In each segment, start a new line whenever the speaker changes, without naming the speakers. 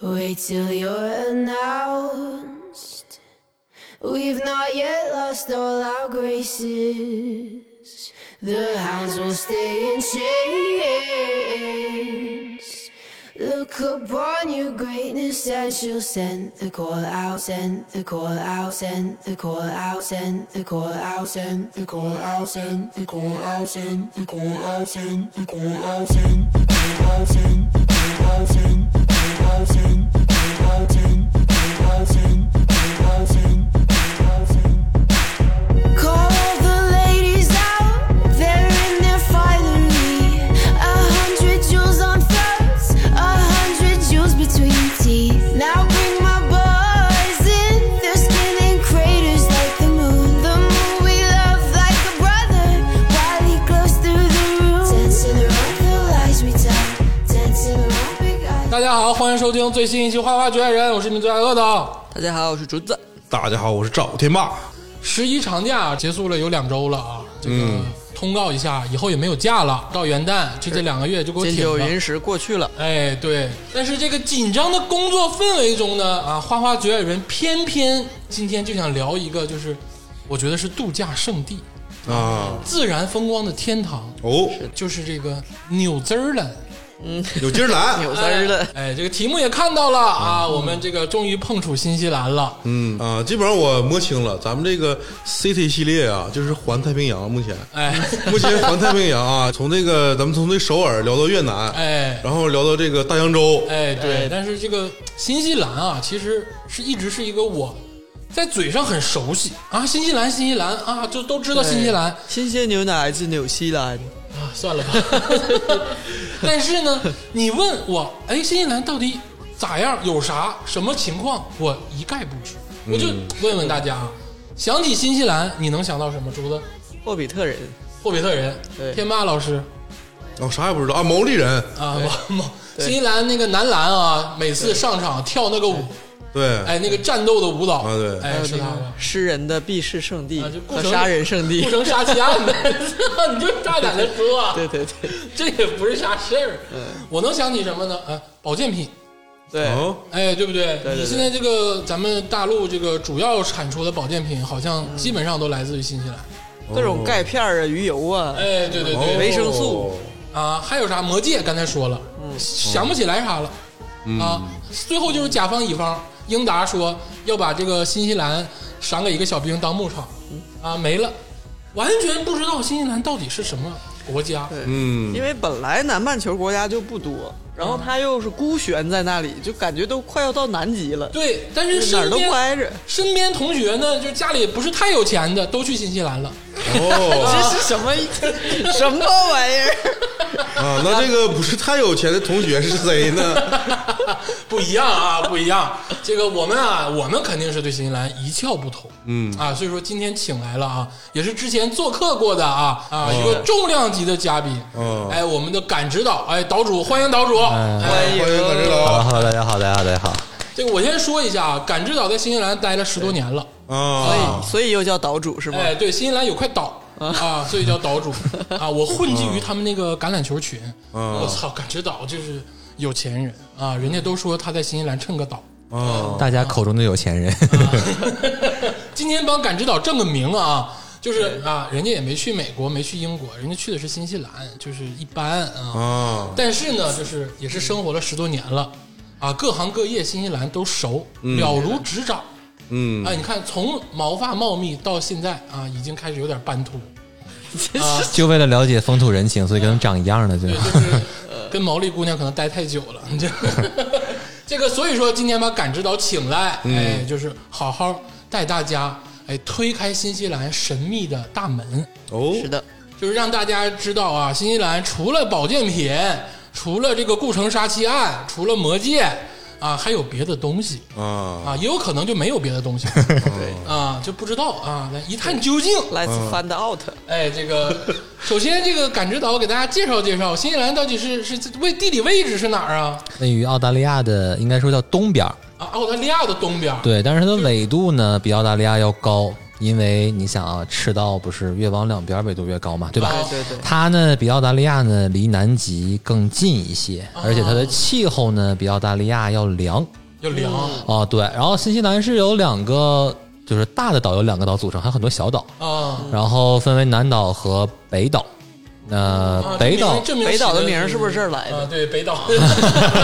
Wait till you're announced. We've not yet lost all our graces. The hounds will stay in chains. Look upon your greatness and she'll send the call out, send the call out, send the call out, send the call out, send the call out, send the call out, send the call out, send the call out, send the call out, send the call out, send the call out, send the call out, send the call out, send the call out, send the call out, send. Call the ladies out, they're in their finery. A hundred jewels on throats, a hundred jewels between teeth. Now bring my boys in, they're skinning craters like the moon. The moon we love like a brother, while he glows through the room. Dancing around the lies we tell, dancing around big eyes.
大家好，欢迎收听最新一期《花花局外人》，我是你们最爱恶的。
大家好，我是竹子。
大家好，我是赵天霸。
十一长假结束了有两周了啊，这个、通告一下，以后也没有假了，到元旦就这两个月就给我
金九
挺
银
着。
石过去了，
哎，对，但是这个紧张的工作氛围中呢，啊，花花局外人偏偏今天就想聊一个，就是我觉得是度假胜地、
啊，
自然风光的天堂，
哦，
就是这个纽兹兰。
有劲儿 来，
有丝儿的，
哎，这个题目也看到了啊，我们这个终于碰触新西兰了。
嗯啊，基本上我摸清了，咱们这个 CT 系列啊，就是环太平洋，目前，
哎，
目前环太平洋啊， 从这个咱们从这首尔聊到越南，
哎
然后聊到这个大洋洲，
哎，对，
哎
但是这个新西兰啊，其实是一直是一个我在嘴上很熟悉啊，新西兰，新西兰啊，就都知道新西兰
对，新鲜牛奶来自纽西兰，
啊，算了吧。 但是呢，你问我，哎，新西兰到底咋样？有啥什么情况？我一概不知。我就问问大家啊，想起新西兰，你能想到什么？竹子，
霍比特人，
霍比特人
对，
天霸老师
哦，啥也不知道啊，毛利人，
啊，我我新西兰那个男篮啊，每次上场跳那个舞，
对，
哎，那个战斗的舞蹈，
啊对
哎，
还有
是
那
他吧
个诗人的避世圣地
啊就顾
和
城
杀人圣地
不。成杀妻案的， 你就大胆的说、啊，
对对对 嗯
这也不是啥事儿。我能想起什么呢？啊，保健品，
对，
哦，
哎，对不对？
对对
你现在这个咱们大陆这个主要产出的保健品，好
嗯
像基本上都来自于新西兰。
各种钙片儿啊、鱼油啊，
哎，对对
哦
对，
维生素，
啊，还有啥魔戒？刚才说了，
嗯
想不起来啥了、啊。最后就是甲方乙方，英达说要把这个新西兰赏给一个小兵当牧场，
嗯
啊，没了，完全不知道新西兰到底是什么国家。
对
嗯
因为本来南半球国家就不多，然后它又是孤悬在那里，就感觉都快要到南极了，
对，但是
哪儿
身
都不
边
挨着。
身边同学呢，就家里不是太有钱的，都去新西兰了。
哦
这是什么什么玩意 儿？
啊，那这个不是太有钱的同学是谁呢？
不一样啊， 不一样。这个我们啊，我们肯定是对新西兰一窍不通，嗯啊，所以说今天请来了啊，也是之前做客过的啊
哦
啊，一个重量级的嘉宾，
哦
哎，我们的感指导，哎，岛主，欢迎岛主，哎，
欢迎感知佬
Hello，大家好，大家好，大家好。
这个我先说一下啊，感指导在新西兰待了十多年了，
啊，
所以又叫岛主是吗？
哎，对，新西兰有块岛。啊，所以叫岛主啊！我混迹于他们那个橄榄球群，我操，感知岛就是有钱人啊！人家都说他在新西兰蹭个岛，
啊
大家口中的有钱人，
今天帮感知岛挣个名啊，就是啊，人家也没去美国，没去英国，人家去的是新西兰，就是一般啊。
啊，
但是呢，就是也是生活了十多年了，啊，各行各业新西兰都熟，了如指掌。
嗯
哎，你看，从毛发茂密到现在啊，已经开始有点斑秃，
就为了了解风土人情，所以跟他们长一样的，对
对，
吧？
就是呃 跟毛利姑娘可能待太久了。你 这这个，所以说今天把感知岛请来，哎，就是好好带大家哎推开新西兰神秘的大门。
哦，
是的，
就是让大家知道啊，新西兰除了保健品，除了这个顾城杀妻案，除了魔戒啊，还有别的东西
啊，
啊，也有可能就没有别的东西 啊，就不知道啊，那一探究竟。
，Let's
嗯
find out。
哎，这个 首先这个感知岛给大家介绍介绍，新西兰到底是是是位地理位置是哪儿啊？哦
位于澳大利亚的，应该说叫东边儿，
啊，澳大利亚的东边。
对，但是它的纬度呢比澳大利亚要高，因为你想啊，赤道不是越往两边纬度越高嘛，对吧？
哦
对对对，
它呢比澳大利亚呢离南极更近一些，
啊
而且它的气候呢比澳大利亚要凉
要凉
啊、对，然后新西兰是有两个就是大的岛，有两个岛组成，还有很多小岛，
嗯
啊。
然后分为南岛和北岛。那
啊
北岛
这名
北岛的名
起
儿是不是这儿来
啊，
的？
对，北岛，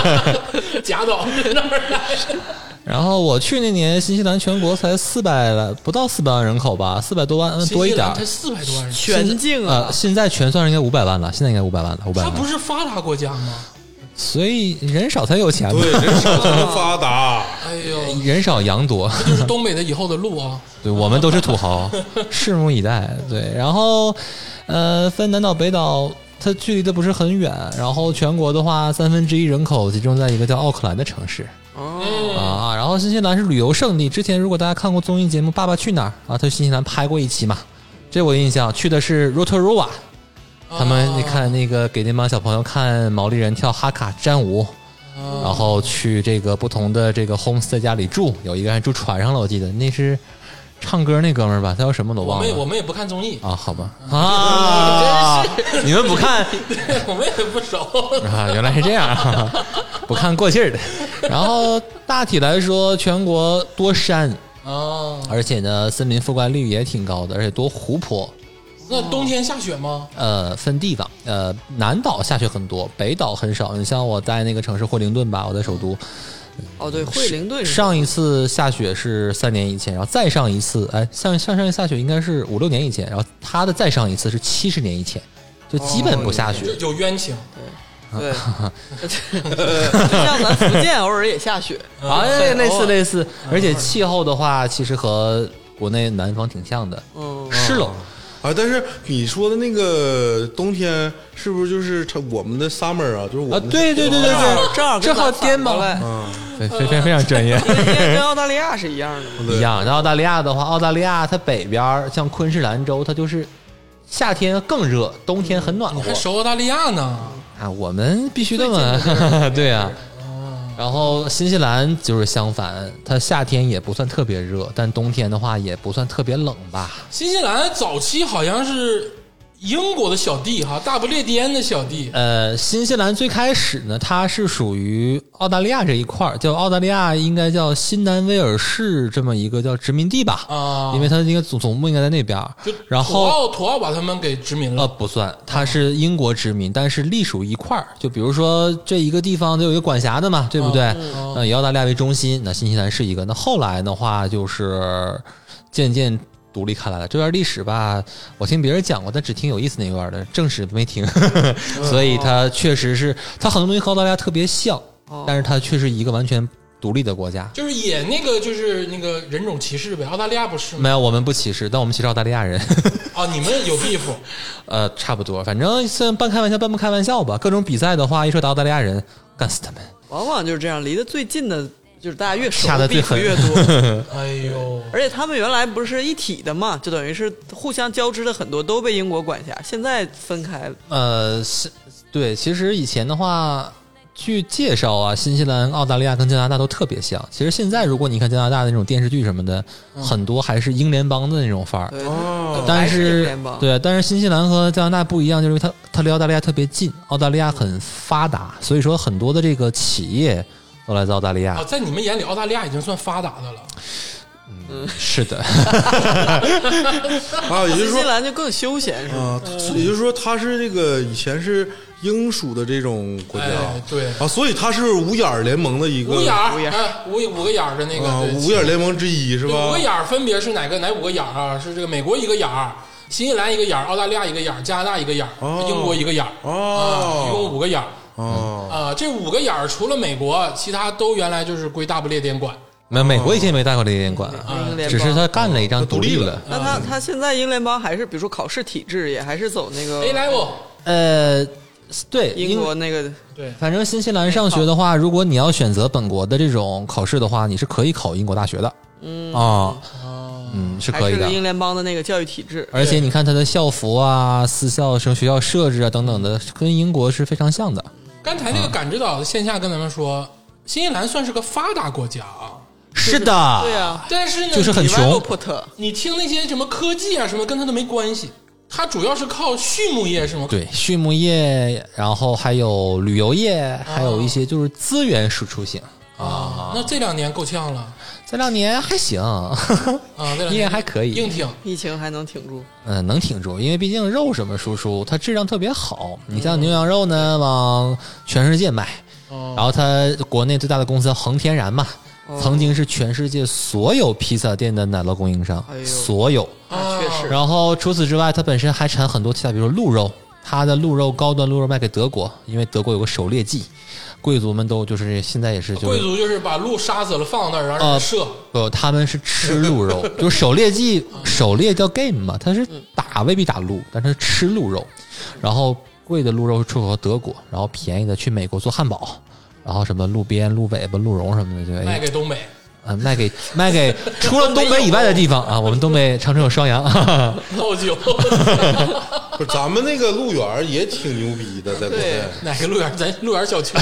贾岛那边来的
然后我去那年，新西兰全国才四百来，不到四百万人口吧，四百多万，嗯， 多一点儿
才。四百多万人，
全境啊
呃，，现在全算是应该五百万了，现在应该五百万了，五百
它
万
不
了。
是发达国家吗？
所以人少才有钱嘛，
对，人少才能发达。
哎呦，
人少羊多。
这就是东北的以后的路啊！
对我们都是土豪，拭目以待。对，然后呃，分南岛北岛，它距离的不是很远。然后全国的话，三分之一人口集中在一个叫奥克兰的城市
哦
嗯，
啊。然后新西兰是旅游胜地，之前如果大家看过综艺节目《爸爸去哪儿》啊，他去新西兰拍过一期嘛，这我有印象。去的是 Rotorua，他们
啊
你看那个给那帮小朋友看毛利人跳哈卡战舞。
啊
然后去这个不同的这个 homestay 家里住，有一个人住船上了，我记得那是唱歌那哥们儿吧，他叫什么我都
我
忘
们也
了
我们也不看综艺，
啊，好吧啊， 你们不看
我们也不熟。
啊，原来是这样啊，不看过气儿的。然后大体来说，全国多山，
哦，
而且呢森林覆盖率也挺高的，而且多湖泊。
那冬天下雪吗？
呃，分地方，呃，南岛下雪很多，北岛很少。你像我在那个城市惠灵顿吧，我在首都，
哦对，惠灵顿是
上一次下雪是三年以前，然后再上一次，哎，上上上一次下雪应该是五六年以前，然后他的再上一次是七十年以前，就基本不下
哦
雪。
这有冤情，
对，就像咱福建偶尔也下雪，
啊，
嗯对
类
偶
似
尔
类似，而且气候的话，其实和国内南方挺像的，
嗯，
湿冷。
啊，但是你说的那个冬天是不是就是成我们的 summer 啊？就是我
啊，
们的
对对对对
正好
对，
正好
正好颠
吧
吧，
了，
对，非非非常专业。
因为跟澳大利亚是一样的嘛。
一样。那澳大利亚的话，澳大利亚它北边儿像昆士兰州，它就是夏天更热，冬天很暖和。
还熟澳大利亚呢。
啊，我们必须这么， 对啊。
嗯
然后新西兰就是相反，它夏天也不算特别热，但冬天的话也不算特别冷吧。
新西兰早期好像是英国的小弟哈，大不列颠的小弟。
呃，新西兰最开始呢，它是属于澳大利亚这一块儿，叫澳大利亚应该叫新南威尔士这么一个叫殖民地吧，
啊
呃因为它应该总总部应该在那边儿
就。
然
土
后
澳土澳把他们给殖民
呃
了，
不算，它是英国殖民，但是隶属一块儿，就比如说这一个地方都有一个管辖的嘛，对不对？呃，以澳大利亚为中心，那新西兰是一个。那后来的话，就是渐渐独立开来了。这段历史吧，我听别人讲过，但只听有意思那一段的，正史没听。 所以它确实是，它很多东西和澳大利亚特别像，但是它却是一个完全独立的国家。
就是也那个就是那个人种歧视呗。澳大利亚不是吗？
没有，我们不歧视，但我们歧视澳大利亚人。
啊，你们有 beef
呃，差不多，反正算半开玩笑半不开玩笑吧。各种比赛的话，一说到澳大利亚人，干死他们。
往往就是这样，离得最近的，就是大家越熟
掐得最
壁虎
狠
越多，
哎呦，
而且他们原来不是一体的嘛，就等于是互相交织的很多都被英国管辖，现在分开了。
呃，是，对，其实以前的话，据介绍啊，新西兰、澳大利亚跟加拿大都特别像。其实现在如果你看加拿大的那种电视剧什么的，很多还是英联邦的那种范儿。
对，
哦，
但
还是英
嗯是
联邦
对，但是新西兰和加拿大不一样，就是因为它它离澳大利亚特别近，澳大利亚很发达，所以说很多的这个企业都来自澳大利亚
啊，。在你们眼里，澳大利亚已经算发达的了。
是的，
啊，也就
新西
是说
兰就更休闲是吧？
啊，也就是说它是这个以前是英属的这种国家
哎，对
啊，所以它是五眼儿联盟的一个
五眼
啊
儿，哎，五五个眼儿的那个，对
五眼儿联盟之一是
对
吧
五个？眼儿分别是哪个哪五个眼儿啊？是这个美国一个眼儿，新西兰一个眼儿，澳大利亚一个眼儿，加拿大一个眼儿，
哦
英国一个眼儿，啊，一共
哦
五个眼儿
哦
啊。这五个眼儿除了美国，其他都原来就是归大不列颠管。
没有美国以前也没带过这个管，
英联邦
啊只是他干了一张独立了。
那他他现在英联邦还是比如说考试体制，也还是走那
A
个
level，
呃，对，
英国那个
对，
反正新西兰上学的话，如果你要选择本国的这种考试的话，你是可以考英国大学的。嗯啊，嗯是
哦还
可以
是
的。
英联邦的那个教育体制。
而且你看它的校服啊、私校生学校设置啊等等的，跟英国是非常像的。嗯
刚才那个感知岛的线下跟咱们说，新西兰算是个发达国家啊，
是的，
对啊呀，
但是呢，
就是很穷
developed
你听那些什么科技啊什么，跟它都没关系，它主要是靠畜牧业是吗？
对，畜牧业，然后还有旅游业，还
哦
有一些就是资源输出型。
啊，那这两年够呛了
这两年还行，
啊，这两
依然
年
还可以
硬，挺。
疫情还能挺住，
嗯，能挺住，因为毕竟肉什么输出，它质量特别好。
嗯
你像牛羊肉呢，往全世界卖，
哦
然后它国内最大的公司恒天然嘛，
哦
曾经是全世界所有披萨店的奶酪供应商
哎，呦
所有。
啊，
确实
然后除此之外，它本身还产很多其他，比如说鹿肉，它的鹿肉高端鹿肉卖给德国，因为德国有个狩猎季，贵族们都就是现在也是就
贵
是。
族就是把鹿杀死了放那儿，然后让
呃
人射。
不，他们是吃鹿肉， 就是狩猎季，狩猎叫 game 嘛，它
嗯
是打未必打鹿，但是吃鹿肉，然后贵的鹿肉是出口到德国，然后便宜的去美国做汉堡，然后什么鹿鞭、鹿尾巴、鹿茸什么的，就哎
卖给东 北，
啊，卖给卖给除了东北以外的地方啊，我们东北长春有啊双阳，
倒 酒。
不是咱们那个路园儿也挺牛逼的，在国内
对。
哪个路园？咱路园小区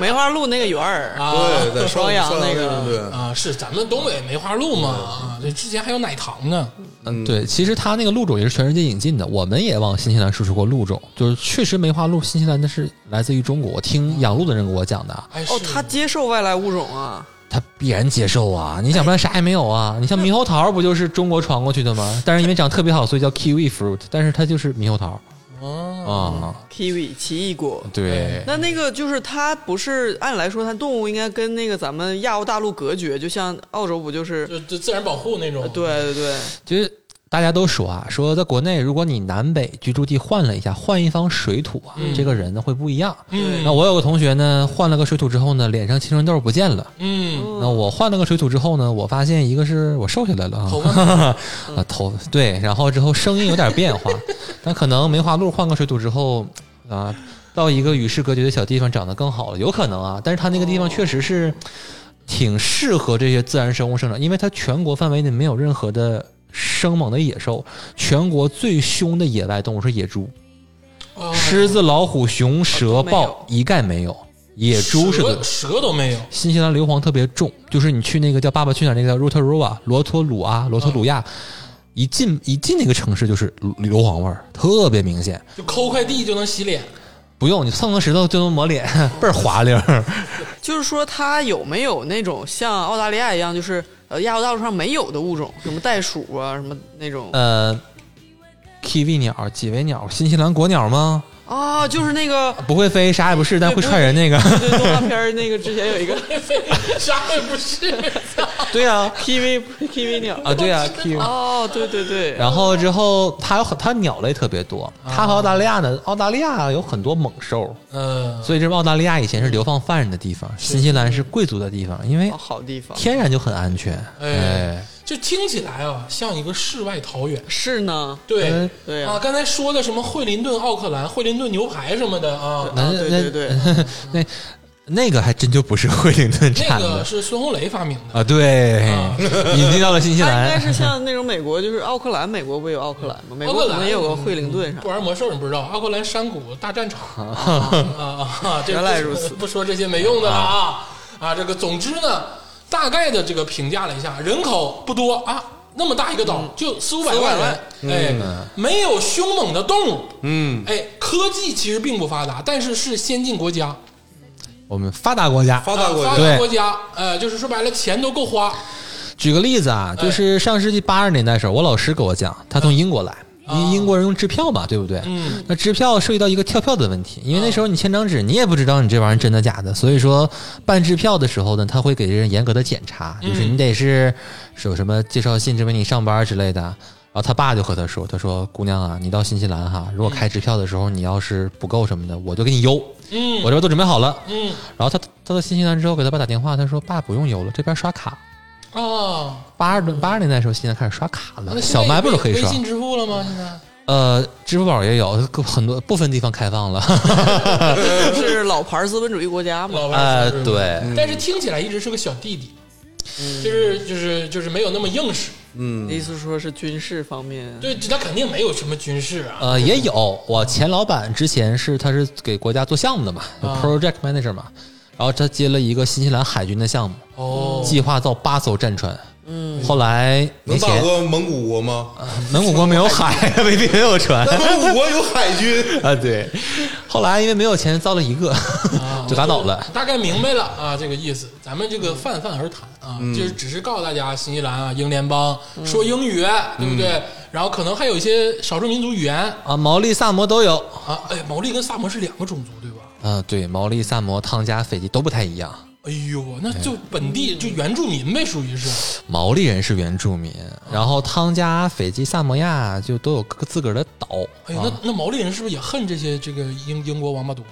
梅花鹿那个园儿，
啊
对，在
双阳
阳
那个
对，
啊，是咱们东北梅花鹿嘛？啊，这之前还有奶糖呢。
嗯，对， 其实它那个鹿种也是全世界引进的，我们也往新西兰输出过鹿种，就是确实梅花鹿，新西兰的是来自于中国。我听养鹿的人给我讲的，啊
哎，
哦，
是
它接受外来物种啊，
它必然接受啊，你想不然啥也没有啊。
哎
你像猕猴桃不就是中国传过去的吗？但是因为长得特别好，所以叫 kiwi fruit，但是它就是猕猴桃
哦，
啊、
kiwi 奇异果。
嗯对，
那那个就是它不是，按来说它动物应该跟那个咱们亚欧大陆隔绝，就像澳洲不就是？
就就自然保护那种。
啊对对对，
就是大家都说啊，说在国内，如果你南北居住地换了一下，换一方水土啊，
嗯
这个人呢会不一样。
嗯，
那我有个同学呢，换了个水土之后呢，脸上青春痘不见了。
嗯，
那我换了个水土之后呢，我发现一个是我瘦下来了
头
啊， 啊头对，然后之后声音有点变化，但可能梅花鹿换个水土之后啊，到一个与世隔绝的小地方长得更好了，有可能啊，但是它那个地方确实是挺适合这些自然生物生长，因为它全国范围内没有任何的生猛的野兽，全国最凶的野外动物是野猪，
哦
狮子、老虎、熊、
都
蛇、
没有
豹一概没有，野猪是最
蛇蛇都没有。
新西兰硫磺特别重，就是你去那个叫《爸爸去哪儿》那个 Rotorua 罗托鲁啊罗托鲁亚，一进一进那个城市就是硫硫磺味儿，特别明显。
就抠块地就能洗脸，
不用你蹭个石头就能抹脸， 倍儿滑溜儿。
就是说它有没有那种像澳大利亚一样，就是呃亚欧大陆上没有的物种，什么袋鼠啊，什么那种
呃，kiwi 鸟、几维鸟、新西兰国鸟吗？
啊，就是那个
不会飞，啥也不是，但
对
会踹人那个。
对动画片儿那个之前有一个
啥也不是。
对啊，
kiwi kiwi 鸟
啊 对啊，kiwi。
哦，对对对，
然后之后，它有很它鸟类特别多。它和澳大利亚呢，澳大利亚有很多猛兽，
嗯，
所以这澳大利亚以前是流放犯人的地方，新西兰是贵族的地方，因为
哦好地方
天然就很安全。
哎，就听起来啊，像一个世外桃源。
是呢，
对
嗯
对
啊，
啊，
刚才说的什么惠灵顿奥克兰、惠灵顿牛排什么的啊，
那
啊
那
对对嗯对，
那 那个还真就不是惠灵顿
那
产
个
的
是孙红雷发明的。
啊，对
啊，
引进到了新西
它应该
兰。
是像那种美国，就是奥克兰，美国不也有奥克兰吗？美
奥
国
克
可
兰
能也有个惠灵顿啥
不。玩魔兽你不知道，奥克兰山谷大战场啊啊啊！这
原来如此
不说这些没用的了啊啊！这个总之呢，大概的这个评价了一下，人口不多啊，那么大一个岛就四五百
四五百
万
万
人，哎，没有凶猛的动物，
嗯，
哎，科技其实并不发达，但是是先进国家，啊
我们发达国家，
发达国
发
家
对
达国家，呃，就是说白了，钱都够花，
举个例子啊，就是上世纪八十年代的时候，我老师给我讲，他从英国来。英英国人用支票嘛，对不对？
嗯，
那支票涉及到一个跳票的问题，因为那时候你签张纸，你也不知道你这玩意儿真的假的，所以说办支票的时候呢，他会给人严格的检查，就是你得是是有什么介绍信证明你上班之类的。然后他爸就和他说：“他说姑娘啊，你到新西兰哈，如果开支票的时候你要是不够什么的，我就给你邮。
嗯
我这边都准备好了。
嗯
然后他他到新西兰之后给他爸打电话，他说：爸不用邮了，这边刷卡。
啊，
八十八十年代的时候，新西兰开始刷卡
那
了，
现在
小卖部都可以
微
刷。
信支付了吗？现在
呃，支付宝也有，各很多部分地方开放了。
嗯
就是老牌资本主义国家嘛。
老外
呃
是不，是
对，
但是听起来一直是个小弟弟，就是就是就是没有那么硬实，
嗯
你的意思是说是军事方面，
对，他肯定没有什么军事啊，
呃，也有。我前老板之前是他是给国家做项目的嘛、有
啊
p r o j e c t manager 嘛。然后他接了一个新西兰海军的项目，
哦，
计划造八艘战船。嗯，后来没
能打
钱，
过蒙古国吗？
蒙古国没 有海，没没有船
那蒙古国有海军，
啊。对，后来因为没有钱，造了一个，
啊
就打倒了。
大概明白了啊，这个意思。咱们这个泛泛而谈啊，
嗯
就是只是告诉大家，新西兰啊，英联邦说英语，对不
嗯
对？然后可能还有一些少数民族语言
啊，毛利、萨摩都有。
啊。哎，毛利跟萨摩是两个种族，对吧？
啊，对，毛利、萨摩、汤加、斐济都不太一样。
哎呦，那就本地就原住民呗，属于是。
毛利人是原住民，然后汤加、斐济、萨摩亚就都有各自个儿的岛。
哎呦，
啊
那那毛利人是不是也恨这些这个英英国王八犊子？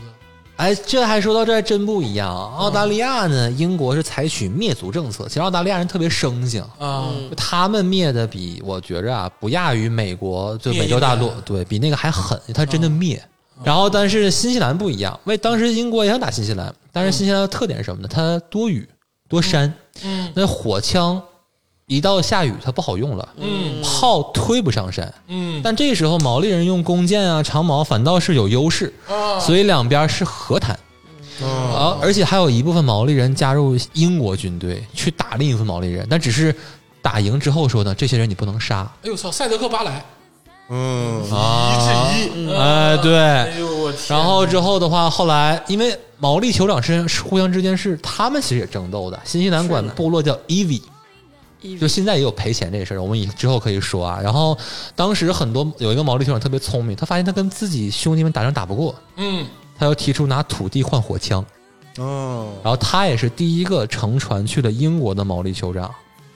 哎，这还说到这儿真不一样。澳大利亚呢，英国是采取灭族政策，其实澳大利亚人特别生性，
啊，
就他们灭的比我觉着啊，不亚于美国就美洲大
灭嗯
陆
英，
对比那个还狠，他真的灭。然后，但是新西兰不一样，为当时英国也想打新西兰，但是新西兰的特点是什么呢？它多雨多山，
嗯
那火枪一到下雨它不好用了，
嗯
炮推不上山。
嗯
但这时候毛利人用弓箭啊、长矛反倒是有优势，
啊，
所以两边是和谈。
啊，
啊，而且还有一部分毛利人加入英国军队去打另一部分毛利人，但只是打赢之后说呢，这些人你不能杀。
哎呦操，塞德克巴莱，
嗯，
啊
一
嗯
至一，
哎，对。
呦我天
然后之后的话，后来因为毛利酋长是是互相之间是他们其实也争斗的，新西兰管部落叫 e v
一
就现在也有赔钱这事儿，我们以之后可以说啊。然后当时很多有一个毛利酋长特别聪明，他发现他跟自己兄弟们打仗打不过，
嗯
他又提出拿土地换火枪，
哦，
然后他也是第一个乘船去了英国的毛利酋长。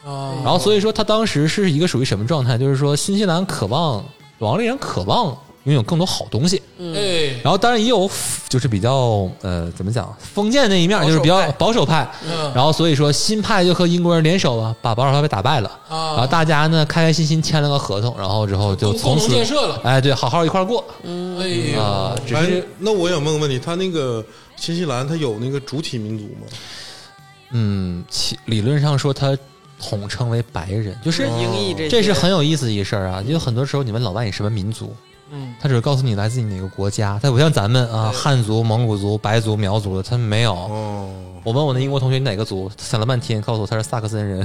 啊，
然后所以说他当时是一个属于什么状态？就是说新西兰渴望王利人渴望拥有更多好东西，
哎，
然后当然也有就是比较呃怎么讲封建那一面，就是比较保守派。
嗯
然后所以说新派就和英国人联手啊，把保守派被打败了。然后
啊，
大家呢开开心心签了个合同，然后之后就
共共
从
同
此
建设了，
哎对，好好一块儿过
哎呦，
啊、只
哎
是，
那我想问个问题，他那个新西兰，他有那个主体民族吗？
嗯，其理论上说他统称为白人，就是
英译这
这
这
是很有意思的一事儿啊。因为很多时候你问老外你什么民族，
嗯
他只是告诉你来自你哪个国家，他不像咱们啊，汉族、蒙古族、白族、苗族的，他们没有。
哦，
我问我那英国同学你哪个族，想了半天，告诉我他是萨克森人。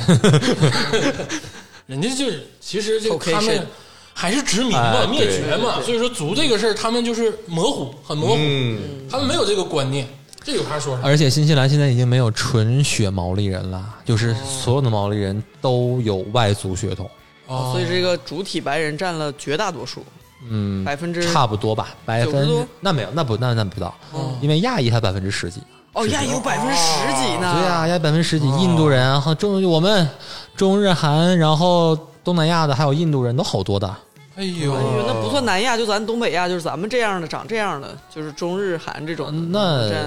人家就是其实这个
Caucasian
他们还是殖民嘛，
哎
灭
对
绝嘛，所以说族这个事儿他们就是模糊，很模糊，
嗯，
他们没有这个观念，这有啥说啥。
而且新西兰现在已经没有纯血毛利人了，就是所有的毛利人都有外族血统，
哦
所以这个主体白人占了绝大多数，嗯，百分之
差不多吧，百
90
分
多
那没有，那不那那不到，因为亚裔才百分之十几。
哦呀有百分之十几呢，
对呀、亚裔百分之十几，印度人啊，和中我们中日韩，然后东南亚的还有印度人都好多的。
哎呦
哎，呦，那不算南亚，就咱东北亚，就是咱们这样的，长这样的，就是中日韩这种的。
那
占，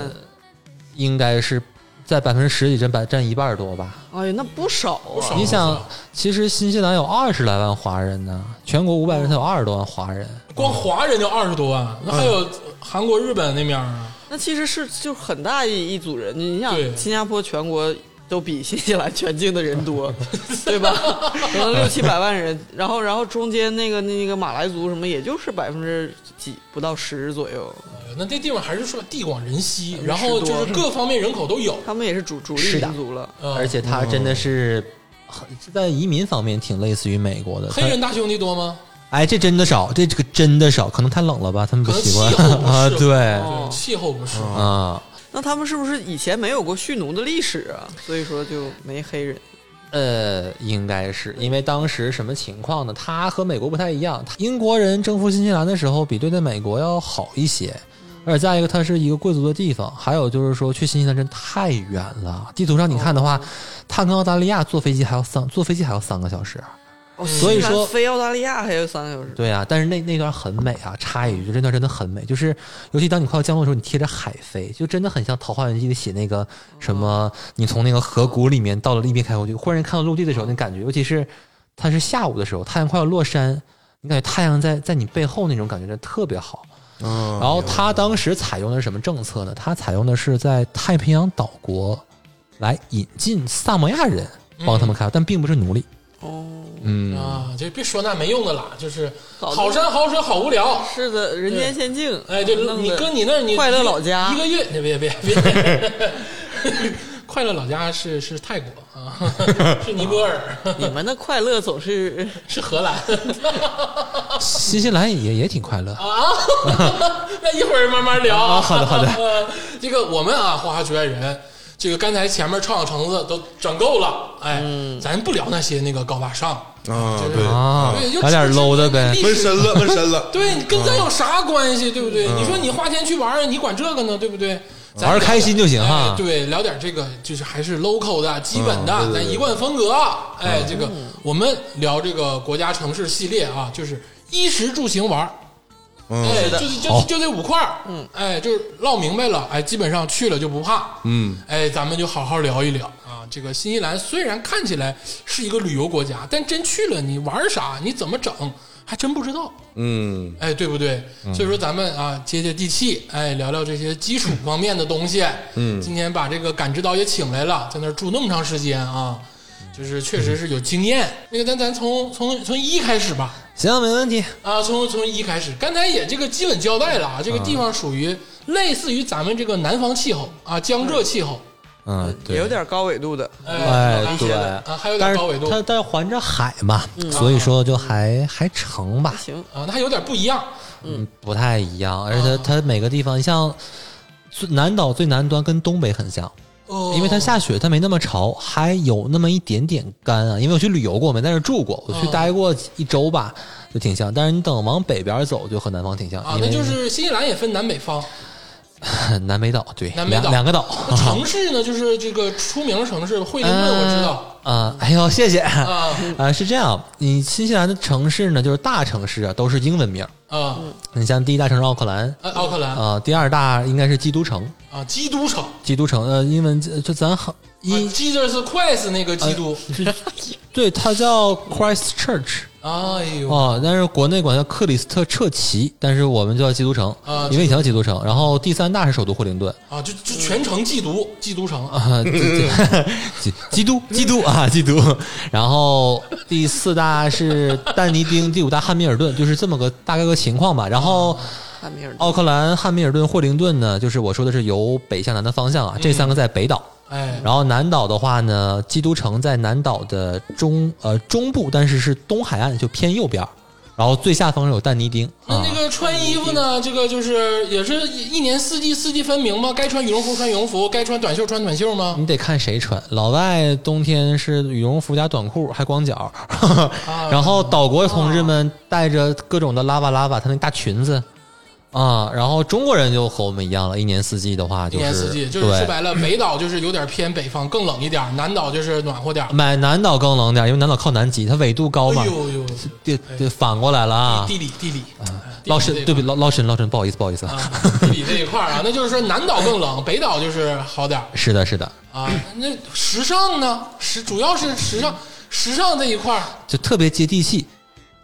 应该是在百分之十几占百占一半儿多吧。
哎呀，那不少
不
啊！
少
你
不
想
少，
其实新西兰有二十来万华人呢，全国五百人才有二十多万华人。
光华人就二十多万，那还
哎
有韩国、日本那面儿啊，
那其实是就很大一一组人，你想
对
新加坡全国都比新西兰全境的人 多，对吧？可能六七百万人，然后然后中间那个那个马来族什么，也就是百分之几不到十左右，
哎那这地方还是说地广人稀，
嗯
然后就是是
多
各方面人口都有，
他们也是主主力
是的
民族了。
呃
而且它真的是很在移民方面挺类似于美国的。它
黑人大兄弟多吗？
哎，这真的少，这这个真的少，可能太冷了吧，他们不
可能
习
气
惯
候不
啊。
适合
对
哦
气候不适合。
啊，
那他们是不是以前没有过蓄奴的历史啊？所以说就没黑人。
呃，应该是因为当时什么情况呢？它和美国不太一样，英国人征服新西兰的时候比对待美国要好一些。而且再一个，它是一个贵族的地方，还有就是说，去新西兰真太远了。地图上你看的话，它跟澳大利亚坐飞机还要三坐飞机还要三个小时。
哦，
所以
新西兰
说
飞澳大利亚还有三个小时。
对啊，但是那那段很美啊。插一句，就这段真的很美，就是尤其当你快要降落的时候，你贴着海飞，就真的很像《桃花源记》里写那个什么，你从那个河谷里面到了另一边开过去，忽然看到陆地的时候，那感觉，尤其是它是下午的时候，太阳快要落山，你感觉太阳在在你背后那种感觉，真的特别好。
啊，
然后他当时采用的是什么政策呢？他采用的是在太平洋岛国来引进萨摩亚人，帮他们开发，但并不是奴隶。
哦，
嗯，
啊，就别说那没用的啦，就是
搞得
好山好水好无聊。
是的，人间仙境。
哎，对，
弄
你
得
搁你那儿，你
快乐老家
一个月，别别别别， 快乐老家是是泰国啊， 是尼泊尔，
你们的快乐总是
是荷兰
新西兰也也挺快乐。
那一会儿慢慢聊
啊好的好
的。 这个我们啊，花花局外人，这个刚才前面创小橙子都整够了，哎，
嗯
咱不聊那些那个高大上，
啊，对，
啊
对，就
来点 low 的呗
历
纹
史
身了，纹身了，
对你跟咱有啥关系，对不对？你说你花钱去玩儿，你管这个呢，对不对？咱
嗯玩儿开心就行
哎
哈
对，聊点这个就是还是 local 的、基本的，
嗯对对对
咱一贯风格。
嗯
哎，这个我们聊这个国家城市系列啊，就是衣食住行玩儿。
嗯
哎，就就
好
就这五块儿，嗯，哎，就是唠明白了，哎，基本上去了就不怕，
嗯，
哎，咱们就好好聊一聊啊。这个新西兰虽然看起来是一个旅游国家，但真去了你玩啥，你怎么整，还真不知道，
嗯，
哎，对不对？所以说咱们啊接接地气，哎，聊聊这些基础方面的东西。嗯，今天把这个感知导也请来了，在那儿住那么长时间啊，就是确实是有经验。那个咱咱从从从一开始吧，
行，没问题。
啊，从从一开始，刚才也这个基本交代了啊，
嗯
这个地方属于类似于咱们这个南方气候啊，江浙气候，
嗯，对，
也有点高纬度的，
哎
啊
对
啊，还有点
但是
高纬度嗯
它它环着海嘛，所以说就还还成吧，
行，
啊，那还有点不一样
嗯，不太一样。而且它它每个地方，你像最南岛最南端跟东北很像，
哦，
因为它下雪，它没那么潮，还有那么一点点干啊。因为我去旅游过，我没在那儿住过，我去
哦
待过一周吧，就挺像。但是你等往北边走，就和南方挺像，
啊，
因
那
为
就是新西兰也分南北方，
南北岛，对，
南北岛
两两 个岛。
那城市呢就是这个出名的城市，惠灵顿我知道
啊、哎呦，谢谢啊、
啊
是这样，你新西兰的城市呢，就是大城市啊，都是英文名儿。
啊，
你像第一大城市奥克兰，
啊奥克兰
啊、第二大应该是基督城，
啊，基督城，
基督城，呃，英文呃就咱好 一、
啊，Jesus Christ 那个基督，
对，它叫 Christ Church
哎呦，
哦，但是国内管叫克里斯特彻奇，但是我们就叫基督城，
啊
因为以前叫基督城。然后第三大是首都惠灵顿，
啊，就就全城缉毒，缉毒城啊，
啊，基基督基督啊基督，然后第四大是但尼丁，第五大汉密尔顿，就是这么个大概个情况吧。然后
汉密尔顿
奥克兰、汉密尔顿、惠灵顿呢，就是我说的是由北向南的方向啊，这三个在北岛。
哎，
然后南岛的话呢，基督城在南岛的中呃中部，但是是东海岸，就偏右边儿。然后最下方有但尼丁
那
啊
那个穿衣服呢？这个就是也是一一年四季四季分明吗？该穿羽绒服穿羽绒服，该穿短袖穿短袖吗？
你得看谁穿。老外冬天是羽绒服加短裤，还光脚。
啊
然后岛国同志们带着各种的拉瓦拉瓦，他那大裙子啊。然后中国人就和我们一样了，一年四季的话
一
就是
年四季就是说
对。
白了，北岛就是有点偏北方，更冷一点；南岛就是暖和点。
买南岛更冷点，因为南岛靠南极，它纬度高嘛
哎，呦呦，
对对，反过来了啊
地。理地理，
老
师
沈，对不起，老老沈，老沈，不好意思，不好意思啊。
啊，地理这一块儿啊，那就是说南岛更冷，北岛就是好点儿
是的，是的，
啊。那时尚呢？时主要是时尚，时尚这一块儿
就特别接地气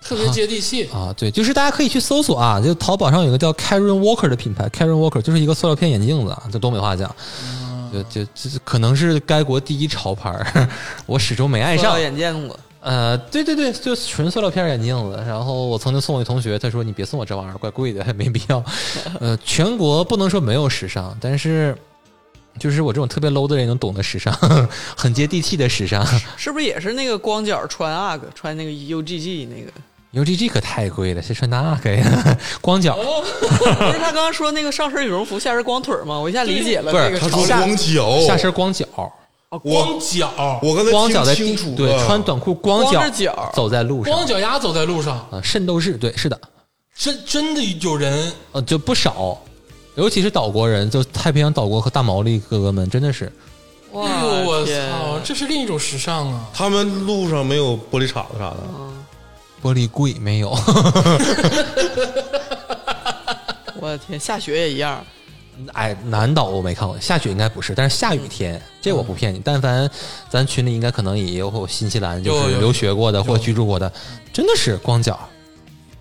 特别接地气
啊。对，就是大家可以去搜索啊，就淘宝上有一个叫 Karen Walker 的品牌，Karen Walker 就是一个塑料片眼镜子啊，就东北话讲，
嗯
就就就可能是该国第一潮牌儿， 我始终没爱
塑
上
料。眼见过，
呃，对对对，就纯塑料片眼镜子。然后我曾经送我一同学，他说你别送我这玩意儿，怪贵的，没必要。呃，全国不能说没有时尚，但是就是我这种特别 low 的人能懂得时尚， 很接地气的时尚。
是不是也是那个光脚穿 UGG 穿那个 UGG 那个？
UGG 可太贵了，谁穿那个呀？ 光脚
不是他刚刚说那个上身羽绒服，下身光腿吗？我一下理解了
不是
那个
他
他
说
说
下
光脚，
下身光脚，
哦
光脚，
我刚才
光脚在
听
地
清楚了，嗯
对穿短裤光
光
脚
着脚
走在路上
光脚丫走在路上，
啊，圣斗士对是的，
真真的有人
呃就不少，尤其是岛国人，就太平洋岛国和大毛利哥哥们真的是啊
哇
哎呦我
天
操，这是另一种时尚啊！
他们路上没有玻璃碴子啥的，
玻璃柜没有，
我的天，下雪也一样，
哎，南岛我没看过，下雪应该不是，但是下雨
嗯
天这我不骗你，但凡咱群里应该可能也有新西兰就
有
是
有
留学过的或居住过的，真的是光脚。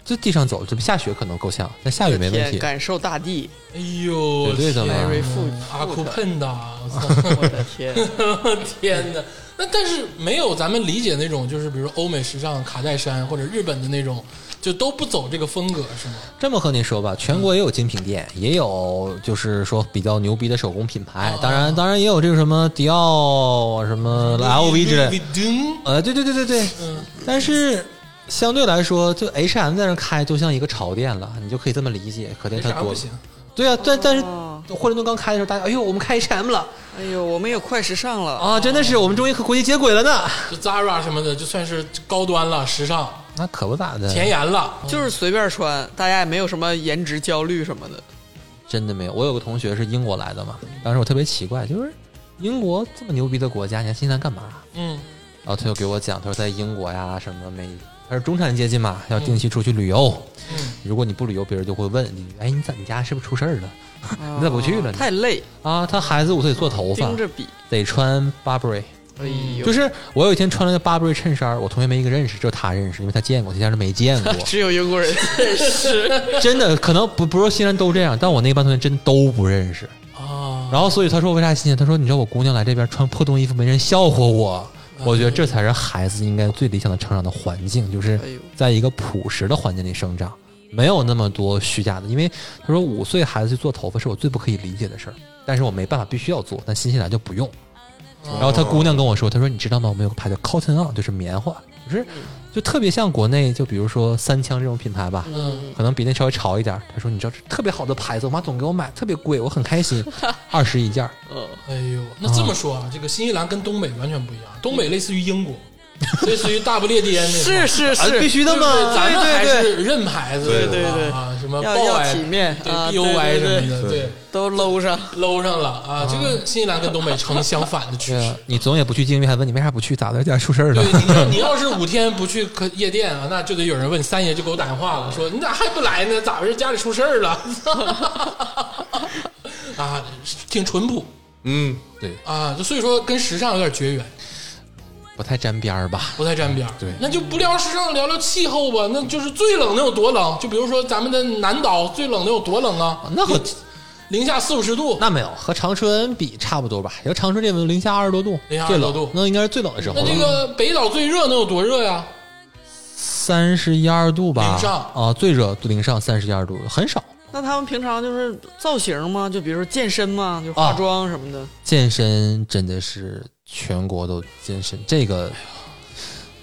就地上走，这下雪可能够呛，但下雨没问
天
题。
感受大地
哎呦，
绝对的
天
嘛
，very
哎
food，
阿库喷的，啊我
我的天，
操天 哪！那但是没有咱们理解那种，就是比如欧美时尚卡戴珊或者日本的那种就都不走这个风格是吗？
这么和你说吧，全国也有精品店，也有就是说比较牛逼的手工品
哦
牌，当然当然也有这个什么迪奥、啊什么 LV 之类的，呃，对对对对对，
嗯
但是相对来说，就 H&M 在那开就像一个潮店了，你就可以这么理解，可见
为
它
啥
多
不。行？
对啊，但但是
哦
惠灵顿刚开的时候，大家哎呦，我们开 H&M 了
哎呦，我们也快时尚了，
啊，真的是我们终于和国际接轨了呢。
就 Zara 什么的，就算是高端了、时尚、
那可不咋的，
前沿了。
就是随便穿，大家也没有什么颜值焦虑什么的。
真的没有。我有个同学是英国来的嘛，当时我特别奇怪，就是英国这么牛逼的国家，你还新西兰干嘛？
嗯
然后他就给我讲，他说在英国呀，什么美，他是中产阶级嘛，要定期出去旅游。
嗯，
如果你不旅游，别人就会问你，哎，你咋你家是不是出事儿了？ 你咋不去了呢？
哦太累，
啊，他孩子五岁做头发
盯，着比，
得穿 Burberry。
哎呦，。
就是我有一天穿了个 Burberry 衬衫，我同学没一个认识，只有他认识，因为他见过，其他人没见过
只有英国 人是
真的，可能不不是说新人都这样，但我那班同学真都不认识。
哦
啊，
然后所以他说为啥新鲜？他说你知道我姑娘来这边穿破洞衣服没人笑话我，
哎
我觉得这才是孩子应该最理想的成长的环境，就是
哎呦
在一个朴实的环境里生长，没有那么多虚假的。因为他说五岁孩子去做头发是我最不可以理解的事儿，但是我没办法必须要做，但新西兰就不用。然
哦
后他姑娘跟我说，他说你知道吗？我们有个牌叫 Cotton On，就是棉花，就是就特别像国内，就比如说三枪这种品牌吧，
嗯，
可能比那稍微潮一点儿。他说：“你知道，这特别好的牌子，我妈总给我买，特别贵，我很开心，二十一件儿。
哎呦，那这么说啊，这个新西兰跟东北完全不一样，东北类似于英国， 类似于大不列颠那种。
嗯 是是
啊
是，
必须的嘛
对咱们还
对对
是认牌子，
对
吧
对对
啊，什么
要
BOY
要体面
对
啊
B O Y
对
什
对
么的，
对
对，
都搂上，
搂上了啊。这个新西兰跟东北呈相反的趋
对
势
啊。，你总也不去精英，还问你为啥不去，咋的？家出事儿了
对？你要，你要是五天不去可夜店啊，那就得有人问你三爷就给我打电话了，说你咋还不来呢？咋回事？家里出事儿了？ 啊，挺淳朴
嗯，
对，
啊，就所以说跟时尚有点绝缘，
不太沾边儿吧？
不太沾边儿。
对
那就不聊时尚，聊聊气候吧。那就是最冷能有多冷？就比如说咱们的南岛最冷能有多冷啊？
那和
零下四五十度，
那没有，和长春比差不多吧？要长春这边零下二十多度，
零下
最
20多
冷
度，
那应该是最冷的时候
那这
了。
个北岛最热能有多热呀？
三十一二度吧？
零上
啊，最热零上三十一二度，很少。
那他们平常就是造型吗？就比如说健身吗？
啊
就化妆什么的。
健身真的是全国都健身，这个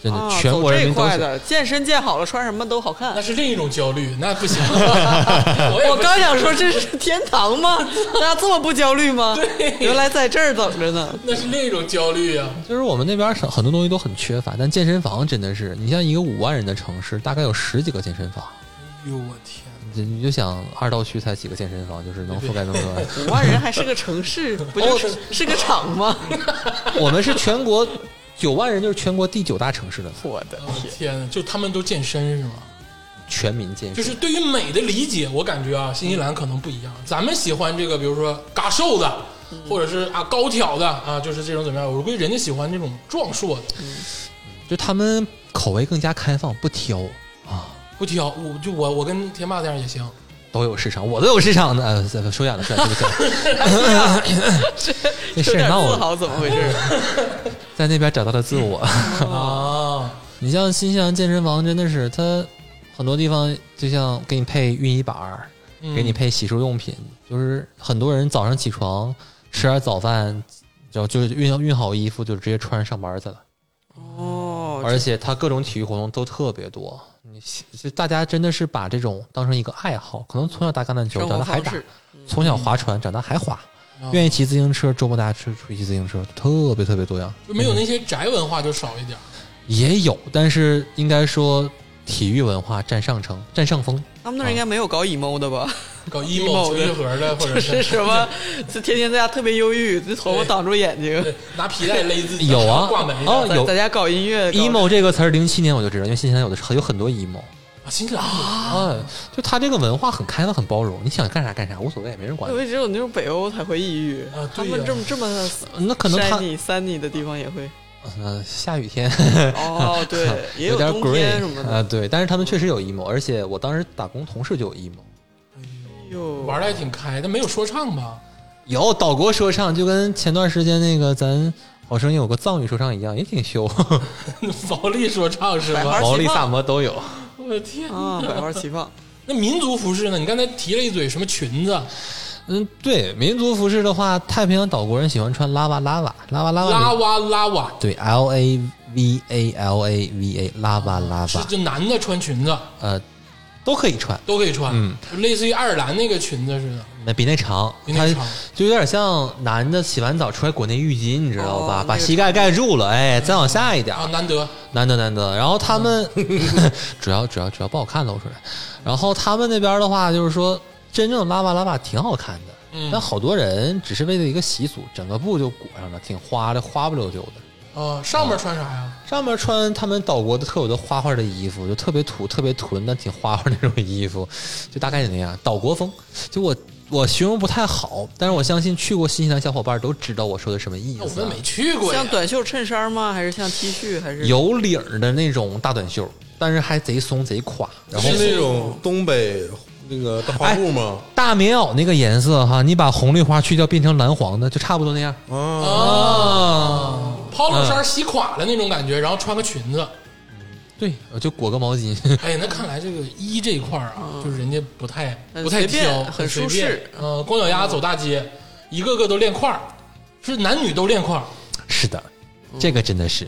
真的
啊，
全国人民
走
都
这块
是。
的健身健好了，穿什么都好看
那。是另一种焦虑，那不行。我也
我
不
刚想说这是天堂 吗？大家这么不焦虑吗？原来在这儿等着呢。
那是另一种焦虑呀、
就是我们那边很很多东西都很缺乏，但健身房真的是，你像一个五万人的城市，大概有十几个健身房。
哟，我天！
你你就想二道区才几个健身房，就是能覆盖那么多人。
五万人还是个城市，不
哦
就是是个厂吗？
我们是全国九万人，就是全国第九大城市的
我的
我
天！
天呐，就他们都健身是吗？
全民健
就
身。
是对于美的理解，我感觉啊，新西兰可能不一样。咱们喜欢这个，比如说嘎瘦的，或者是啊高挑的啊，就是这种怎么样？我估计人家喜欢这种壮硕的，
就他们口味更加开放，不挑啊，
不挑。我就我我跟天霸这样也行。
都有市场，我都有市场的。 呃，说远了，说远了，对不 对？没
有
事
点
儿，那
自
我
豪，怎么回事？
在那边找到了自我。
啊，
你像新西兰健身房，真的是它很多地方就像给你配熨衣板儿，
嗯
给你配洗漱用品，就是很多人早上起床吃点早饭，然后就是熨熨好衣服就直接穿上上班去了。
哦，
而且它各种体育活动都特别多，你就大家真的是把这种当成一个爱好，可能从小打橄榄球，
生
长
活
大还
方
打
式，嗯哦
从小划船，长大还划，
啊
愿意骑自行车，周末大家出出去骑自行车，特别特别多样。
就没有那些宅文化就少一点。
也有，但是应该说体育文化占上乘，占上风。
他们那儿应该没有搞 emo 的吧？
啊
搞
emo
emo 情绪盒 的，或者
是什么？就天天在家特别忧郁，这头发挡住眼睛，
对 拿皮带勒自己，
有啊
挂门
哦
上。
在
有
在家搞音乐搞
emo 这个词儿，零七年我就知道，因为新西兰有的有很多 emo
啊新西兰有
啊，就他这个文化很开放、很包容，你想干啥干啥，无所谓，没人管
我。一直有那种北欧才会抑郁
啊对呀
他们这么这么
那可能他
shiny sunny 的地方也 会。
呃下雨天
哦， 对，也
点
冬天
gray
什么
啊、
的。
对，但是他们确实有 emo，而且我当时打工同事就有 emo，
哟，
玩的还挺开，但没有说唱吧？
有岛国说唱，就跟前段时间那个咱好声音有个藏语说唱一样，也挺羞，
毛利说唱是
百花
吧？
毛利萨摩都有。
我我的天！
啊，百花齐 放。
那民族服饰呢？你刚才提了一嘴什么裙子、
嗯，对，民族服饰的话，太平洋岛国人喜欢穿拉瓦拉瓦拉瓦拉瓦，
拉哇拉哇，
对，L A V A L A V A 拉瓦拉
是
瓦，
就男的穿裙子
呃，都可以穿，
都可以穿，
嗯
就类似于爱尔兰那个裙子似的。
那比那长，
比那
它
长
就有点像男的洗完澡出来裹那浴巾，你知道吧？
哦
把
那个
膝盖盖住了，哎，再往下一点儿，
啊，难得
难得难得。然后 他们、主要主要主要不好看露出来。然后他们那边的话，就是说真正拉瓦拉瓦挺好看的，
嗯
但好多人只是为了一个习俗，整个布就裹上了，挺花的，花不溜丢的。
啊，上面穿啥呀？
上面穿他们岛国的特有的花花的衣服，就特别土、特别囤，但挺花花那种衣服，就大概就那样，岛国风。就我我形容不太好，但是我相信去过新西兰小伙伴都知道我说的什么意
那哦我
思
们
啊、
没去过呀
像。短袖衬衫吗？还是像 T 恤？还是
有领儿的那种大短袖，但是还贼松贼垮，然后哎
是那种东北那个大花布吗？
大棉袄那个颜色哈，你把红绿花去掉变成蓝黄的，就差不多那样
啊，
啊。
polo 衫洗垮了那种感觉，然后穿个裙子。
对，我就裹个毛巾。
哎，那看来这个衣这一块儿啊，就是人家不太
嗯很
不太
随便
挑，
很
随
舒
便
适。
呃，光脚丫走大街，一个个都练块儿，是男女都练块儿
是的，嗯这个真的是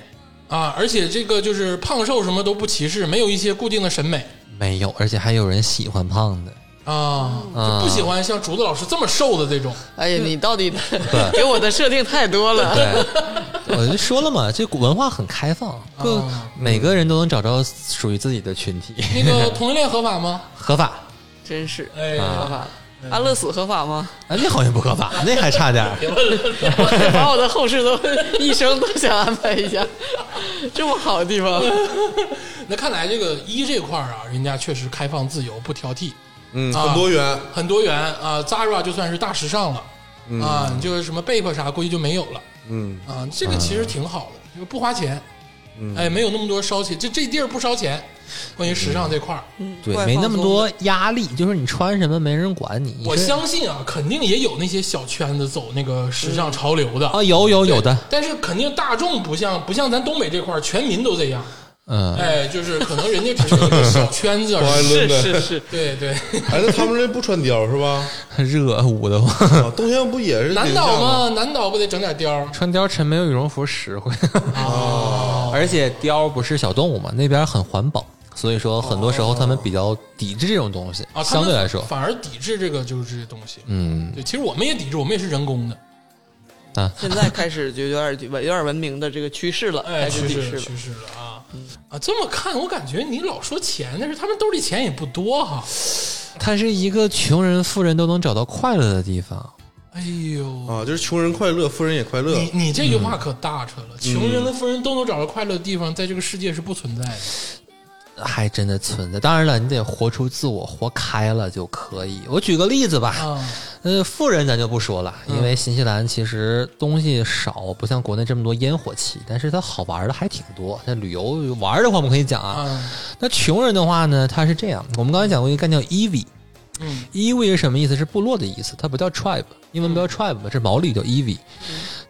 啊。而且这个就是胖瘦什么都不歧视，没有一些固定的审美
没有，而且还有人喜欢胖的。
啊，
啊
就不喜欢像竹子老师这么瘦的这种。
哎呀，你到底 给我的设定太多了。
对， 我就说了嘛，这文化很开放，各、
啊
每个人都能找着属于自己的群体，
那个同性恋合法吗？
合法。
真是
哎，
合法？安乐死合法吗？
啊，那好像不合法，那还差点儿。
把我的后事都一生都想安排一 下，这么好的地方，
那看来这个衣这块儿啊，人家确实开放自由，不挑剔，
嗯，
啊
很多元，
很多元啊。Zara 就算是大时尚了、啊，你就是什么 Bape 啥，估计就没有了
嗯
啊。这个其实挺好的，就是不花钱，哎，没有那么多烧钱，这这地儿不烧钱。关于时尚这块儿，
对
怪，
没那
放
么
松
多压力，就是你穿什么没人管你。
我
你说
相信啊，肯定也有那些小圈子走那个时尚潮流的。
啊，有有有的，
但是肯定大众不像不像咱东北这块儿，全民都这样。
嗯，
哎，就是可能人家只是一个小圈 子而
欢迎
已。
是
伦敦
是是，
对对，
哎，那他们这不穿貂是吧？
嗯热捂得慌。
啊，冬天不也是
南
零下
岛嘛，
吗？
南岛不得整点貂儿？啊
穿貂蝉没有羽绒服实惠。哦， 而且貂不是小动物嘛，那边很环保，所以说很多时候他们比较抵制这种东西，
啊，他
相
们
对来说，
反而抵制这个就是这些东西。
嗯
对，其实我们也抵制，我们也是人工的，
啊，
现在开始就有点有点文明的这个趋势了，
哎，
开
趋
始抵
势
制嗯
了，
了。
趋势了啊啊！这么看，我感觉你老说钱，但是他们兜里钱也不多哈。
它是一个穷人富人都能找到快乐的地方。
哎
呃
呦，
啊，就是穷人快乐，富人也快乐。
你你这句话可大扯
嗯
了，穷人和富人都能找到快乐的地方，在这个世界是不存在的。
还真的存在，当然了，你得活出自我，活开了就可以。我举个例子吧，
嗯
啊，
呃，富人咱就不说了，因
嗯
为新西兰其实东西少，不像国内这么多烟火气，但是它好玩的还挺多。那旅游玩儿的话，我们可以讲啊。
嗯
那穷人的话呢，他是这样，我们刚才讲过一个概念叫 E EV。
嗯
EV 是什么意思？是部落的意思，它不叫 tribe，英文不叫 tribe，这毛利叫 EV。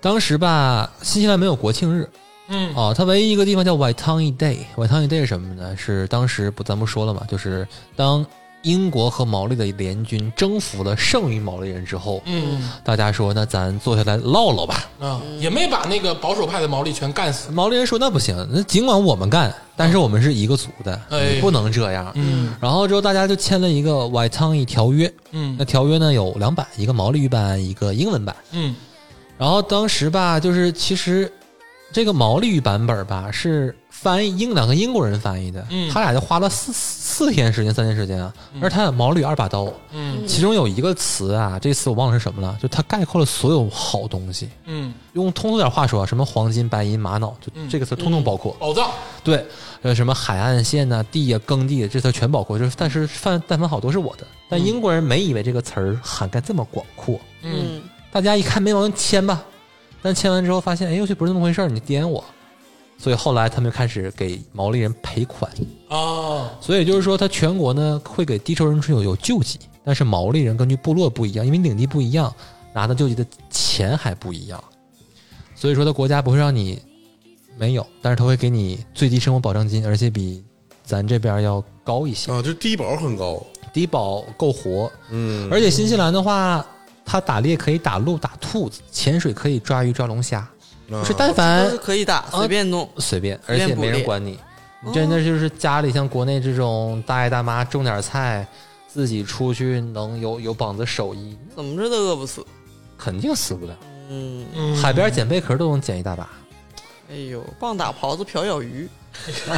当时吧，新西兰没有国庆日，
嗯
哦，它唯一一个地方叫 Waitangi Day。Waitangi Day 是什么呢？是当时不咱不说了嘛，就是当英国和毛利的联军征服了剩余毛利人之后，
嗯
大家说那咱坐下来唠唠吧。
啊，
嗯
也没把那个保守派的毛利全干死。
毛利人说那不行，那尽管我们干，但是我们是一个族的，
哎
你不能这样。
嗯
然后之后大家就签了一个 Waitangi 条约，那
嗯
条约呢有两版，一个毛利语版，一个英文版。
嗯
然后当时吧，就是其实这个毛利语版本吧是翻译英两个英国人翻译的，
嗯
他俩就花了四四天时间三天时间啊，而他有毛利语二把刀，
嗯
其中有一个词啊，这词我忘了是什么了，就它概括了所有好东西。
嗯，
用通俗点话说啊，什么黄金、白银、玛瑙，就这个词通通包括。
宝藏
对，呃，什么海岸线呐、地呀、耕地，这词全包括。就是，但是范但凡好多是我的，但英国人没以为这个词儿涵盖这么广阔。
嗯
嗯，
大家一看没毛病，签吧。但签完之后发现，哎呦，这不是那么回事儿，你颠我。所以后来他们就开始给毛利人赔款。
啊
所以就是说，他全国呢会给低收入人群有有救济，但是毛利人根据部落不一样，因为领地不一样，拿的救济的钱还不一样。所以说，他国家不会让你没有，但是他会给你最低生活保障金，而且比咱这边要高一些，
啊，就低保很高，
低保够活。
嗯，
而且新西兰的话，它打猎可以打鹿、打兔子，潜水可以抓鱼、抓龙虾，
啊
就是但凡
都是可以打，随便弄。
随便，而
随便
且
捕
没人
猎
管你。你真的就是家里像国内这种大爷大妈种点菜，自己出去能有有膀子手艺，
怎么着都饿不死。
肯定死不了。
嗯，
嗯
海边捡贝壳都能捡一大把。
哎呦，棒打狍子，瓢舀 鱼，好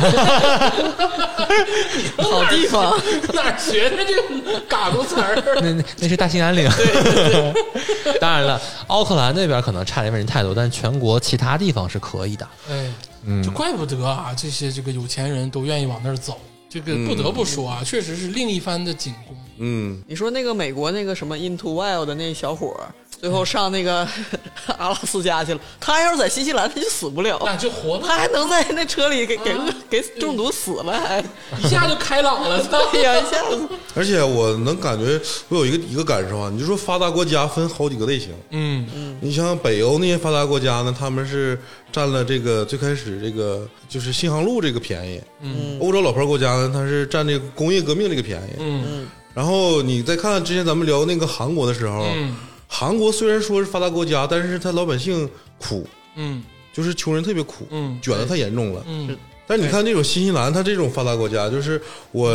地方。
哪儿学的这嘎咕词儿？啊
那那那是大兴安岭。 当然了，奥克兰那边可能差点问人太多，但全国其他地方是可以的。
哎，就怪不得啊，这些这个有钱人都愿意往那儿走。这个不得不说啊，确实是另一番的景观。
嗯，
你说那个美国那个什么 Into Wild 的那小伙儿，最后上那个 阿拉斯加去了。他要是在新西兰，他就死不了。
那就活
他
了，
还能在那车里给给饿给中毒死了，还
一下就开朗了。
哎呀一下子，
而且我能感觉，我有一个一个感受啊，你就说发达国家分好几个类型，
嗯，
你像北欧那些发达国家呢，他们是占了这个最开始这个就是新航路这个便宜，嗯，欧洲老牌国家呢，它是占这个工业革命这个便宜，
嗯
然后你再看之前咱们聊那个韩国的时候，
嗯
韩国虽然说是发达国家，但是它老百姓苦，
嗯
就是穷人特别苦，
嗯
卷的太严重了，
嗯，
但是你看这种新西兰，它这种发达国家，就是我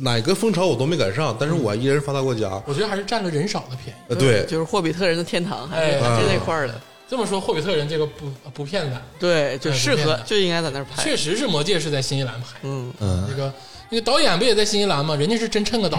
哪个风潮我都没赶上，但是我依然是发达国家。
我觉得还是占了人少的便宜。
嗯
呃，对，
就是霍比特人的天堂，还
哎
是在那块儿的。
这么说，霍比特人这个不呃不骗咱，
对，就
哎
适
不
合
骗的
就应该在那儿拍。
确实是《魔戒》是在新西兰拍。
嗯，
嗯
那，个那个导演不也在新西兰吗？人家是真趁个岛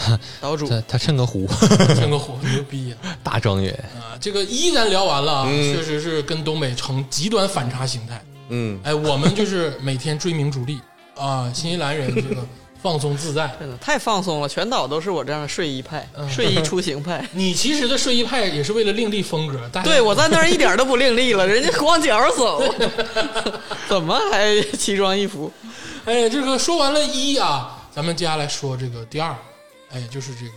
啊，
岛主
他他趁个湖
趁个火，牛逼呀！
大庄园，
啊，这个一咱聊完了啊，
嗯
确实是跟东北呈极端反差形态。
嗯，
哎，我们就是每天追名逐利啊，新西兰人这个放松自 在。
真的哎太放松了，全岛都是我这样的睡衣派、
嗯
睡衣出行 派。
你其实的睡衣派也是为了另立风格，大家
对我在那儿一点都不另类了，人家光脚 走，怎么还奇装异服？
哎，这个说完了一啊，咱们接下来说这个第二，哎，就是这个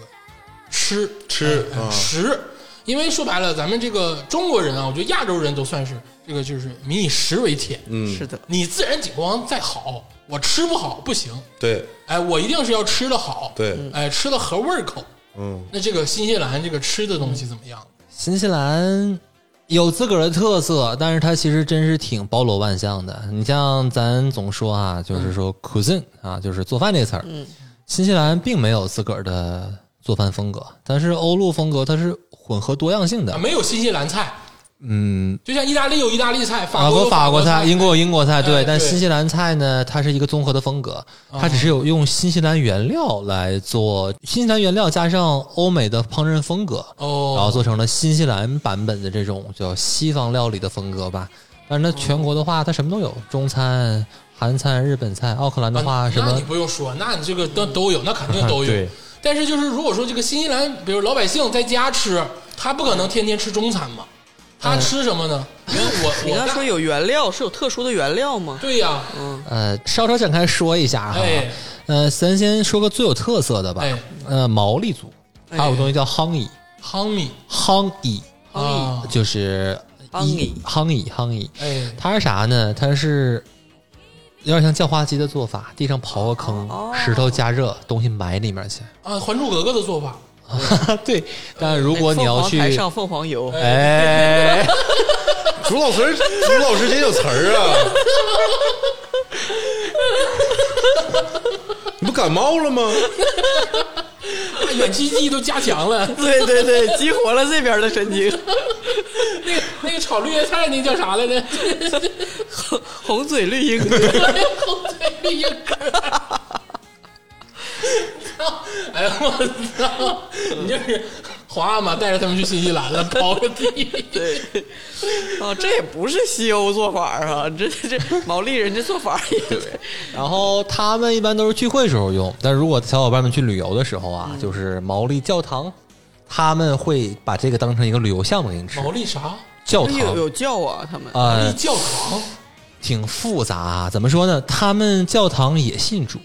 吃
吃
哎
啊
食，因为说白了，咱们这个中国人啊，我觉得亚洲人都算是这个，就是民以食为天。
嗯，
是的，
你自然景观再好，我吃不好不行。
对
哎，我一定是要吃的好，
对，
嗯
哎，吃的合胃口。
嗯，
那这个新西兰这个吃的东西怎么样？
新西兰有自个儿的特色，但是它其实真是挺包罗万象的。你像咱总说啊，就是说 cuisine 啊，就是做饭这词儿。嗯，新西兰并没有自个儿的做饭风格，但是欧陆风格它是混合多样性
啊，
的。
没有新西兰菜，
嗯，
就像意大利有意大利菜，
法
国有
啊法
国
国菜，英国有英国菜，
哎
对，但哦
对
新西兰菜呢，它是一个综合的风格，它只是有用新西兰原料来做，新西兰原料加上欧美的烹饪风格，
哦
然后做成了新西兰版本的这种叫西方料理的风格吧。但是它全国的话，它什么都有，中餐、韩餐、日本菜。奥克兰的
啊
话，什
那
么
你不用说，那你这个都都有，那肯定都有
对。
但是就是如果说这个新西兰，比如老百姓在家吃，他不可能天天吃中餐嘛，他
嗯
吃什么呢？因为我
你刚才说
我
有原料是有特殊的原料吗？
对呀、
呃，稍稍展开说一下哈，
哎
呃，咱先说个最有特色的吧，
哎
呃，毛利族，还有
哎
个东西叫夯蚁，
汤米
夯蚁。
啊，
就是
夯蚁
夯蚁夯蚁，
哎，
它是啥呢？它是有点像叫花鸡的做法，地上刨个坑，石头加热，东西埋里面去。
啊，《还珠格格》的做法，
对，但如果你要去
哎凤凰台，上凤凰游，
哎，
朱老师，朱老师真有词 儿啊！你不感冒了吗？
那远期记忆都加强 了。
对对对，激活了这边的神经。
那个那个炒绿叶菜那叫啥来着？
红嘴绿鹦哥，
红嘴绿鹦哥。 哎呀，我操！你就是皇阿玛带着他们去新西兰了，刨个地。
对，啊，这也不是西欧做法啊，这这这毛利人这做法也对，
然后他们一般都是聚会时候用，但如果小伙伴们去旅游的时候啊，
嗯
就是毛利教堂，他们会把这个当成一个旅游项目给你吃
毛。利啥？
教
有
堂
有叫啊，他们
毛利
呃
教堂
挺复杂啊，怎么说呢？他们教堂也信主，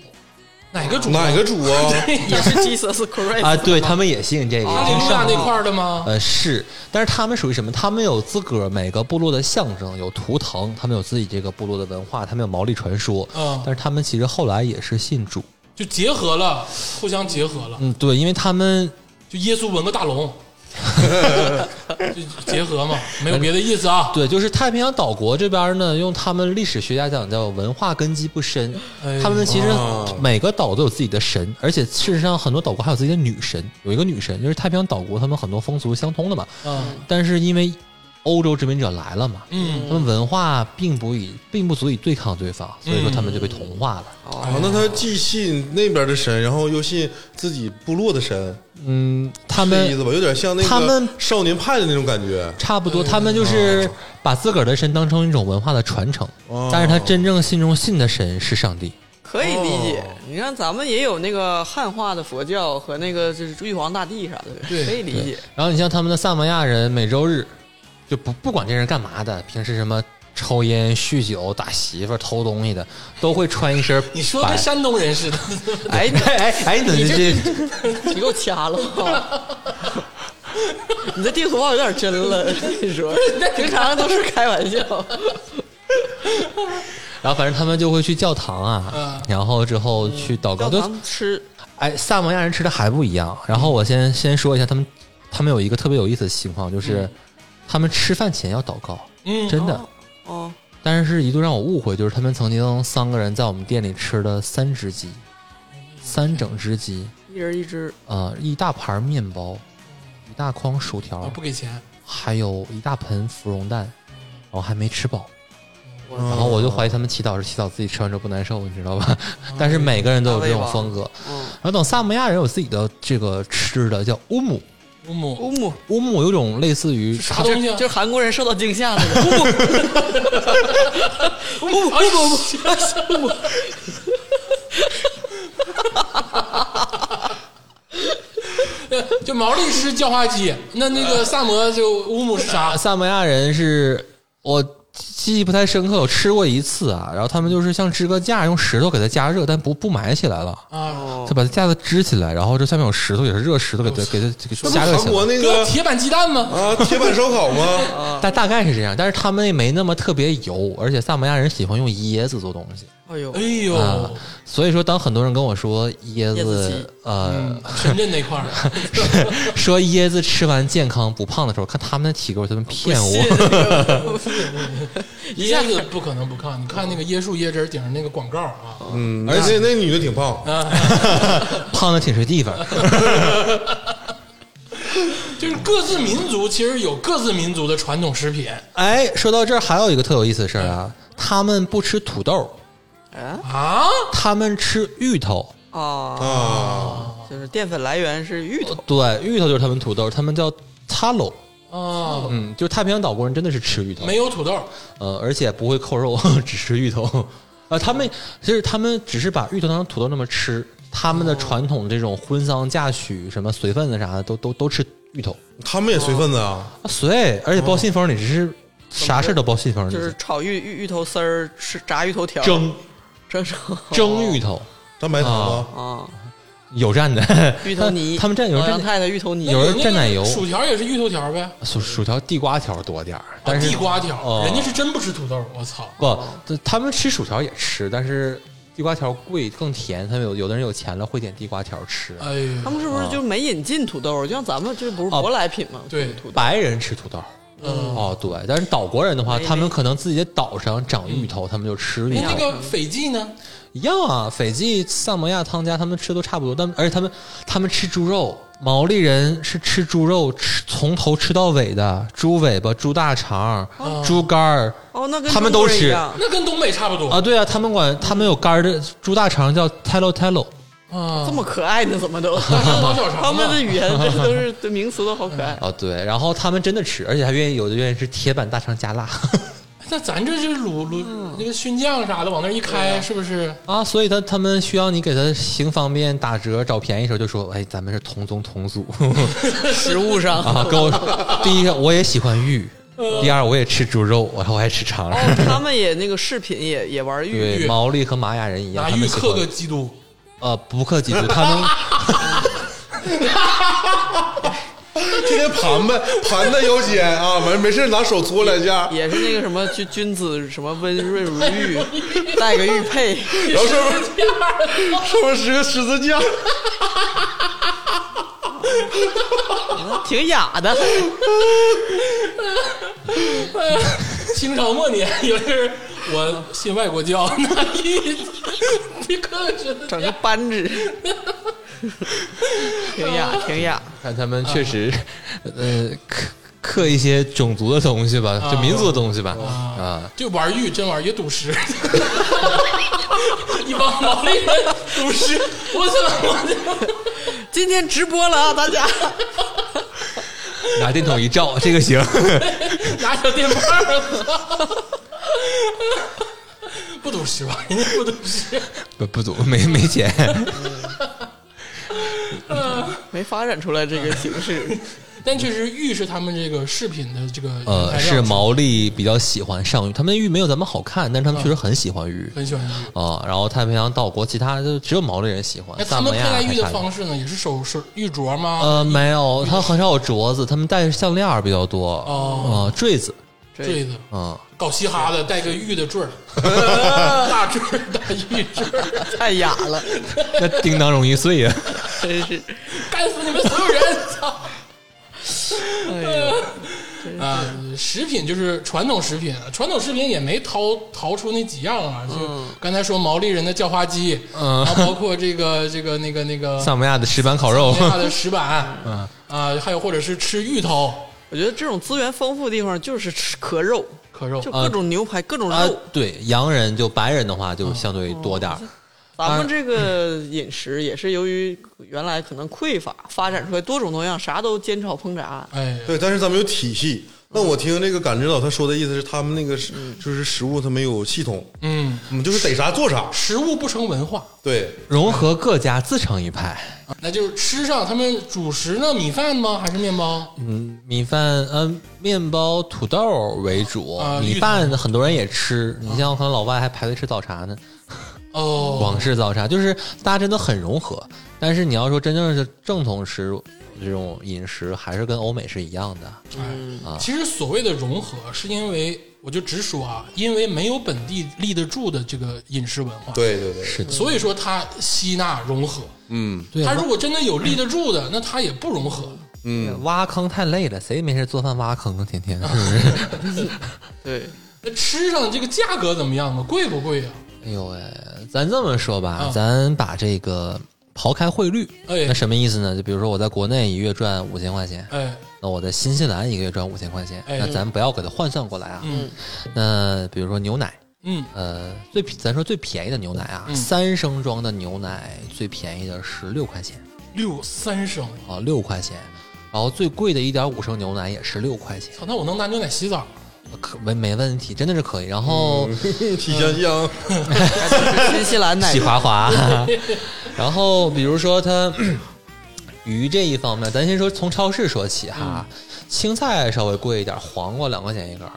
哪个主
哪个主啊？
也是 Jesus
哎
Christ
啊，对他们也信这个。
哈利路亚啊那块儿的吗？
呃，是，但是他们属于什么？他们有自个儿每个部落的象征，有图腾，他们有自己这个部落的文化，他们有毛利传说。
嗯
但是他们其实后来也是信主。
就结合了，互相结合了，
嗯，对，因为他们
就耶稣纹个大 龙，就结合嘛，没有别的意思啊。
对，就是太平洋岛国这边呢，用他们历史学家讲叫文化根基不深
哎。
他们其实
哦
每个岛都有自己的神，而且事实上很多岛国还有自己的女神，有一个女神，就是太平洋岛国他们很多风俗相通的嘛。
嗯
但是因为欧洲殖民者来了嘛，
嗯，
他们文化并不以并不足以对抗对方，所以说他们就被同化了。
啊，那他既信那边的神，然后又信自己部落的神，
嗯，他
这意
们
思吧？有点像那
他们
个少年派的那种感觉。
差不多，他们就是把自个儿的神当成一种文化的传承，
哦
但是他真正心中信的神是上帝。
可以理解。
哦
你看咱们也有那个汉化的佛教和那个就是玉皇大帝啥的，
对
可以理解。
然后你像他们的萨摩亚人，每周日就不不管这人干嘛的，平时什么抽烟、酗酒、打媳妇儿、偷东西的，都会穿一身白。
你说跟山东人似的，
哎，你
哎哎哎，你怎么这
你给我掐了吧！ 你这地图炮有点真了， 你说，平常都是开玩 笑。
然后反正他们就会去教堂啊
嗯，
然后之后去祷告。
嗯教
就
堂吃
哎，萨摩亚人吃的还不一样。然后我先先说一下他们，他们有一个特别有意思的情况，就是、他们吃饭前要祷告，
嗯，
真的。
哦，
但是一度让我误会，就是他们曾经三个人在我们店里吃了三只鸡，三整只鸡，
一人一只，
呃，一大盘面包，一大筐薯
啊
条，
不给钱，
还有一大盆芙蓉蛋，然后还没吃饱。
我
然后我就怀疑他们祈祷是祈祷自己吃完之后不难受，你知道吧？但是每个人都有这种风格。
嗯，
然后等萨摩亚人有自己的这个吃的，叫乌姆，
乌姆
乌木，
乌姆有种类似于
啥东西啊？
就是韩国人受到惊吓那 个。
乌 姆乌姆，就毛利是叫花鸡，那那个萨摩就乌姆是啥？
萨摩亚人是我记忆不太深刻，我吃过一次啊。然后他们就是像支个架，用石头给它加热，但不不埋起来了，
啊，
就把它架子支起来，然后这下面有石头，也是热石头，给它给它给
那
它
不
加热
韩
起
国
来。
不
那个
铁板鸡蛋吗？
啊铁板烧烤吗？
但大概是这样，但是他们没那么特别油，而且萨摩亚人喜欢用椰子做东西，
哎呦
哎，呦，
啊所以说当很多人跟我说椰
椰子鸡
子，呃
嗯，深圳那块儿
说椰子吃完健康不胖的时候，看他们的体格，他们骗我。
一下子不可能不看。你看那个椰树椰汁儿顶上那个广告啊，
嗯，而且那女的挺胖，
啊胖的挺是地 方，
就是各自民族其实有各自民族的传统食品
哎，说到这儿，还有一个特有意思的事儿啊，他们不吃土豆，
啊。
他们吃芋头。
啊，
啊，
就是淀粉来源是芋头，
对，芋头就是他们土豆，他们叫 talo。
哦
啊，
嗯，就是太平洋岛国人真的是吃芋头，
没有土豆，
呃，而且不会扣肉， 只吃芋头。 呃，他们就是他们只是把芋头当成土豆那么吃，他们的传统这种婚丧嫁娶、什么随份子啥的，都都都吃芋头。
他们也随份子啊，
啊随，而且包信封里只是啥事儿都包信封里，
就是炒芋芋芋头丝儿，吃炸芋头条，
蒸
蒸成
蒸芋头，
咱白糖
哦
啊，
吗？
有蘸的
芋头泥，
他他们蘸有
老
人
杨
蘸
太太芋头泥
有人蘸
那
奶油
薯条也是芋头条呗，
薯薯条、地瓜条多点儿，但是
啊地瓜条，
哦
人家是真不吃土豆，我操，
不，这他们吃薯条也吃，但是地瓜条贵更甜。他们有有的人有钱了会点地瓜条吃，
哎呦，
他们是
啊
不是就没引进土豆？就像咱们这不是舶来品吗？
对
土豆
白人吃土豆。哦，对，但是岛国人的话，
没
他们可能自己的岛上长芋头，他们就吃芋
那
头
那。个斐济呢？
一样啊，斐济、萨摩亚、汤加他们吃都差不多，但而且他们他们吃猪肉，毛利人是吃猪肉，吃从头吃到尾的，猪尾巴、猪大肠、猪肝儿
哦，那跟
他们都吃
中国人一样
那跟东北差不多
啊，对啊，他们管他们有肝儿的猪大肠叫 telo telo，
啊
这，么可爱呢，怎么 都？
大肠包小肠嘛
他们的语言这都是这名词都好可爱。
哦，对，然后他们真的吃，而且还愿意有的愿意吃铁板大肠加辣
那咱这是卤卤
嗯
那个熏酱啥的，往那一开，是不是？
啊，所以他他们需要你给他行方便、打折、找便宜的时候就说，哎，咱们是同宗同祖
食物上
啊，跟我说，第一个我也喜欢玉，第二我也吃猪肉，然后我还吃肠。
哦哦，他们也那个饰品也也玩玉，
对，毛利和玛雅人一样，
拿
他
玉
们喜
克
欢
个基督，
啊、呃，不克己族，他们
天天盘 呗，盘在腰间啊，完没事拿手搓两下，
也是那个什么君君子什么温润如 玉，戴个玉佩，
然后上面上面是个十字 架，
挺雅的。
清朝末年，也是我信外国教，那一一个是
整个扳指， 挺雅，挺雅。
看他们确实，呃，克克一些种族的东西吧，就民族的东西吧，啊，
就玩玉，真玩玉赌石， 一帮毛利人赌石，我操！我操
今天直播了啊，大家，
拿电筒一照，这个行。
拿小电棒儿，我操！不赌石吧，人家不赌石。
不不赌，没没钱。
没发展出来这个形 式。
但确实，玉是他们这个饰品的这个
呃，
原材
是
料
毛利比较喜欢上玉，他们玉没有咱们好看，但是他们
嗯
确实很喜欢玉
很喜欢玉。
啊、然后太平洋岛国其他就只有毛利人喜欢。
那
萨
哎他们
摩
佩
亚
戴
还
玉的
看
方式呢，也是手手玉镯吗？
呃，没有，他很少有镯子，他们戴项链儿比较多。
哦
呃，坠子，
坠子，
嗯，
搞嘻哈的戴个玉的坠 儿，大坠儿大玉坠儿，
太雅了，
那叮当容易碎 呀、
真是，
干死你们所有 人！操！
哎 呦，
啊，食品就是传统食品，啊传统食品也没逃逃出那几样啊，就刚才说毛利人的叫花鸡，
嗯
然后包括这个这个那个那个
萨摩亚的石板烤肉，
亚的石板，嗯啊，还有或者是吃芋头、
我觉得这种资源丰富的地方就是吃壳肉，
可肉
就各种牛排，各种
哦啊
肉。，
对，洋人就白人的话就相对多
哦
点儿。啊
咱们这个饮食也是由于原来可能匮乏，发展出来多种多样，啥都煎炒烹炸。
哎，
对，但是咱们有体系。那我听这个感知到他说的意思是，他们那个是就是食物，它没有系统，
嗯，
我们就是逮啥做啥。
食物不成文化，啊
对，
融合各家自成一派。
那就是吃上他们主食呢，米饭吗？还是面包？
嗯，米饭，嗯，面包、土豆为主
啊，
米饭很多人也吃。你像可能老外还排队吃早茶呢，
哦，
广式早茶就是大家真的很融合。但是你要说真正是正统食这种饮食，还是跟欧美是一样的。
哎，其实所谓的融合，是因为我就直说啊，因为没有本地立得住的这个饮食文化，
对对对，
是的，
所以说它吸纳融合。
嗯，
对
它
啊，
如果真的有立得住的，那它也不融合。
嗯挖坑太累了，谁没事做饭挖坑啊？天天
对，
那吃上这个价格怎么样啊？贵不贵呀、
哎呦喂，咱这么说吧，
嗯
咱把这个刨开汇率，
哎
那什么意思呢？就比如说我在国内一月赚五千块钱，
哎，
那我在新西兰一个月赚五千块钱，
哎
那咱不要给它换算过来啊。
嗯
那比如说牛奶，
嗯，
呃，最咱说最便宜的牛奶啊，
嗯
三升装的牛奶最便宜的是六块钱
六三升，
啊，六块钱。然后最贵的一点五升牛奶也是六块钱，
操，那我能拿牛奶洗澡？啊
可没没问题，真的是可以。然后
嗯
嗯体香香，
新西兰奶
洗滑滑， 然后比如说它 鱼这一方面，咱先说从超市说起哈，青菜稍微贵一点，黄瓜两块钱一根儿。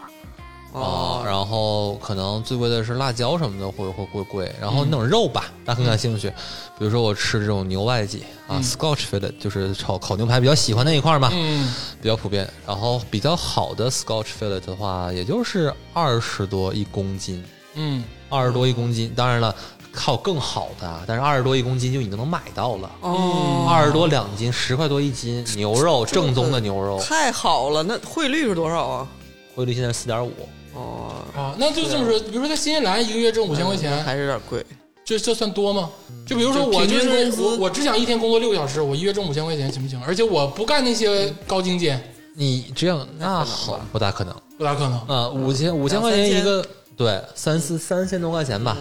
啊，
哦，
然后可能最贵的是辣椒什么的会会会贵，然后那种肉吧，大家更感兴趣。比如说我吃这种牛外脊啊，Scotch fillet 就是炒烤牛排比较喜欢那一块儿嘛，
嗯，
比较普遍。然后比较好的 Scotch fillet 的话，也就是二十多一公斤，
嗯，
二十多一公斤。当然了，靠更好的啊，但是二十多一公斤就已经能买到了，
哦，
二十多两斤，十块多一斤牛肉，正宗的牛肉，
太好了，那汇率是多少啊？
汇率现在四点五。
哦，
啊，那就这么说，比如说在新西兰一个月挣五千块钱，
还是有点贵。
这这算多吗？就比如说我就
嗯就平均
是
工资
我我只想一天工作六个小时，我一月挣五千块钱行不行？而且我不干那些高精尖，
你这样那好不大可能。
不大可能
啊，五千五千块钱一个，对，三四三千多块钱吧。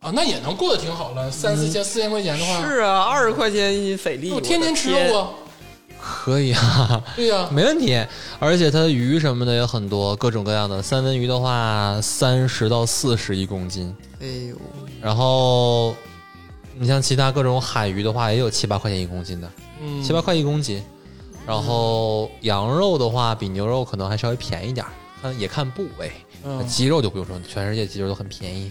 啊，那也能过得挺好了，三四千四千块钱的话，
是啊，二十块钱一斤菲力，
我
我
哦
天天吃肉
啊。
啊，
可以啊，
对呀，
没问题。而且它的鱼什么的也很多，各种各样的。三文鱼的话，三十到四十一公斤。
哎呦，
然后，你像其他各种海鱼的话，也有七八块钱一公斤的，
嗯，
七八块一公斤。然后羊肉的话，比牛肉可能还稍微便宜点儿，看也看部位。
嗯
鸡肉就不用说，全世界鸡肉都很便宜。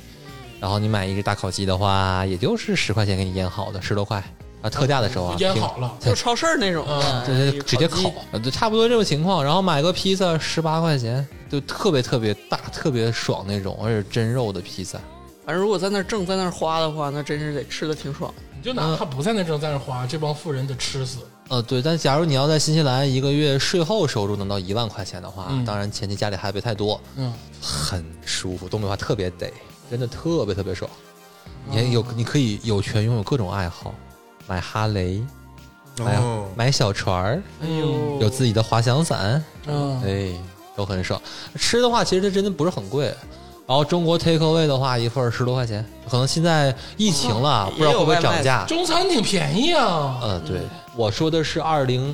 然后你买一只大烤鸡的话，也就是十块钱给你腌好的，十多块啊，特价的时候啊，
嗯腌
挺
好了，
就超市那种
嗯，
这
哎
就啊直接烤，呃就差不多这种情况。然后买个披萨十八块钱，就特别特别大、特别爽那种，而且是真肉的披萨。
反正如果在那儿挣，在那儿花的话，那真是得吃的挺爽。
你就哪怕不在那挣，在那花，这帮富人得吃死。
呃，对，但假如你要在新西兰一个月税后收入能到一万块钱的话，
嗯
当然前提家里还别太多，
嗯，
很舒服。东北话特别得，真的特别特别爽。
哦
你还有，你可以有权拥有各种爱好，买哈雷，买、
哦，
买小船儿，
哎呦，
嗯有自己的滑翔伞，
哦
嗯，
哎，都很爽。吃的话，其实它真的不是很贵。然后中国 take away 的话，一份十多块钱，可能现在疫情了，
哦
不知道会不会涨
也有
价。
中餐挺便宜
嗯
啊。
呃，对，我说的是二零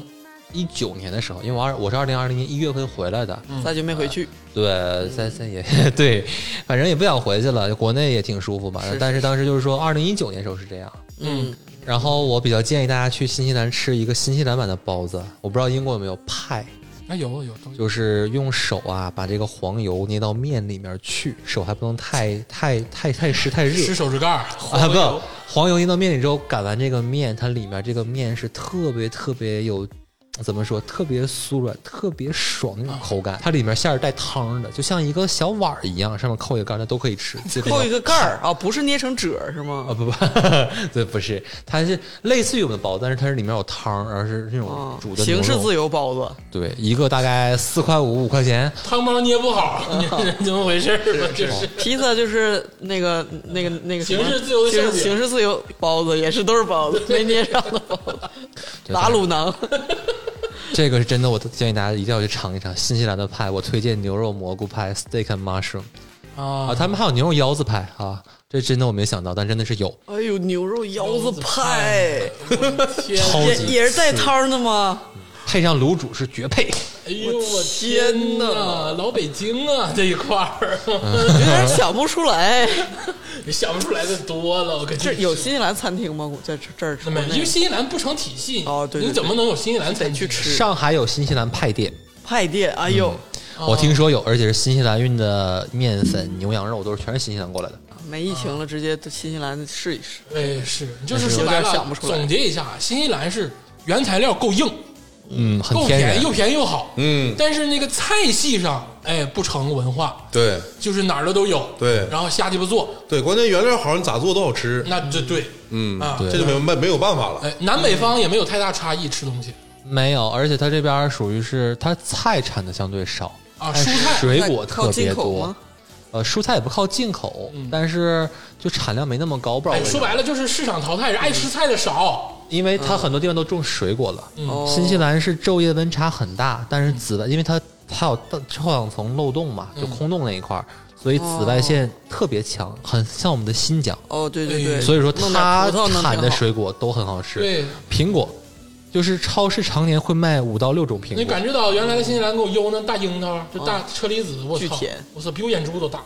一九年的时候，因为我二我是二零二零年一月份回来的，
再就没回去，
对，在在也 对，反正也不想回去了，国内也挺舒服嘛
是。
但是当时就是说，二零一九年时候是这样。
嗯，
然后我比较建议大家去新西兰吃一个新西兰版的包子，我不知道英国有没有派，
哎，有有都有。
就是用手啊把这个黄油捏到面里面去，手还不能太太太太湿太热
吃手指盖儿，
啊，不，黄油捏到面里之后擀完这个面，它里面这个面是特别特别有。怎么说？特别酥软，特别爽那种口
啊
感。它里面馅儿带汤的，就像一个小碗儿一样，上面扣一个盖儿，它都可以 吃。就这种
扣一个盖儿啊，不是捏成褶儿是
啊
吗？
不不，对，不 是，它是类似于我们的包，但是它是里面有汤儿，而是那种
啊
呃煮，的
形
牛
式
肉
自由包子，
对，一个大概四块五五块钱，
汤包捏不好， 你怎么回事儿吧？就是
披萨就是那个那个那个什么
形式自由的馅
形
饼
式形式自由包子也是都是包子，没捏上的包子，打卤囊，
这个是真的，我建议大家一定要去尝一尝新西兰的派。我推荐牛肉蘑菇派 （steak and mushroom） 啊，
啊
他们还有牛肉腰子派啊，这真的我没想到，但真的是有，
哎呦，牛肉腰
子
子
派
派
天，
超
也
级
也是带汤的吗？
配上卤煮是绝配。
哎呦我
天
呐，
呐
老北京啊这一块儿，
有点想不出来，
你 想不出来的多了，我跟你
这
说
有新西兰餐厅吗？在这这儿吃
那没有，哦因为新西兰不成体系
哦对对
你怎么能有新西兰才去吃？
上海有新西兰派店，
派店，哎呦，
哦
我听说有，而且是新西兰运的面粉、牛羊肉都是全是新西兰过来的。没
没疫情了，直接到新西兰试一试。
哎，是，就是说白
有点
了
想不，出来
总结一下，新西兰是原材料够硬，
嗯，很
够
天然
便宜，。又便宜又好。
嗯
但是那个菜系上，哎，不成文化，
对
就是哪儿的都有。
对
然后瞎鸡巴做，
对，关键原料好，你咋做都好吃，
那这对，嗯啊，
对
这就没没没有办法了。
哎，南北方也没有太大差异，吃东西
没有，而且它这边儿属于是它菜产的相对少，
啊，
但
蔬菜
水
靠
果特别
进口
多
吗。
呃，蔬菜也不靠进口，但是就产量没那么高，不知道
嗯哎，
为
说
啥。
白了就是市场淘汰，
嗯
人爱吃菜的少，
因为它很多地方都种水果了。
哦嗯
新西兰是昼夜温差很大，但是紫外，因为它它有大臭氧层漏洞嘛，就空洞那一块儿，
嗯
所以紫外线特别强，很像我们的新疆。
哦，对对对，
所以说
弄点葡
它
萄能
产的
挺好
水果都很好吃。
对，
苹果就是超市常年会卖五到六种苹
你
果。
感觉到原来的新西兰给我邮那大樱桃，就大车厘子，我
哦巨
操
甜，
我操，比我眼珠都 大。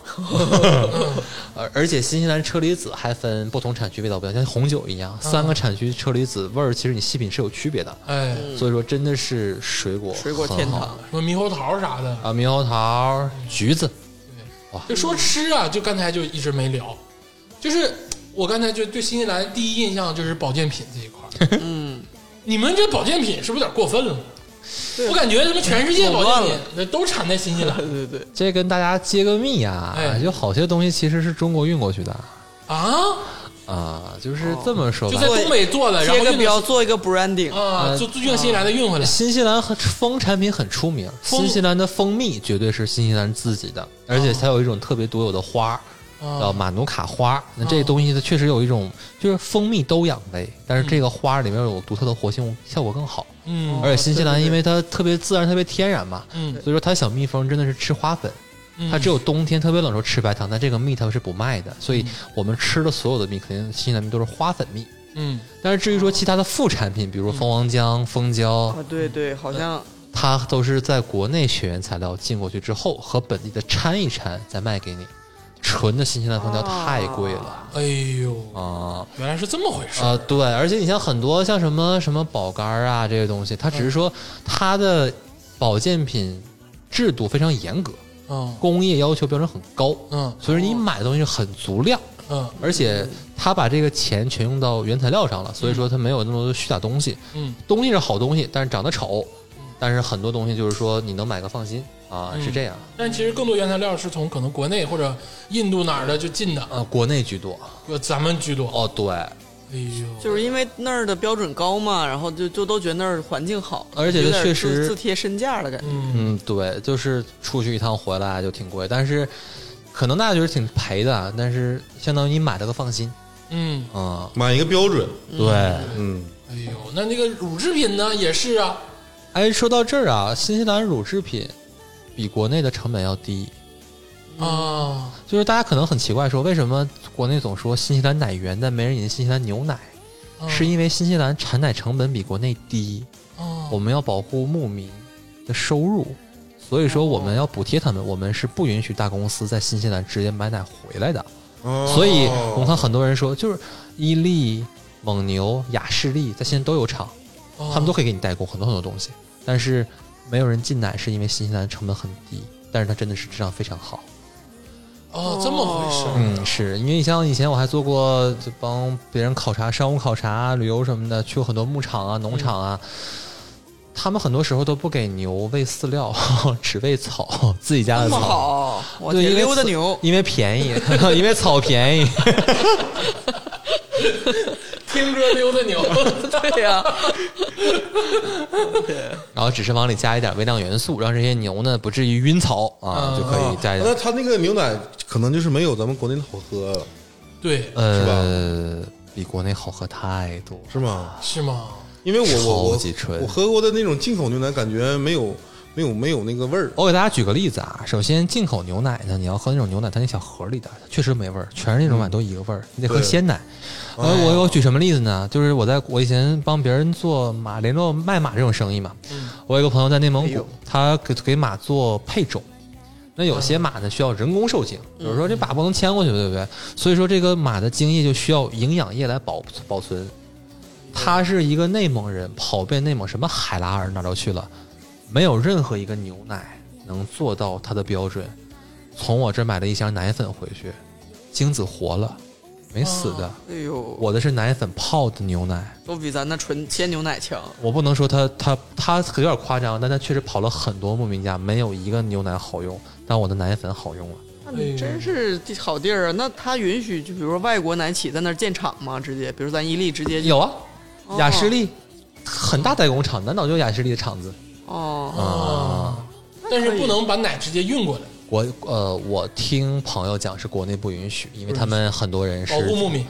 而而且新西兰车厘子还分不同产区，味道不一样，像红酒一
嗯
样，三个产区车厘子味儿其实你细品是有区别的。
哎，
所以说真的是水果
嗯水果天
很好
堂，
什么猕猴桃啥的，
啊，猕猴桃、橘子，
就说吃啊，就刚才就一直没聊，就是我刚才就对新西兰第一印象就是保健品这一块。嗯，你们这保健品是不是有点过分了？我感觉他妈全世界保健品那都产在新西兰
对对对，
这跟大家揭个密啊
哎，
就好些东西其实是中国运过去的
啊，
啊，就是这么说
就
吧
在。东北做呃的，然
贴
后
个
运到
标，做一个 branding，
啊，就就运新西兰的运回来。
新西兰和蜂产品很出名，
蜂
新西兰的蜂蜜绝对是新西兰自己的，而且它有一种特别独有的花儿，叫
啊，
马努卡花。那这东西它确实有一种，就是蜂蜜都养胃，但是这个花里面有独特的活性，效果更好。
嗯
而且新西兰
对对对
因为它特别自然、特别天然嘛，
嗯，
所以说它小蜜蜂真的是吃花粉，
嗯
它只有冬天特别冷的时候吃白糖，但这个蜜它是不卖的，所以我们吃的所有的蜜，肯定新西兰蜜都是花粉蜜。
嗯
但是至于说其他的副产品，比如说蜂王浆、蜂胶
啊，，对对，好像
它都是在国内选原材料进过去之后，和本地的掺一掺再卖给你。纯的新西兰蜂胶太贵了
哎呦，
啊！
原来是这么回事。
啊，对，而且你像很多像什么什么保肝儿啊这些东西，它只是说它的保健品制度非常严格，
嗯
工业要求标准很高，
嗯
所以你买的东西是很足量，
嗯
而且他把这个钱全用到原材料上了，所以说他没有那么多虚假东西。
嗯
东西是好东西，但是长得丑，但是很多东西就是说你能买个放心啊，是这样。
但其实更多原材料是从可能国内或者印度哪儿的就进的，
呃，国内居多
呃咱们居多。
哦，对，
哎呦，
就是因为那儿的标准高嘛，然后就就都觉得那儿环境好，
而且
有点
确
自
实
自贴身价的感觉。
嗯
嗯，对，就是出去一趟回来就挺贵，但是可能大家觉得挺赔的，但是相当于你买了个放心
嗯，
啊、
买一个标准，
对，
嗯，
哎呦，那那个乳制品呢也是啊，
哎，说到这儿啊，新西兰乳制品比国内的成本要低，
啊，
就是大家可能很奇怪说，为什么国内总说新西兰奶源，但没人引进新西兰牛奶，
啊
是因为新西兰产奶成本比国内低，
啊
我们要保护牧民的收入，所以说我们要补贴他们，我们是不允许大公司在新西兰直接买奶回来的。
哦
所以我们看很多人说，就是伊利、蒙牛、雅士利在现在都有厂，
哦啊
他们都可以给你代工很多很多东西，但是没有人进奶是因为新西兰成本很低，但是它真的是质量非常好。
哦这么回事儿，
嗯，是因为你像以前我还做过，就帮别人考察、商务考察、旅游什么的，去过很多牧场啊、农场啊。他们很多时候都不给牛喂饲料， 只喂草， 自己家
那
的
么
草。
好，我
对，
天
因为
溜达
草
牛，
因为便宜， 因为草便宜。
听歌溜达牛，
对呀、
然后只是往里加一点微量元素，让这些牛呢不至于晕草啊，
嗯
就可以加一
那
点。
他那个牛奶可能就是没有咱们国内的好喝了，
对，
呃，比国内好喝太多。
是吗？
是吗？
因为我我
超
我
级纯
我喝过的那种进口牛奶，感觉没有没有没有那个味儿。
我给大家举个例子啊，首先进口牛奶呢，你要喝那种牛奶，它那小盒里的确实没味儿，全是那种奶都一个味儿，你得喝
对
鲜奶。我
哎
我我举什么例子呢？就是我在我以前帮别人做马联络卖马这种生意嘛，我有一个朋友在内
嗯
蒙
哎
古
呦，
他给给马做配种。那有
啊
些马呢需要人工授精，比如说
嗯
这马不能牵过去，对不对？所以说这个马的精液就需要营养液来保保存。他是一个内蒙人，跑遍内蒙什么海拉尔哪儿都去了，没有任何一个牛奶能做到它的标准。从我这儿买了一箱奶粉回去，精子活了，没死的。
嗯
哎呦，
我的是奶粉泡的牛奶，
都比咱那纯鲜牛奶强。
我不能说它它它有点夸张，但它确实跑了很多牧民家，没有一个牛奶好用，但我的奶粉好用了。
那你真是地好地儿啊！那他允许，就比如说外国奶企在那儿建厂吗？直接，比如咱伊利直接就
有啊，
哦
雅士利很大代工厂，南岛就雅士利的厂子
哦，
啊。
但是不能把奶直接运过来，
我呃，我听朋友讲是国内不允许，因为他们很多人是
嗯保护牧民，嗯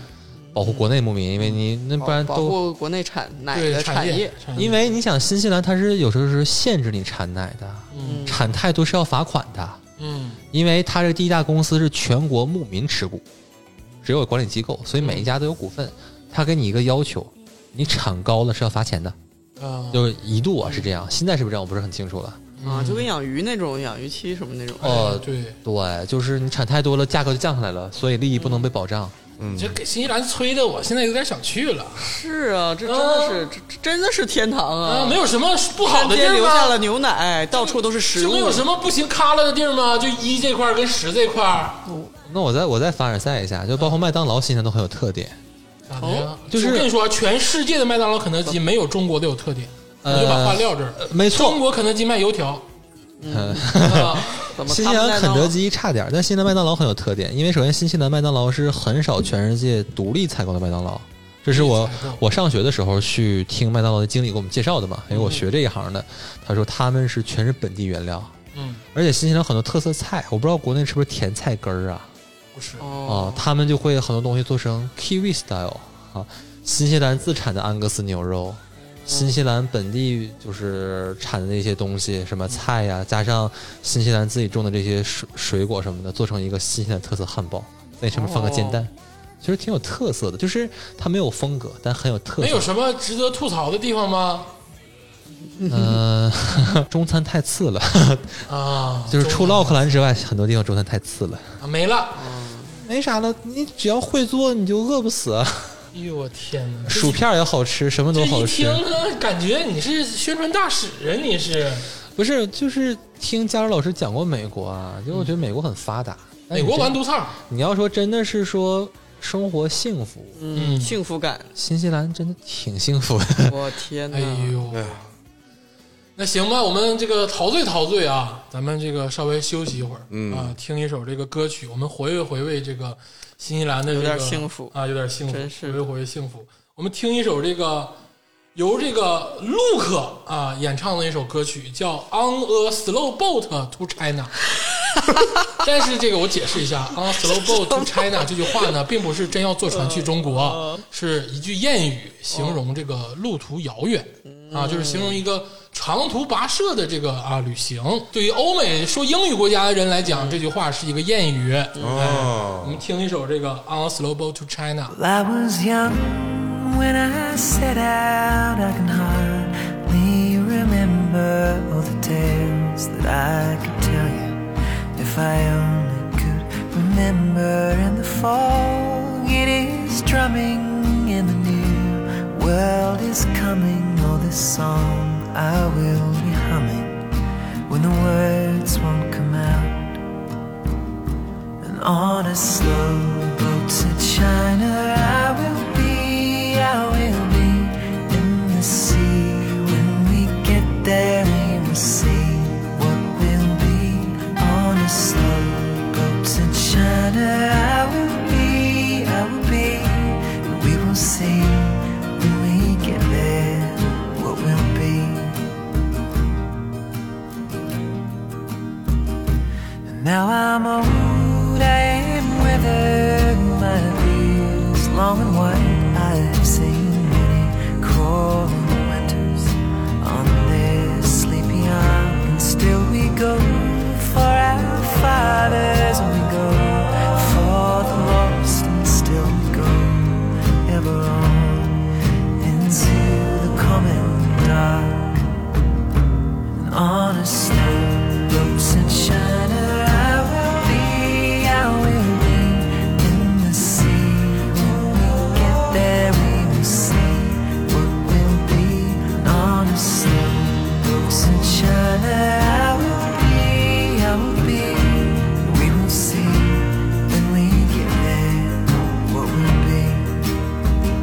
保护国内牧民，因为你那
保
不然
保
都
护国内哎产奶
对
的
产
业，，
产
因为你想新西兰它是有时候是限制你产奶的，
嗯
产太多是要罚款的。
嗯
因为它这第一大公司是全国牧民持股，只有管理机构，所以每一家都有股份。他给你一个要求，你产高了是要罚钱的，
啊
就是一度啊是这样，现在是不是这样我不是很清楚了。
啊，就跟养鱼那种养鱼期什么那种。
哦
哎对，
对，就是你产太多了，价格就降下来了，所以利益不能被保障。
你这给新西兰催的，我现在有点想去了
是啊，这真的是，这这真的是天堂
啊，
啊！
嗯没有什么不好
山
的地
间
儿
留下了
吗？
牛奶，到处都是食
就
物
没。有什么不行卡了的地儿吗？就一这块儿跟十这块儿，
那我再我再凡尔赛一下，就包括麦当劳现在都很有特点，
咋的呀？
就是
我跟你说啊，全世界的麦当劳、肯德基没有中国的有特点，
呃
我就嗯把话撂这儿。
没错
中国肯德基卖油条，
啊 怎么
新
他们
西兰
在
肯
那
德基差点儿，但新西兰麦当劳很有特点，因为首先新西兰麦当劳是很少全世界独立采购的麦当劳，这是我
独立采购
我上学的时候去听麦当劳的经理给我们介绍的嘛，因为我学这一行的，他说他们是全是本地原料，
嗯，
而且新西兰很多特色菜，我不知道国内是不是甜菜根儿啊，
不是，
哦、
哦，
他们就会很多东西做成 Kiwi style 啊，新西兰自产的安格斯牛肉，新西兰本地就是产的那些东西，什么菜呀、加上新西兰自己种的这些水水果什么的，做成一个新西兰特色汉堡，在上面放个煎蛋，其实挺有特色的，就是它没有风格，但很有特色。
没有什么值得吐槽的地方吗？
嗯、 中餐太次了，
啊，
就是除
中
了奥克兰之外，很多地方中餐太次了，
啊没了。
没啥了，你只要会做，你就饿不死啊。
哎呦我天哪！这
薯片儿也好吃，什么
这
都
一
好吃
听。呢，感觉你是宣传大使啊，你是
不是，就是听佳茹老师讲过美国啊，就我觉得美国很发达。
嗯美
但是
国
真
完犊子儿
你要说真的是说生活幸福。
嗯
幸福感，
新西兰真的挺幸福的，
我天哪！
哎呦，
哎呀，
那行吧，我们这个陶醉陶醉啊，咱们这个稍微休息一会儿，
嗯
啊，听一首这个歌曲，我们回味回味这个新西兰的、这个、
有点幸福
啊，有点幸福，
真
回
是
味回味幸福。我们听一首这个由这个 Luke 啊演唱的一首歌曲，叫《On a Slow Boat to China》。但是这个我解释一下，On a slow boat to China 这句话呢，并不是真要坐船去中
嗯
国，是一句谚语，形容这个路途遥远
嗯
啊，就是形容一个长途跋涉的这个啊旅行。对于欧美说英语国家的人来
嗯
讲，这句话是一个谚语。
哦
我们听一首这个 On a slow boat to China。
I was young when I set out. I can hardly remember all the tales that I could tell you if I only could remember. In the fall, it is drumming, and the new world is coming. Oh, this song I will be humming when the words won't come out and on a slow boat to China I will be, I will be in the sea. When we get there, we will see what will be on a slow boat to China. I will be, I will be, and we will see when we get there what will be. Now I'm old, I am withered, my beard's long and white. I've seen many cruel winters on this sleepy isle, and still we go for our fathers, and we go for the lost, and still we go ever on into the common dark and on a slow boat and shiner I will be, I will be in the sea. When we get there, we will see what will be And on a slow boat and shiner I will be, I will be. We will see when we get there what will be.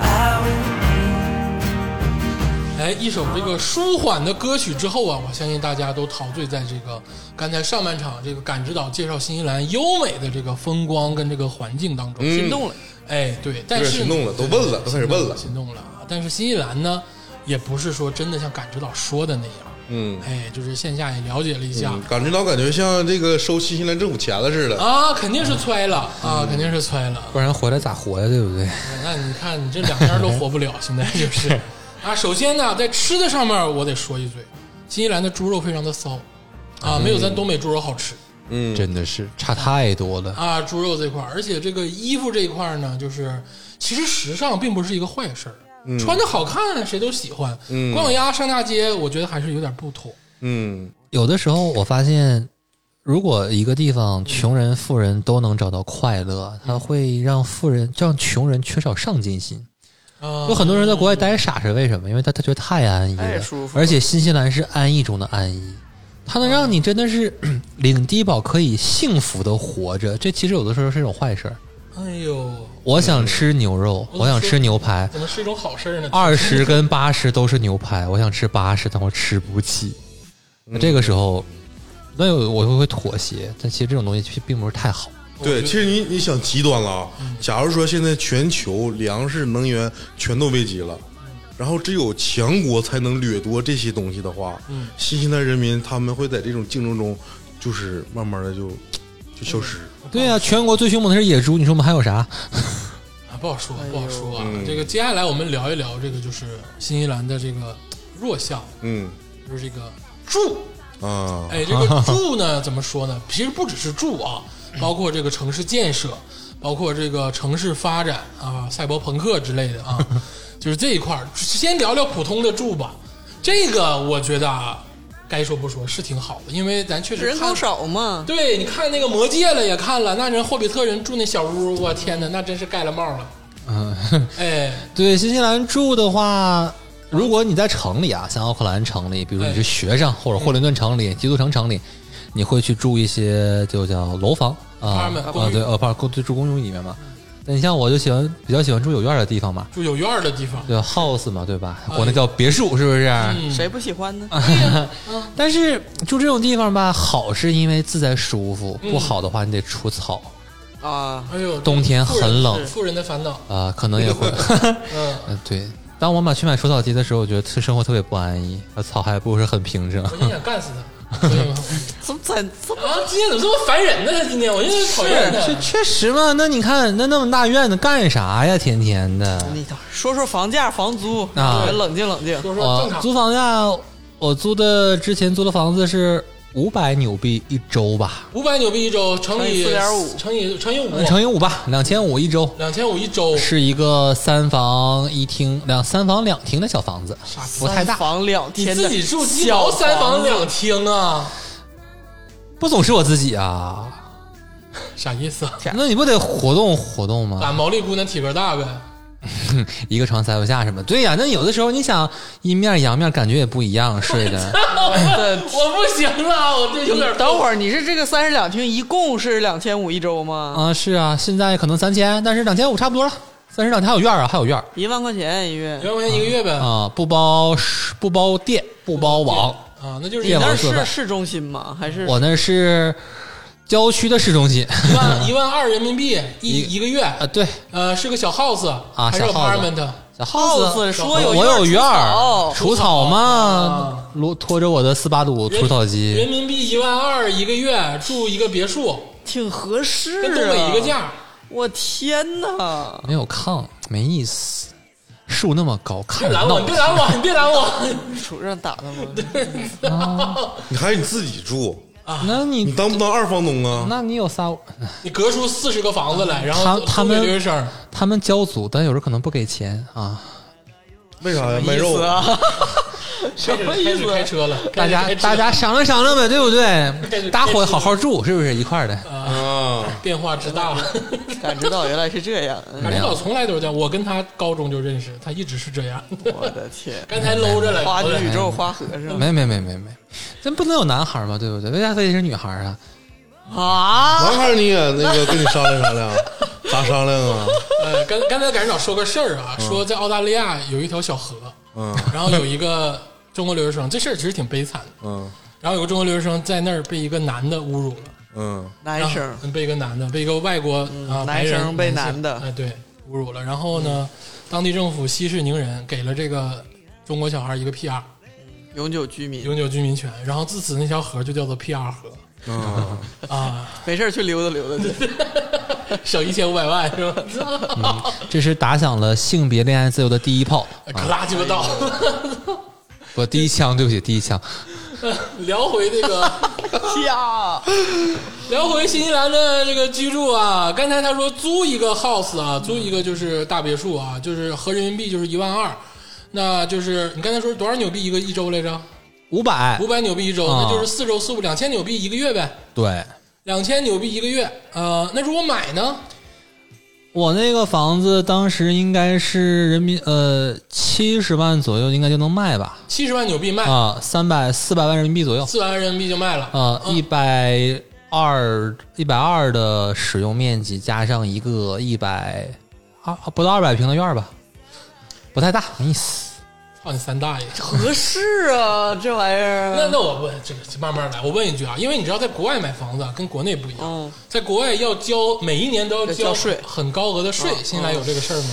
I
哎，一首这个舒缓的歌曲之后啊，我相信大家都陶醉在这个刚才上半场这个感知岛介绍新西兰优美的这个风光跟这个环境当
嗯
中。
心动了，
哎，对，
有
但
点
是
心动了，都问了，都开始问了。
心动了啊！但是新西兰呢，也不是说真的像感知岛说的那样，
嗯，
哎，就是线下也了解了一下、
感觉到感觉像这个收新西兰政府钱了似的。
啊，肯定是揣了啊，肯定是揣了。
不然回来咋活呀？对不对？
那你看，你这两边都活不了，现在 就是啊。首先呢，在吃的上面，我得说一嘴，新西兰的猪肉非常的骚
嗯
啊，没有咱东北猪肉好吃
嗯，
真的是差太多了。
啊。猪肉这块儿，而且这个衣服这一块儿呢，就是其实时尚并不是一个坏事儿，
嗯
穿着好看谁都喜欢。
嗯
光脚丫上大街，我觉得还是有点不妥。
嗯，
有的时候我发现，如果一个地方穷人、富人都能找到快乐，
嗯
它会让富人让穷人缺少上进心。
啊
有很多人在国外待傻是为什么？因为他他觉得太安逸
太
了
舒，服了
而且新西兰是安逸中的安逸，它能让你真的是
嗯
领低保可以幸福的活着。这其实有的时候是一种坏事儿。
哎呦，
我想吃牛肉，
嗯
我想吃牛排，
怎么是一种好事儿呢？
二十跟八十都是牛排，我想吃八十，但我吃不起。
嗯
那这个时候，那有我就会妥协，但其实这种东西其实并不是太好。
对，其实你你想极端了啊。假如说现在全球粮食、能源全都危机了，然后只有强国才能掠夺这些东西的话，
嗯
新西兰人民他们会在这种竞争中，就是慢慢的就就消失。
对啊，全国最凶猛的是野猪，你说我们还有啥？
啊，不好说，不好说啊。
嗯
这个接下来我们聊一聊这个就是新西兰的这个弱项，
嗯
就是这个住
啊，
哎，这 个住呢，怎么说呢？其实不只是住啊，包括这个城市建设，包括这个城市发展啊，赛博朋克之类的 啊，就是这一块儿。先聊聊普通的住吧，这个我觉得啊，该说不说是挺好的，因为咱确实
人
看
口。少嘛，
对，你看那个《魔戒》了，也看了，那人霍比特人住那小屋，我天哪，那真是盖了帽了。嗯，哎，
对，新西兰住的话，如果你在城里啊，像奥克兰城里，比如说你是学生，或者霍林顿城里、基督城城里，你会去住一些就叫楼房啊
Apartment，
啊，
公寓
对，呃，不是公对住公寓里面嘛。那你像我就喜欢比较喜欢住有院儿的地方嘛，
住有院儿的地方，
对 house 嘛，对吧？国内叫别墅，是不是？
嗯
谁不喜欢
啊
呢？
但是住这种地方吧，好是因为自在舒服，不好的话你得除草，
啊，
哎呦，
冬天很冷
富人的烦恼，
啊、可能也会。
嗯，
嗯，对。当我妈去买除草机的时候，我觉得特生活特别不安逸，呃草还不是很平整。
我就想干死他。所以嘛
怎么怎怎么
啊，今天怎么这么烦人呢？他今天我就是讨厌他。
这 确实嘛，那你看那那么大院子干啥呀？天天的
你说说房价、房租，
啊
咱冷静冷静。
说说
我
正常
租房价，我租的之前租的房子是五百纽币一周吧，
五百纽币一周乘以
4.5
乘以乘以五
嗯，乘以五吧，两千五一周，
两千五一周，
是一个三房一厅两三房两厅的小房子，不太
三
大，
房两
你
天的
自己住鸡毛
小
三房
子
两厅啊，
不总是我自己啊，
啥意思啊？
那你不得活动活动吗？
把毛利姑娘体格大呗，
一个床塞不下什么？对呀、那有的时候你想阴面阳面感觉也不一样，睡的
我不行了，我这有点
等会儿，你是这个三室两厅一共是两千五一周吗？
啊、是啊，现在可能三千，但是两千五差不多了，三十两千还有院儿啊，还有院儿
一万块钱一月
一，万块钱一个月呗
啊、不包食不包电，不包网，
啊，那就是一
夜
万
晚
那
四
是
万
市中心吗？还是
我那是郊区的市中心
一万一万二人民币一一个月，
啊，对，
呃，是个小 house
啊
还是
小 house
apartment？
小
house 说有
我有
院
院
儿
儿，
除啊
除草嘛，罗拖着我的斯巴鲁除草
人
机，
民币一万二一个月住一个别墅，
草挺合适、啊，
跟东北一个。价，啊
我天哪！
没有炕，没意思，树那么高，
别
看着
拦我，
闹
你别拦我，你别拦我。
主任打他吗？
你还是你自己住，
那
你
你。
当不当二房东啊？
那你有仨，
你隔出四十个房子来，然后
他
都
他
都
们
没留声儿，
他们交足，但有时候可能不给钱啊。
为啥呀？卖
意
肉
思 啊？什么意
开始开
思？啊
车了，
大
开
家
始开车
大家商量商量呗，对 不
开始
对？大伙
开始
好好住，是不是一块儿的？
嗯
啊？
变化之大，
感知到原来是这样。嗯
马
没
领
有
导从来都是这样，我跟他高中就认识，他一直是这样。
我的天！
刚才搂着来，
花
搂着
之
来
宇宙花和尚
没没没没没，咱不能有男孩儿嘛，对不对？为啥非得是女孩儿啊？
啊！
男孩儿你也那个跟你商量商量，咋商量啊？
呃，刚刚才感领导说个事儿
嗯
啊，说在澳大利亚有一条小河，
嗯
然后有一个中国留学生，这事儿其实挺悲惨的。
嗯
然后有个中国留学生在那儿被一个男的侮辱了，
嗯
男生
啊被一个男的，被一个外国啊白
嗯男
人
生被
性
男的
哎对侮辱了。然后呢，当地政府息事宁人，给了这个中国小孩一个 PR
永久居民，
永久居民权，然后自此那条河就叫做 PR 河
啊，
啊，
没事儿去溜达溜 达去。
省一千五百万是吧？
这是打响了性别恋爱自由的第一炮，
可拉鸡巴倒。
不，第一枪，对不起，第一枪。
聊回这个，
呀，
聊回新西兰的这个居住啊，刚才他说租一个 house 啊，租一个就是大别墅啊，就是合人民币就是一万二。那就是你刚才说多少纽币一个一周来着？
五百
五，百纽币一周，
啊
那就是四周四五两千纽币一个月呗，
对
两千纽币一个月。呃，那如果买呢？
我那个房子当时应该是人民呃七十万左右，应该就能卖吧？
七十万纽币卖，
啊，三百四百万人民币左右，
四万人民币就卖了。
啊，一百二一百二的使用面积加上一个一百二不到二百平的院儿吧，不太大，没意思。
操你三大爷！
合适啊，这玩意
那
儿。
那我问这个慢慢来，我问一句啊，因为你知道在国外买房子啊跟国内不一
哦
样，
嗯，
在国外要交每一年都要
对交税
很高额的税，
啊
新西兰有这个事儿吗？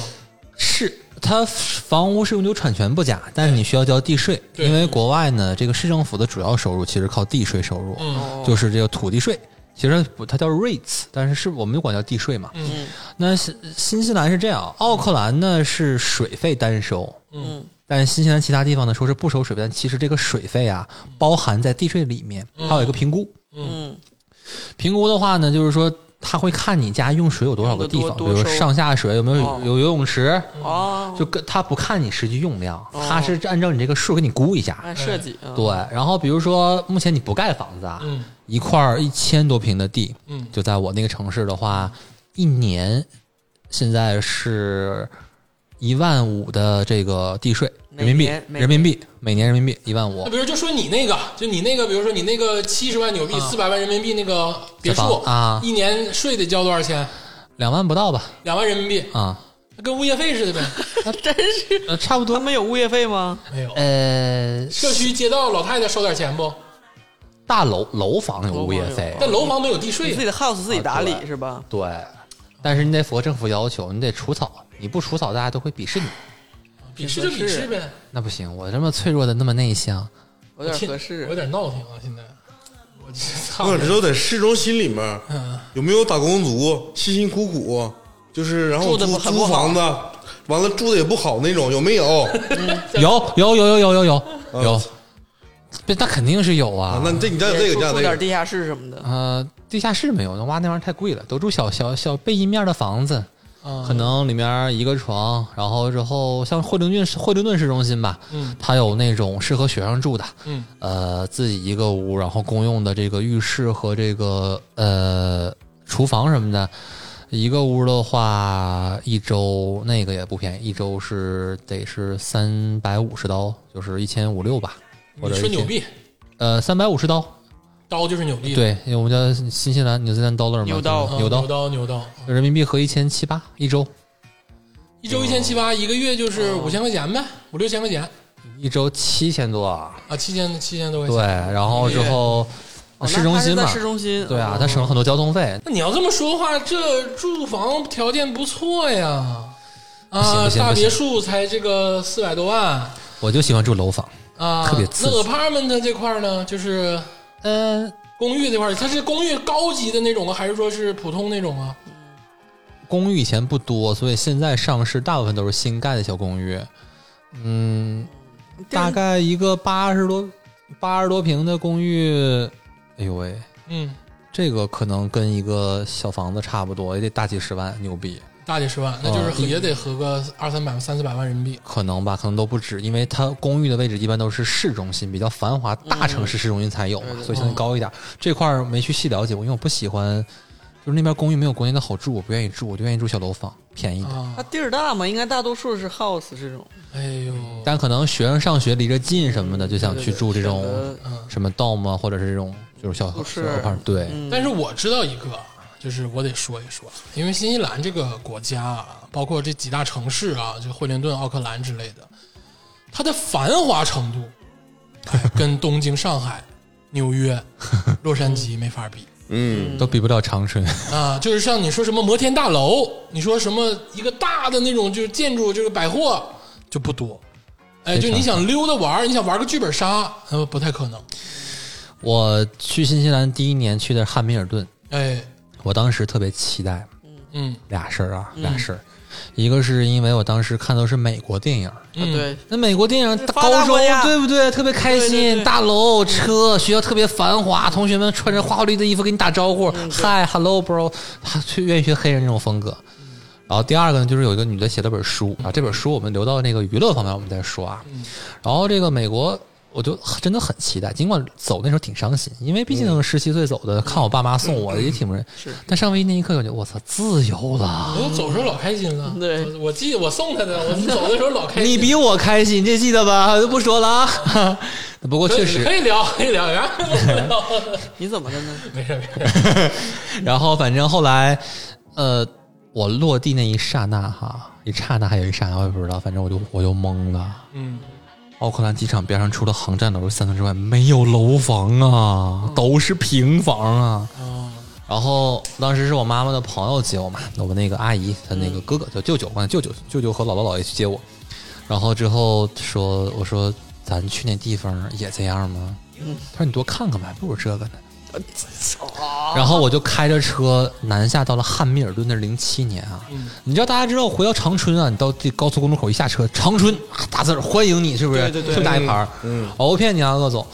是它房屋是永久产权不假，但是你需要交地税，
对
因为国外呢，这个市政府的主要收入其实靠地税收入，
嗯
哦
就是这个土地税。其实不，它叫 rates，但是是我们就管叫地税嘛。
嗯，
那新新西兰是这样，奥克兰呢是水费单收，
嗯，
但新西兰其他地方呢，说是不收水费，但其实这个水费啊，
嗯
包含在地税里面，它有一个评估。
嗯，
评估的话呢，就是说他会看你家用水有多少个地方，
用得
比
多
如
多
说
收
上下水有没有
哦
有游泳池，
嗯
哦，
就跟他不看你实际用量，
哦
他是按照你这个数给你估一下。
按设计，嗯
对，然后比如说目前你不盖房子啊，
嗯
一块一千多平的地，
嗯
就在我那个城市的话，一年现在是一万五的这个地税人民
每
币
年，每年
人民币每年人民币一万五
那。比如就说你那个，就你那个，比如说你那个七十万纽币、四百万人民币那个别
这
墅
啊房啊
一年税得交多少钱？
两万不到吧？
两万人民币，
啊、
那跟物业费似的呗。
真是
呃，差不
他
多。
们有物业费吗？
没有，
呃，
社区街道老太太收点钱不？
大楼楼房有物业费，
但楼房没有地
哦你
税
自己的 house 自己打
啊
理
对
是吧？
对，但是你得符合政府要求，你得除草，你不除草，大家都会鄙视你。
鄙啊视就鄙视呗。
那不行，我这么脆弱的，那么内向，
有点
天
合
我
适
有，点闹挺啊，现在。我操
我！想知道在市中心里面
嗯
有没有打工族辛辛苦苦，就是然后
住得
租
不很不
租
好
房子，完了住的也不好那种，有 没有？
有有有有有有有有，对，那肯定是有
啊
啊。
那这你家有这
也
个，
住
你家
住
有
点
这个，
地下室什么的。
呃，地下室没有，那哇，那玩意儿太贵了，都住小小小背阴面的房子，
啊
可能里面一个床，然后之后像惠灵顿市惠灵顿市中心吧，
嗯
它有那种适合学生住的，
嗯，
呃，自己一个屋，然后公用的这个浴室和这个呃厨房什么的，一个屋的话，一周那个也不便宜，一周是得是三百五十刀，就是一千五六吧，或
你
者
说
一
纽
千，
币，
呃，三百五十刀，
刀就是纽币，
对，因为我们叫新西兰纽西兰 dollar 嘛，
纽刀
就是
啊，
纽刀
牛，刀，牛刀。
人民币合一千七八一周，
一周一千七八，一个月
哦
就是五千块钱呗，五六千块钱
一周七千多啊，
啊，七千七千多块
对，
钱。
然后之后
哦
市中心
那他
嘛
是在，市中心，
对啊
嗯，
它省了很多交通费，
那你要这么说的话，这住房条件不错呀，
行
啊
不，行
大
不行
别墅才这个四百多万
我就喜欢住楼房。
啊，
特别刺激
那 apartment 这块儿呢，就是
呃，
公寓这块儿，它是公寓高级的那种啊，还是说是普通那种啊？
公寓以前不多，所以现在上市大部分都是新盖的小公寓。嗯，大概一个八十多八十多平的公寓，哎呦喂，
嗯，
这个可能跟一个小房子差不多，也得大几十万，牛逼，
大几十万，那就是合也得合个二三百、三四百万人民币。
可能吧，可能都不止，因为它公寓的位置一般都是市中心，比较繁华，大城市市中心才有嘛，
对对
所以相对高一点。这块儿没去细了解过，因为我不喜欢，就是那边公寓没有国内的好住，我不愿意住，我就愿意住小楼房，便宜一点。
啊
它，地儿大嘛，应该大多数是 house 这种，啊
哎呦，
但可能学生上学离着近什么的，就想去住这
对对
种
对
嗯，
什么 dom 啊，或者是这种就是小
不
小
是嗯
小块儿对，
但是我知道一个，就是我得说一说，因为新西兰这个国家啊，包括这几大城市啊，就惠灵顿、奥克兰之类的，它的繁华程度、哎跟东京、上海、纽约、洛杉矶没法比
嗯，
都比不了长春。
啊！就是像你说什么摩天大楼，你说什么一个大的那种就是建筑，这个百货就不多。哎，就
非常
你想溜达玩儿，你想玩个剧本杀，呃，不太可能。
我去新西兰第一年去的是汉密尔顿，
哎，
我当时特别期待
嗯
俩事儿啊，俩事儿，一个是因为我当时看都是美国电影。
嗯，
对，
那美国电影
发达
高中
国家
对不对？特别开心，
对对对
大楼、车，学校特别繁华，同学们穿着花花绿的衣服跟你打招呼、
嗯
嗨 h e l l o bro，他去愿意学黑人这种风格。然后第二个呢，就是有一个女的写了本书
嗯
啊，这本书我们留到那个娱乐方面我们再说啊。然后这个美国，我就真的很期待，尽管走那时候挺伤心，因为毕竟十七岁走的，看我爸妈送我也挺不人。
嗯是嗯
但上飞机那一刻，我觉得我操，自由了。
我走的时候老开心了。
对
我我记得我送他的，我走的时候老开心。
你比我开心，你这记得吧？我就不说了 啊。不过
可以
确实
可，以聊，可以聊，然后
你怎么的呢？
没事没事，
然后反正后来，呃，我落地那一刹那哈，一刹那还有一刹那，我也不知道，反正我就我就懵了。
嗯，
奥克兰机场边上除了航站楼三层之外，没有楼房啊，都是平房啊。然后当时是我妈妈的朋友接我嘛，我们那个阿姨，她那个哥哥叫舅舅，管舅舅舅舅和姥姥姥爷去接我。然后之后
嗯
说，我说咱去那地方也这样吗？他说你多看看吧，还不如这个呢。然后我就开着车南下到了汉密尔顿，那零七年啊，
嗯
你知道大家知道回到长春啊，你到这高速公路口一下车，长春啊大字儿欢迎你，是不是？
对对对
特别大一牌儿，
嗯
我不骗你啊，鄂总，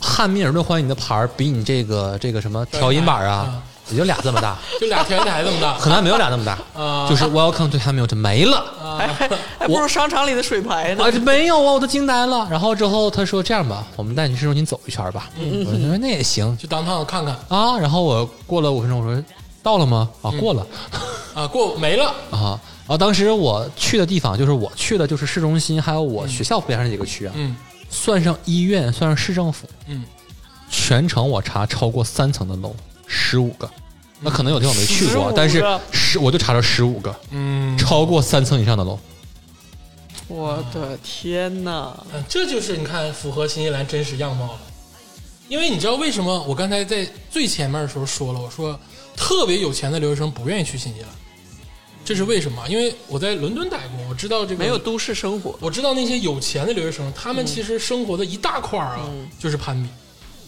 汉密尔顿欢迎你的牌儿比你这个这个什么调音板啊，也就俩这么大，
就俩调音台这么大
可能还没有俩那么大，
啊
就是 Welcome to Hamilton 没了。
还还不如商场里的水牌呢
啊，。这没有啊，我都惊呆了。然后之后他说这样吧，我们带你去市中心走一圈吧。我说那也行
去当趟看看
啊。然后我过了五分钟，我说到了吗？啊，过了、
啊，过没了
啊。然后当时我去的地方就是我去的就是市中心，还有我学校边上那几个区啊，
嗯
算上医院，算上市政府，
嗯，
全程我查超过三层的楼，十五个。那可能有地方我没去
15
过啊
个，
但是十我就查了十五个，
嗯，
超过三层以上的楼。
我的天哪！
嗯，这就是你看符合新西兰真实样貌了。因为你知道为什么我刚才在最前面的时候说了，我说特别有钱的留学生不愿意去新西兰，这是为什么？因为我在伦敦待过，我知道这个
没有都市生活，
我知道那些有钱的留学生，他们其实生活的一大块儿啊，就是攀比。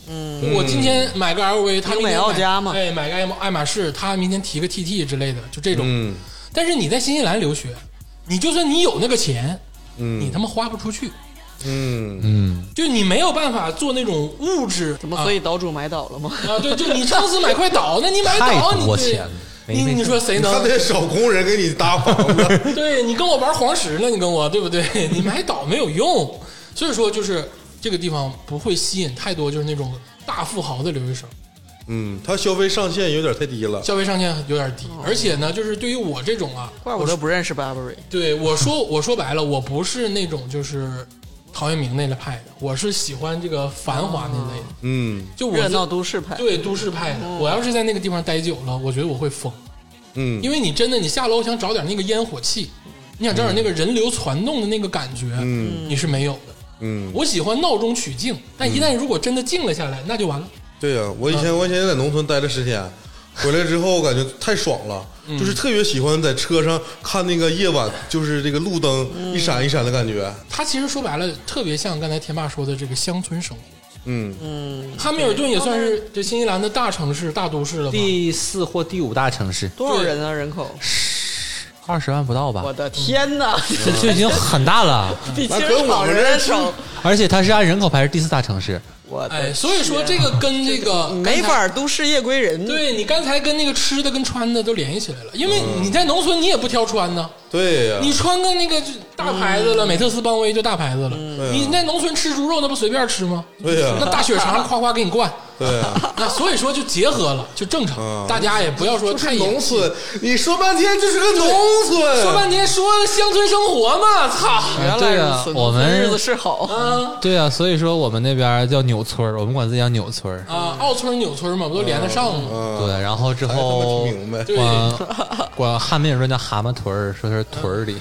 嗯，我今天买个 LV，他明
英美
天
澳
买
加嘛
哎，买个爱马爱马仕，他明天提个 TT 之类的，就这种。
嗯
但是你在新西兰留学，你就算你有那个钱，你
嗯
他妈花不出去，
嗯，
嗯，
就你没有办法做那种物质。
怎么？所以岛主买岛了吗？
啊，对，就你上次买块岛，那你买
太
岛，你
多
对
钱了没
你
没
你说谁能
他？得找工人给你搭房子。
对你跟我玩黄石呢，你跟我对不对？你买岛没有用，所以说就是这个地方不会吸引太多就是那种大富豪的留学生，
嗯，他消费上限有点太低了。
消费上限有点低，而且呢，就是对于我这种啊，
怪不得不认识 Burberry。
对我说我说白了，我不是那种就是陶渊明那类派的，我是喜欢这个繁华那类的，
嗯
就我
热
是
闹都市派，
对都市派的。我要是在那个地方待久了，我觉得我会疯。
嗯，
因为你真的你下楼想找点那个烟火气，你想找点那个人流攒动的那个感觉，
嗯
你是没有的。
嗯，
我喜欢闹中取静，但一旦如果真的静了下来，那就完了。
对呀、我以
嗯
前我以前在农村待了十天，回来之后感觉太爽了，
嗯
就是特别喜欢在车上看那个夜晚，就是这个路灯
嗯
一闪一闪的感觉。
它其实说白了，特别像刚才天霸说的这个乡村生活。
嗯
汉密尔顿也算是这新西兰的大城市、大都市了吧？
第四或第五大城市，
多少人啊？人口？
二十万不到吧？
我的天哪！
这 就已经很大了，
比清
那跟我
水港
们
人
这
还
是
少。
而且它是按人口排是第四大城市。
我的
哎，所以说这个跟这个
没
刚才
法儿都市夜归人。
对你刚才跟那个吃的跟穿的都联系起来了，因为你在农村你也不挑穿呢，
对呀、
你穿个那个就大牌子
嗯
了，美特斯邦威就大牌子了。你在农村吃猪肉那不随便吃吗？
对呀、
那大血肠夸夸给你灌，
对呀、
那所以说就结合了，就正常，
嗯
大家也不要说太野
农村，你说半天就是个农村，
说半天说乡村生活嘛，操！
原来
对
如
啊
此，
我
农村日
们
子是好。
啊
对啊，所以说我们那边叫纽村儿，我们管自己叫纽村儿。
啊，奥村纽村嘛，不都连得上吗？
啊，
对，然后之
哎他
后
们听明白，
对，
管 管汉密尔顿叫蛤蟆屯儿，说是屯儿里。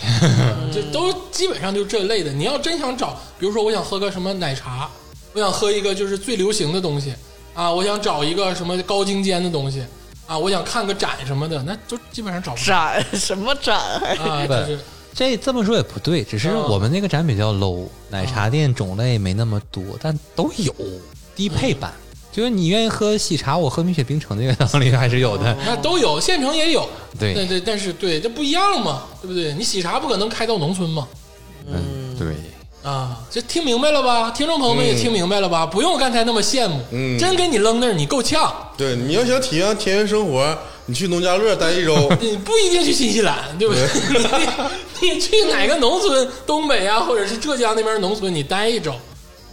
这都基本上就这类的。你要真想找，比如说我想喝个什么奶茶，我想喝一个就是最流行的东西啊，我想找一个什么高精尖的东西啊，我想看个展什么的，那就基本上找不着
展什么展？还
啊，就是
这这么说也不对，只是
啊
我们那个展比较 low，奶茶店种类没那么多，但都有低配版。
嗯
就是你愿意喝喜茶，我喝蜜雪冰城这个道理还是有的。
哦
那都有，县城也有。
嗯对
对对，但是对，这不一样嘛，对不对？你喜茶不可能开到农村嘛。
嗯，对，
啊，这听明白了吧？听众朋友们也听明白了吧？不用刚才那么羡慕，
嗯
真给你扔那儿，你够呛，，
对，你要想体验田园生活，你去农家乐待一周 哎
你不一定去新西兰，对不对？ 你你去哪个农村，东北啊，或者是浙江那边农村，你待一周，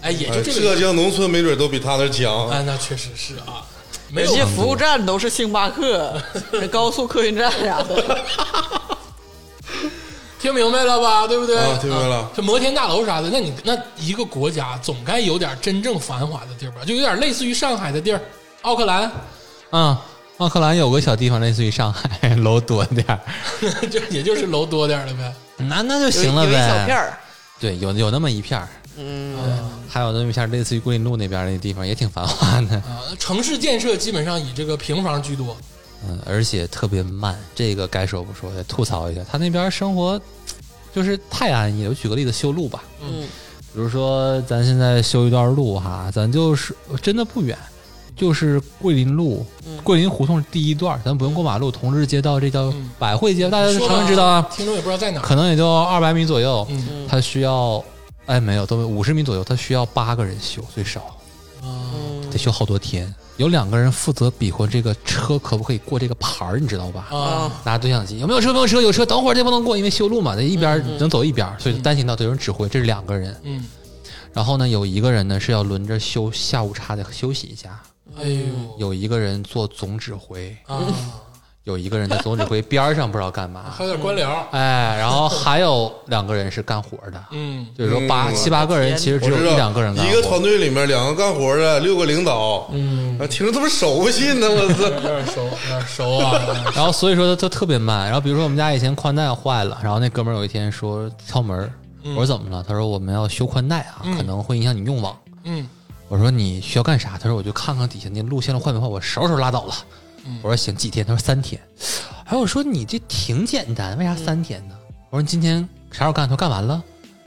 哎，也就
哎
这个
浙
意思，
江农村没准都比他那儿强。
哎，那确实是啊，没
人
有
家服务站都是星巴克、高速客运站啥的。
听明白了吧？对不对？
啊听明白了
啊这摩天大楼啥的，那你那一个国家总该有点真正繁华的地儿吧？就有点类似于上海的地儿，奥克兰，
嗯，奥克兰有个小地方类似于上海，楼多 点儿，
就也就是楼多点儿了呗。
那那就
有
行了
有
呗。
一小片儿，
对，有有那么一片儿，嗯，还有那么一片儿类似于桂林路那边儿那地方也挺繁华的，
啊，城市建设基本上以这个平房居多。
嗯，而且特别慢，这个该说不说，得吐槽一下，他那边儿生活嘖就是太安逸了。我举个例子，修路吧，
嗯，
比如说咱现在修一段路哈，咱就是真的不远，就是桂林路、
嗯
桂林胡同第一段，咱不用过马路，同志街道，这叫
嗯
百汇街，道，大家
说
常
吧
常知道啊，
听众也不知道在哪儿。
可能也就二百米左右，
嗯
它需要，哎，没有，都五十米左右，它需要八个人修最少，得修好多天，有两个人负责比划这个车可不可以过这个牌儿，你知道吧？
啊，
拿对讲机，有没有车？有没有车？有车，等会儿这不能过，因为修路嘛，得一边儿能走一边儿，所以单行道都有人指挥，这是两个人。
嗯，
然后呢，有一个人呢是要轮着休下午茶得休息一下，
哎呦
有一个人做总指挥，
啊，
有一个人在总指挥边儿上不知道干嘛
还，有点官僚。
哎，然后还有两个人是干活的，
嗯，
就是说八
嗯
七八个人其实
我
只有
知
一
道
两个人干
一个
活
团。队里面两个干活的，六个领导，嗯，啊，听着这么熟悉呢，我
有
操！
点熟，有点熟啊。
然后所以说他他特别慢。然后比如说我们家以前宽带坏了，然后那哥们儿有一天说敲门儿，我说怎么了？他说我们要修宽带啊，可能会影响你用网。
嗯，
我说你需要干啥？他说我就看看底下那路线坏没坏，我收拾收拾拉倒了。我说行，几天？他说三天。哎，我说你这挺简单，为啥三天呢？我说你今天啥时候干？他说干完了。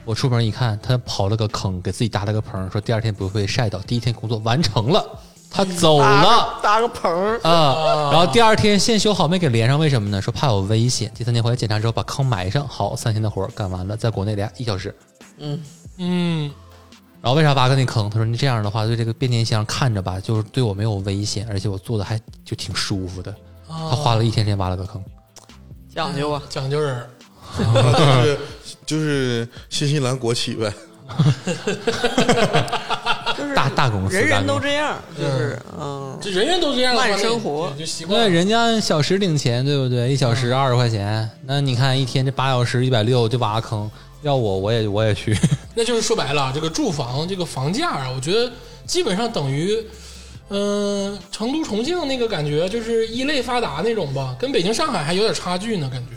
我出门一看，他刨了个坑，给自己搭了个棚，说第二天不会晒到。第一天工作完成了，他走了
搭搭个棚儿，
啊。然后第二天线修好没给连上，为什么呢？说怕有危险。第三天回来检查之后，把坑埋上。好，三天的活儿干完了，在国内俩一小时。
嗯，
然后为啥挖个那坑？他说你这样的话，对这个变电箱看着吧，就是对我没有危险，而且我做的还就挺舒服的。他花了一天时间挖了个坑，
讲究啊，
讲究人儿。
就是就是新西兰国企呗，
就是
大大公司，
人人
大
都
公司
这样，就是嗯，
这人人都这样的话，
慢生活
那你就习惯
对，
了。
人家小时领钱，对不对？一小时二十块钱，那你看一天这八小时一百六就挖个坑，要我我也我也 去。
那就是说白了，啊这个住房这个房价啊，我觉得基本上等于，嗯、成都、重庆那个感觉，就是一类发达那种吧，跟北京、上海还有点差距呢，感觉。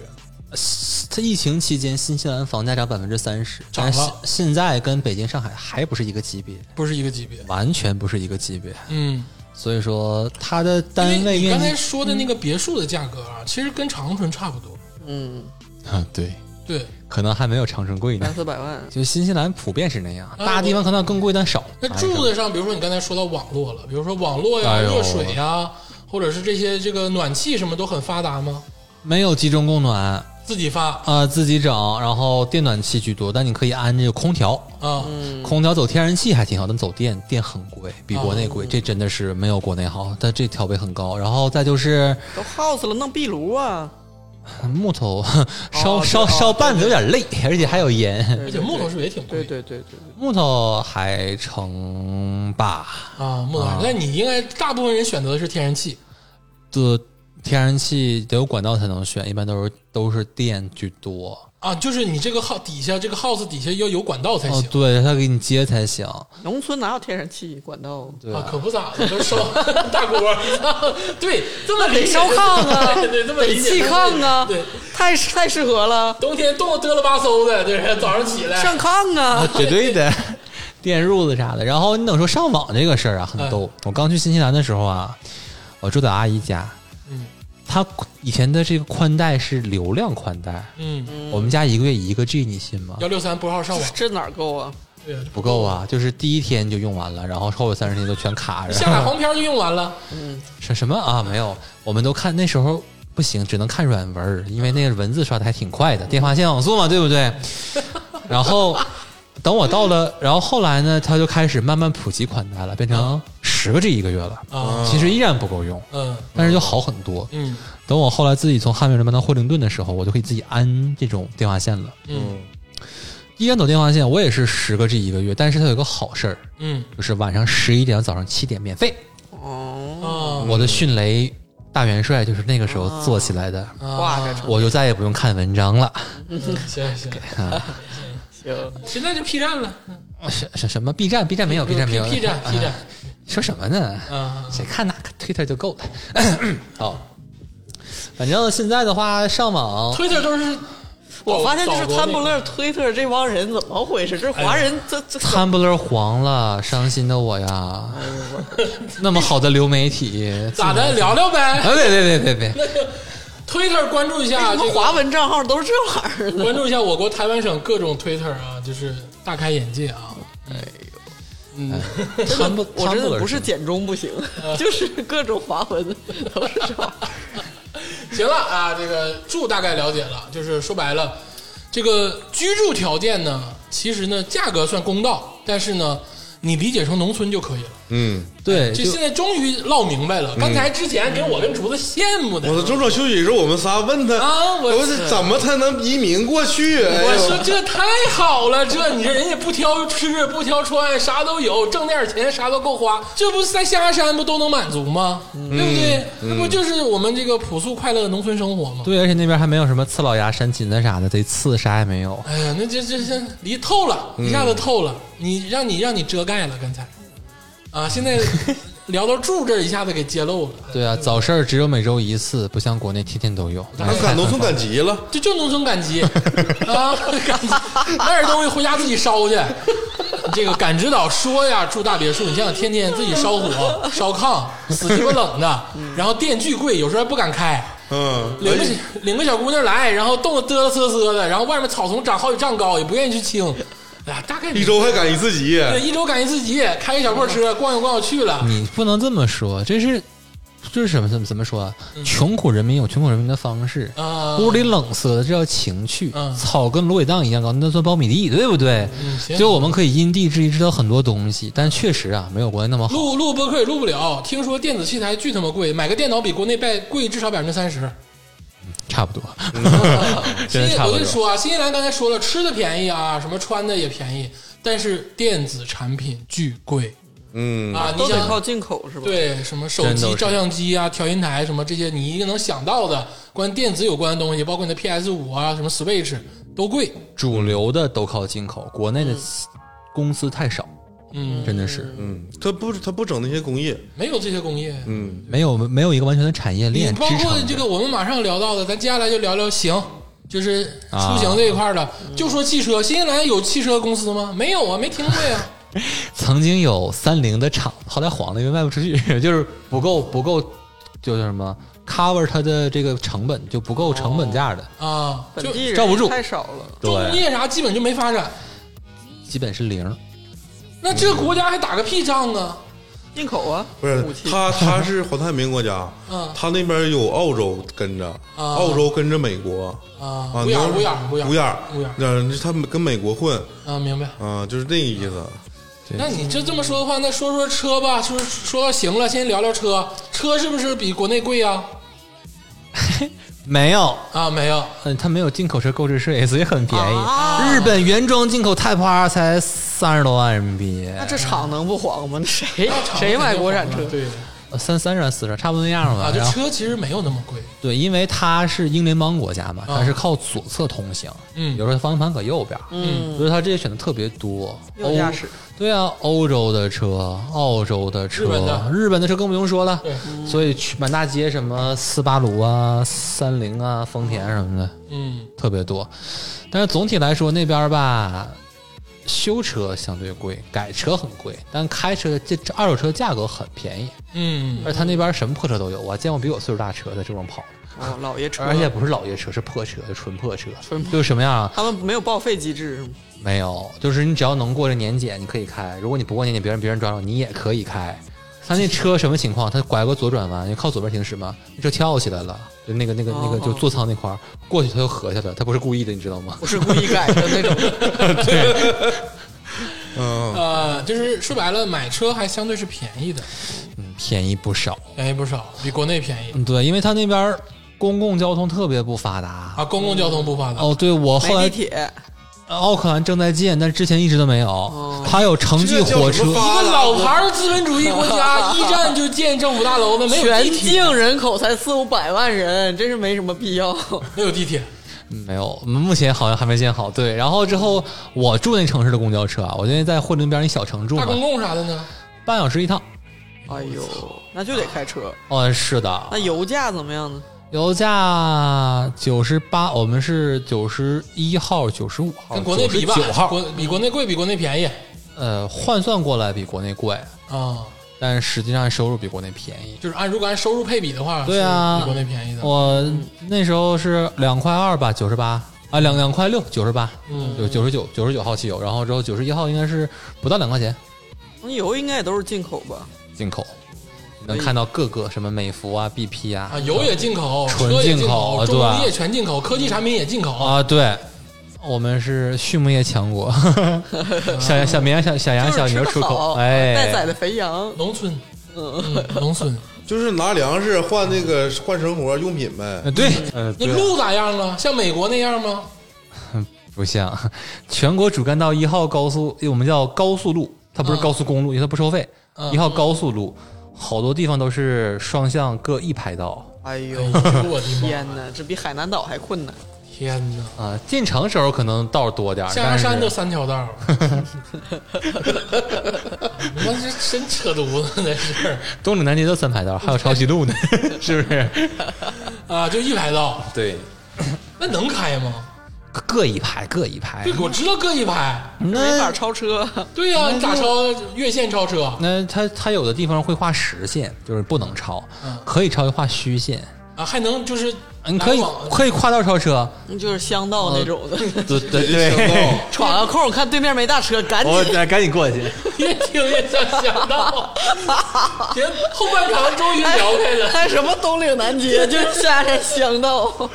它疫情期间新西兰房价涨百分之三十，
涨
但是
了
现现在跟北京、上海还不是一个级别，
不是一个级别。
完全不是一个级别。
嗯，
所以说它的单
因为
位
你嗯
面
刚才
积，
说的那个别墅的价格啊，其实跟长春差不多。
啊，对，
对，
可能还没有长春贵
嗯
呢
三。四百万，
就新西兰普遍是那样，
哎
大地方可能更贵但少。
那住的上，比如说你刚才说到网络了，比如说网络呀、
哎呦
热水呀，或者是这些这个暖气什么都很发达吗？
没有集中供暖啊、
自己发啊、
呃自己整，然后电暖气居多，但你可以安这个空调，
啊
嗯
嗯
空调走天然气还挺好，但走电电很贵，比国内
哦
贵，这真的是没有国内好，但这调配很高。然后再就是
都 house 了，弄壁炉啊，
木头 烧、
哦
烧
对哦
烧拌的有点累，而且还有盐，
而且木头是不是也挺贵
对
的
对对对
木头还成吧，
啊？木头还，那你应该大部分人选择的是天然气。
这天然气得有管道才能选，一般都是都是电居多。
啊，
嗯
就是你这个 house 底下这个 house 底下要有管道才
哦
行、，
对，他给你接才行。
对，农村哪有天然气管道？
对
啊，可不咋的，都烧 大锅儿， 对，这么理
得
解
烧炕啊
对对，这么理
得
解
气炕啊
对，
太太适合了，
冬天冻得嘚了吧嗖的，对，早上起来
上炕
啊
啊，，
绝对的， 电褥子啥的。然后你等说上网这个事儿啊，很逗。我刚去新西兰的时候啊，我住在阿姨家，
嗯，
她以前的这个宽带是流量宽带，
嗯，
我们家一个月一个 G，你信吗？
幺六三拨号上网，
这哪儿够啊？
对，
不够啊，就是第一天就用完了，然后后三十天就全卡着。
下载黄片儿就用完了，
什什么啊？没有，我们都看那时候不行，只能看软文儿，因为那个文字刷的还挺快的，电话线网速嘛，对不 对？然后等我到了，然后后来呢，它就开始慢慢普及宽带了，变成十个 G 一个月了
啊
其实依然不够用，
嗯
但是就好很多。
嗯
等我后来自己从汉密尔顿搬到惠灵顿的时候，我就可以自己安这种电话线了。
嗯
依然走电话线，我也是十个 G 一个月，但是它有一个好事儿，
嗯
就是晚上十一点到早上七点免费。
哦，
啊
我的迅雷大元帅就是那个时候做起来的，
啊
挂着成
我就再也不用看文章了。
嗯行 行，
啊
行，
现在就 P 站了
哦
嗯
什什什么 B 站？B 站没有，B 站没有。嗯
，P 站 P 站，
说什么呢？
嗯
谁看那个 Twitter 就够了。好，反正现在的话，上网
，Twitter 都是
我发现就
早早
是
国
潘
那
伯
个哎啊
乐、推特这帮人怎么回事？这华人这 这这
Tumblr 黄了，伤心的我呀！
哎
那么好的流媒 体，
咋的，聊聊呗
啊，别别别别别，
，Twitter 关注一下
什
这
么
个
华文账号都是这玩意儿呢？
关注一下我国台湾省各种 Twitter 啊，就是大开眼界啊。哎呦，嗯，
谈不
我
谈
真的
而
不是
行
简中不 行，就是各种法文都是这样。
行了啊，这个住大概了解了，就是说白了，这个居住条件呢，其实呢价格算公道，但是呢，你理解成农村就可以了。
嗯，
对，
这
哎就
现在终于唠明白了，刚才之前给我跟竹子羡慕的，
我的中场休息时，我们仨问他，
啊我
说怎么才能移民过去？哎呦
我说这太好了，这你这人也不挑吃不挑穿，啥都有，挣点钱啥都够花，这不是在象牙山不都能满足吗？对不对？那、不就是我们这个朴素快乐的农村生活吗？
对，而且那边还没有什么刺老牙、山芹子啥的，贼刺啥也没有。
哎呀，那这这这离透了，一下子透了，你让你让你遮盖了刚才，啊，现在聊到住这儿一下子给揭露了，
对啊，早市儿只有每周一次，不像国内天天都有。
那赶农村赶集了，
这就农村赶集 啊，赶集买点东西回家自己烧去。这个赶指导说呀，住大别墅，你想想天天自己烧火、烧炕，死鸡巴冷的，然后电巨贵，有时候还不敢开。
嗯，
领个
哎
领个小姑娘来，然后冻得嘚瑟瑟的，然后外面草丛长好几丈高，也不愿意去清。哎呀，大概
一周还赶一次集，
对，一周赶一次集，开个小破车逛悠逛悠去了。
你不能这么说，这是这是什么怎么怎么说啊？穷苦人民有穷苦人民的方式。
嗯啊，
屋里冷死了，这叫情趣。
嗯
草跟芦苇荡一样高，那算苞米地，对不对？
嗯行
就我们可以因地制宜知道很多东西，但确实啊，没有国内那么好。
录录播客也录不了，听说电子器材巨他妈贵，买个电脑比国内拜贵至少百分之三十。
差不多，
新
真的差
我
不
跟
多
你。说啊，新西兰刚才说了，吃的便宜啊，什么穿的也便宜，但是电子产品巨贵
嗯，
啊！你
都得
想
靠进口是吧？，
对什么手
真都
机、
是
照相机啊、调音台什么这些，你一个能想到的关于电子有关的东西，包括你的 PS 五啊、什么 Switch 都贵。
主流的都靠进口，国内的公司太少，
嗯，
真的是
嗯，他不他不整那些工业，
没有这些工业。
嗯，
没有没有一个完全的产业
你
链支
包括
撑
这
着。
个我们马上聊到的，咱接下来就聊聊行，就是
啊
出行这一块儿的。就说汽车，新西兰有汽车公司吗？没有啊，没听过呀。
曾经有三菱的厂，后来黄了，因为卖不出去，就是不够不够，就是什么 cover 它的这个成本就不够成本价的，
啊，
本
就
地人
罩不住
太少了。
重工
对，
业啥基本就没发展。
基本是零。
那这国家还打个屁仗啊！
进口啊，
不是
武器
他他是环太平洋国家
嗯，
他那边有澳洲跟着，
啊
澳洲跟着美国
啊，
啊，
无眼
你
儿
要
无眼儿无眼
无眼
儿
儿
无眼儿
那他们跟美国混
啊，明白。
啊，就是那个意思。
那你这这么说的话，那说说车吧，就是说到行了，先聊聊车，车是不是比国内贵呀？
没有，
啊，没有，
嗯，它没有进口车购置税，所以很便宜。
啊
日本原装进口 Type R 才三十多万人民币，
那这厂能不黄吗？那
哎
谁
那厂子
谁买
就
国产
好
车
了？对
哎
三三十万、四十万，差不多那样吧。
啊，这
然后
车其实没有那么贵。
对，因为它是英联邦国家嘛，
啊
它是靠左侧通行，
嗯
比如说方向盘搁右边，嗯，所以它这些选择特别多。
右驾驶
欧，对啊，欧洲的车、澳洲的车、
日本的
日本的车更不用说了
对，
嗯
所以去满大街什么斯巴鲁啊、三菱啊、丰田什么的
嗯
特别多。但是总体来说，那边吧，修车相对贵，改车很贵，但开车的这这二手车价格很便宜，
嗯
而且他那边什么破车都有，我还见过比我岁数大车在这种跑。
哦，老爷车，
而且不是老爷车，是破车，就纯破车，
纯破
就是什么样啊？
他们没有报废机制是吗？
没有，就是你只要能过这年检，你可以开；如果你不过年检，别人别人抓着你也可以开。他那车什么情况？他拐个左转弯，因为靠左边行驶嘛，那车跳起来了，就那个那个那个
哦
就座舱那块儿过去，他就合下来，他不是故意的，你知道吗？
不是故意改的那 种。
嗯，
呃，就是说白了，买车还相对是便宜的，
嗯，便宜不少。
便宜不少，比国内便宜
嗯，对，因为他那边儿公共交通特别不发达。
啊。公共交通不发达，
哦，对，我后
没地
来
铁，
奥克兰正在建，但之前一直都没
哦
有。他有城际火车
这叫什么，发
一个老牌儿资本主义国 家，一战就建政府大楼的，没有
全
地铁，
境人口才四五百万人，真是没什么必要。
没有地铁。
嗯没有，目前好像还没建好。对，然后之后我住那城市的公交车啊，我因为在惠灵边一小城住
大
嘛，
公共啥的呢？
半小时一趟。
哎呦，那就得开车。
哦，是
那
的，
油价怎么样呢？
油价九十八，我们是九十一号、九十五号、
跟国内比吧，
九号，
国比国内贵，比国内便宜
呃，换算过来比国内贵，
啊。
但实际上收入比国内便宜。
就是按如果按收入配比的话，
对
是
啊
比国内便宜的。
我那时候是两块二吧，九十八啊，两两块六，九十八，
嗯
有九十九，九十九号汽油，然后之后九十一号应该是不到两块钱，
那那油应该也都是进口吧？
进口，能看到各个什么美孚啊、BP 啊
啊，油也进口，
纯
车也
进口啊
口，
对
中国也全进口，科技产品也进口。
啊，对，我们是畜牧业强 国，小小绵羊、小小羊、
就是
小
吃
牛
得
出口，
好待宰
哎，
的肥羊，
农村，嗯，农 村。
啊
就是拿粮食换那个换生活用品呗。
呃对，呃，
那
对
路咋样了？像美国那样吗？
不像全国主干道一号高速，我们叫高速路，它不
嗯
是高速公路，因为它不收费。
嗯
一号高速路，好多地方都是双向各一排道
哎呦
哎呦我的妈！
天哪，这比海南岛还困难。
天哪！
啊。进城时候可能道多点儿，
象牙
但
山都
是
三条道 儿，你们这真扯犊子那是
东岭南街都三排道，还有朝西 路呢，是不是？
啊，就一排道，
对，
那能开吗？
各一排，各一排
对。，我知道各一排。
没法
那
超车，
对呀、你咋超越线超车？
那它它有的地方会画实线，就是不能超，
嗯
可以超就画虚线。
啊，还能就是
你嗯可以
来往
可以跨道 超车，
就是乡道那种 的，
对对
想
对，
到
闯个空，看对面没大车，赶紧
我赶紧过去。
越听越像想到。行，后半场终于聊开了。
还什么东岭南街， 就是下山乡道，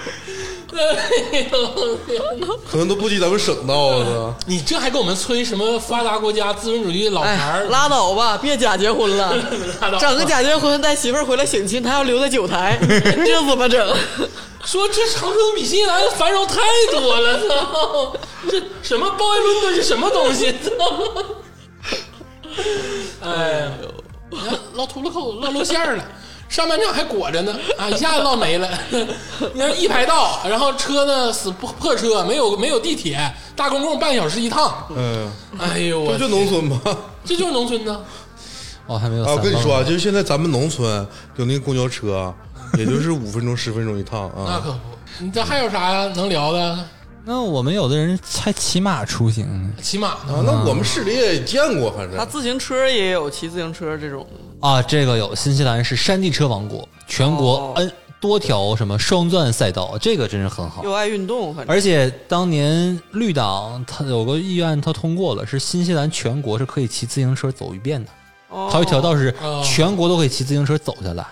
哎呦天哪
可能都不及咱们省道啊！
你这还给我们吹什么发达国家资本主义老牌
哎
儿？，
拉倒吧，别假结婚了，
哎
拉倒
整个假结婚带媳妇儿回来省亲，他要留在九台，这怎么整？
说这长春比新西兰繁荣太多了， 操！这什么鲍威伦顿是什么东西？操！哎呀，你看唠秃噜口唠露馅儿了。上半场还裹着呢，啊，一下子唠没了。你看一排道，然后车呢死破破车，没有没有地铁，大公共半小时一趟。
嗯，
哎呦我
不就农村吗？
这就是农村呢，
哦，还没有
啊，
三
我
棒。
跟你说啊，就是现在咱们农村有那个公交车，也就是五分钟、十分钟一趟
那
啊。
可不。你这还有啥能聊的？
那我们有的人还骑马出行呢
骑马呢？
啊，那我们市里也见过，反
他
正
自行车也有骑自行车这种的，
啊，这个有新西兰是山地车王国，全国
哦
N 多条什么双钻赛道，这个真是很好。
又爱运动，反正
而且当年绿党他有个议案，他通过了，是新西兰全国是可以骑自行车走一遍的。还有一条道是
哦
全国都可以骑自行车走下来，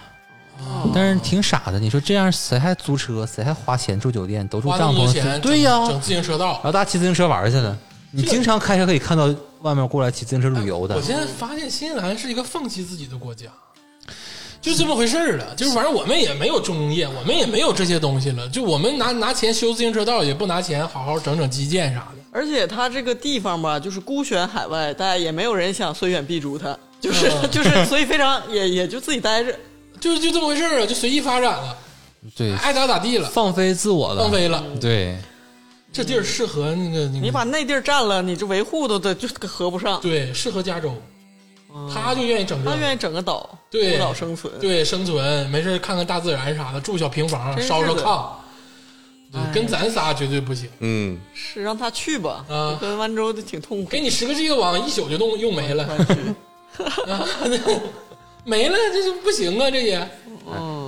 但是挺傻的。你说这样谁还租车，谁还花钱住酒店，都住
花那
帐
么多
篷？
钱，
对呀、
整自行车道
然。后大家骑自行车玩去了。你经常开车可以看到外面过来骑自行车旅游的
哎我。现在发现新西兰是一个放弃自己的国家，就这么回事儿了。就是反正我们也没有重工业，我们也没有这些东西了。就我们拿拿钱修自行车道，也不拿钱好好整整基建啥的。
而且他这个地方吧，就是孤悬海外，大家也没有人想虽远必诛他，就是、 就是，所以非常也也就自己待着。
就就这么回事儿啊，就随意发展了，
对，
爱咋咋地了，
放飞自我
哎
了，
放。飞了。
对，
这地儿适合那个那
你
个，
把那地儿占了，你这维护都得就是合不上。
对，适合加州，他就愿意整这
嗯他
个。
愿意整个岛，
对
孤岛生存。
对，生存没事儿看看大自然啥的，住小平房，
真是
烧烧
的哎
炕，对跟咱仨绝对不行。
嗯，
是让他去吧，
啊
跟温州的挺痛苦。
给你十个这个网，一宿就弄用没了。啊， 没了，这是不行啊，这也。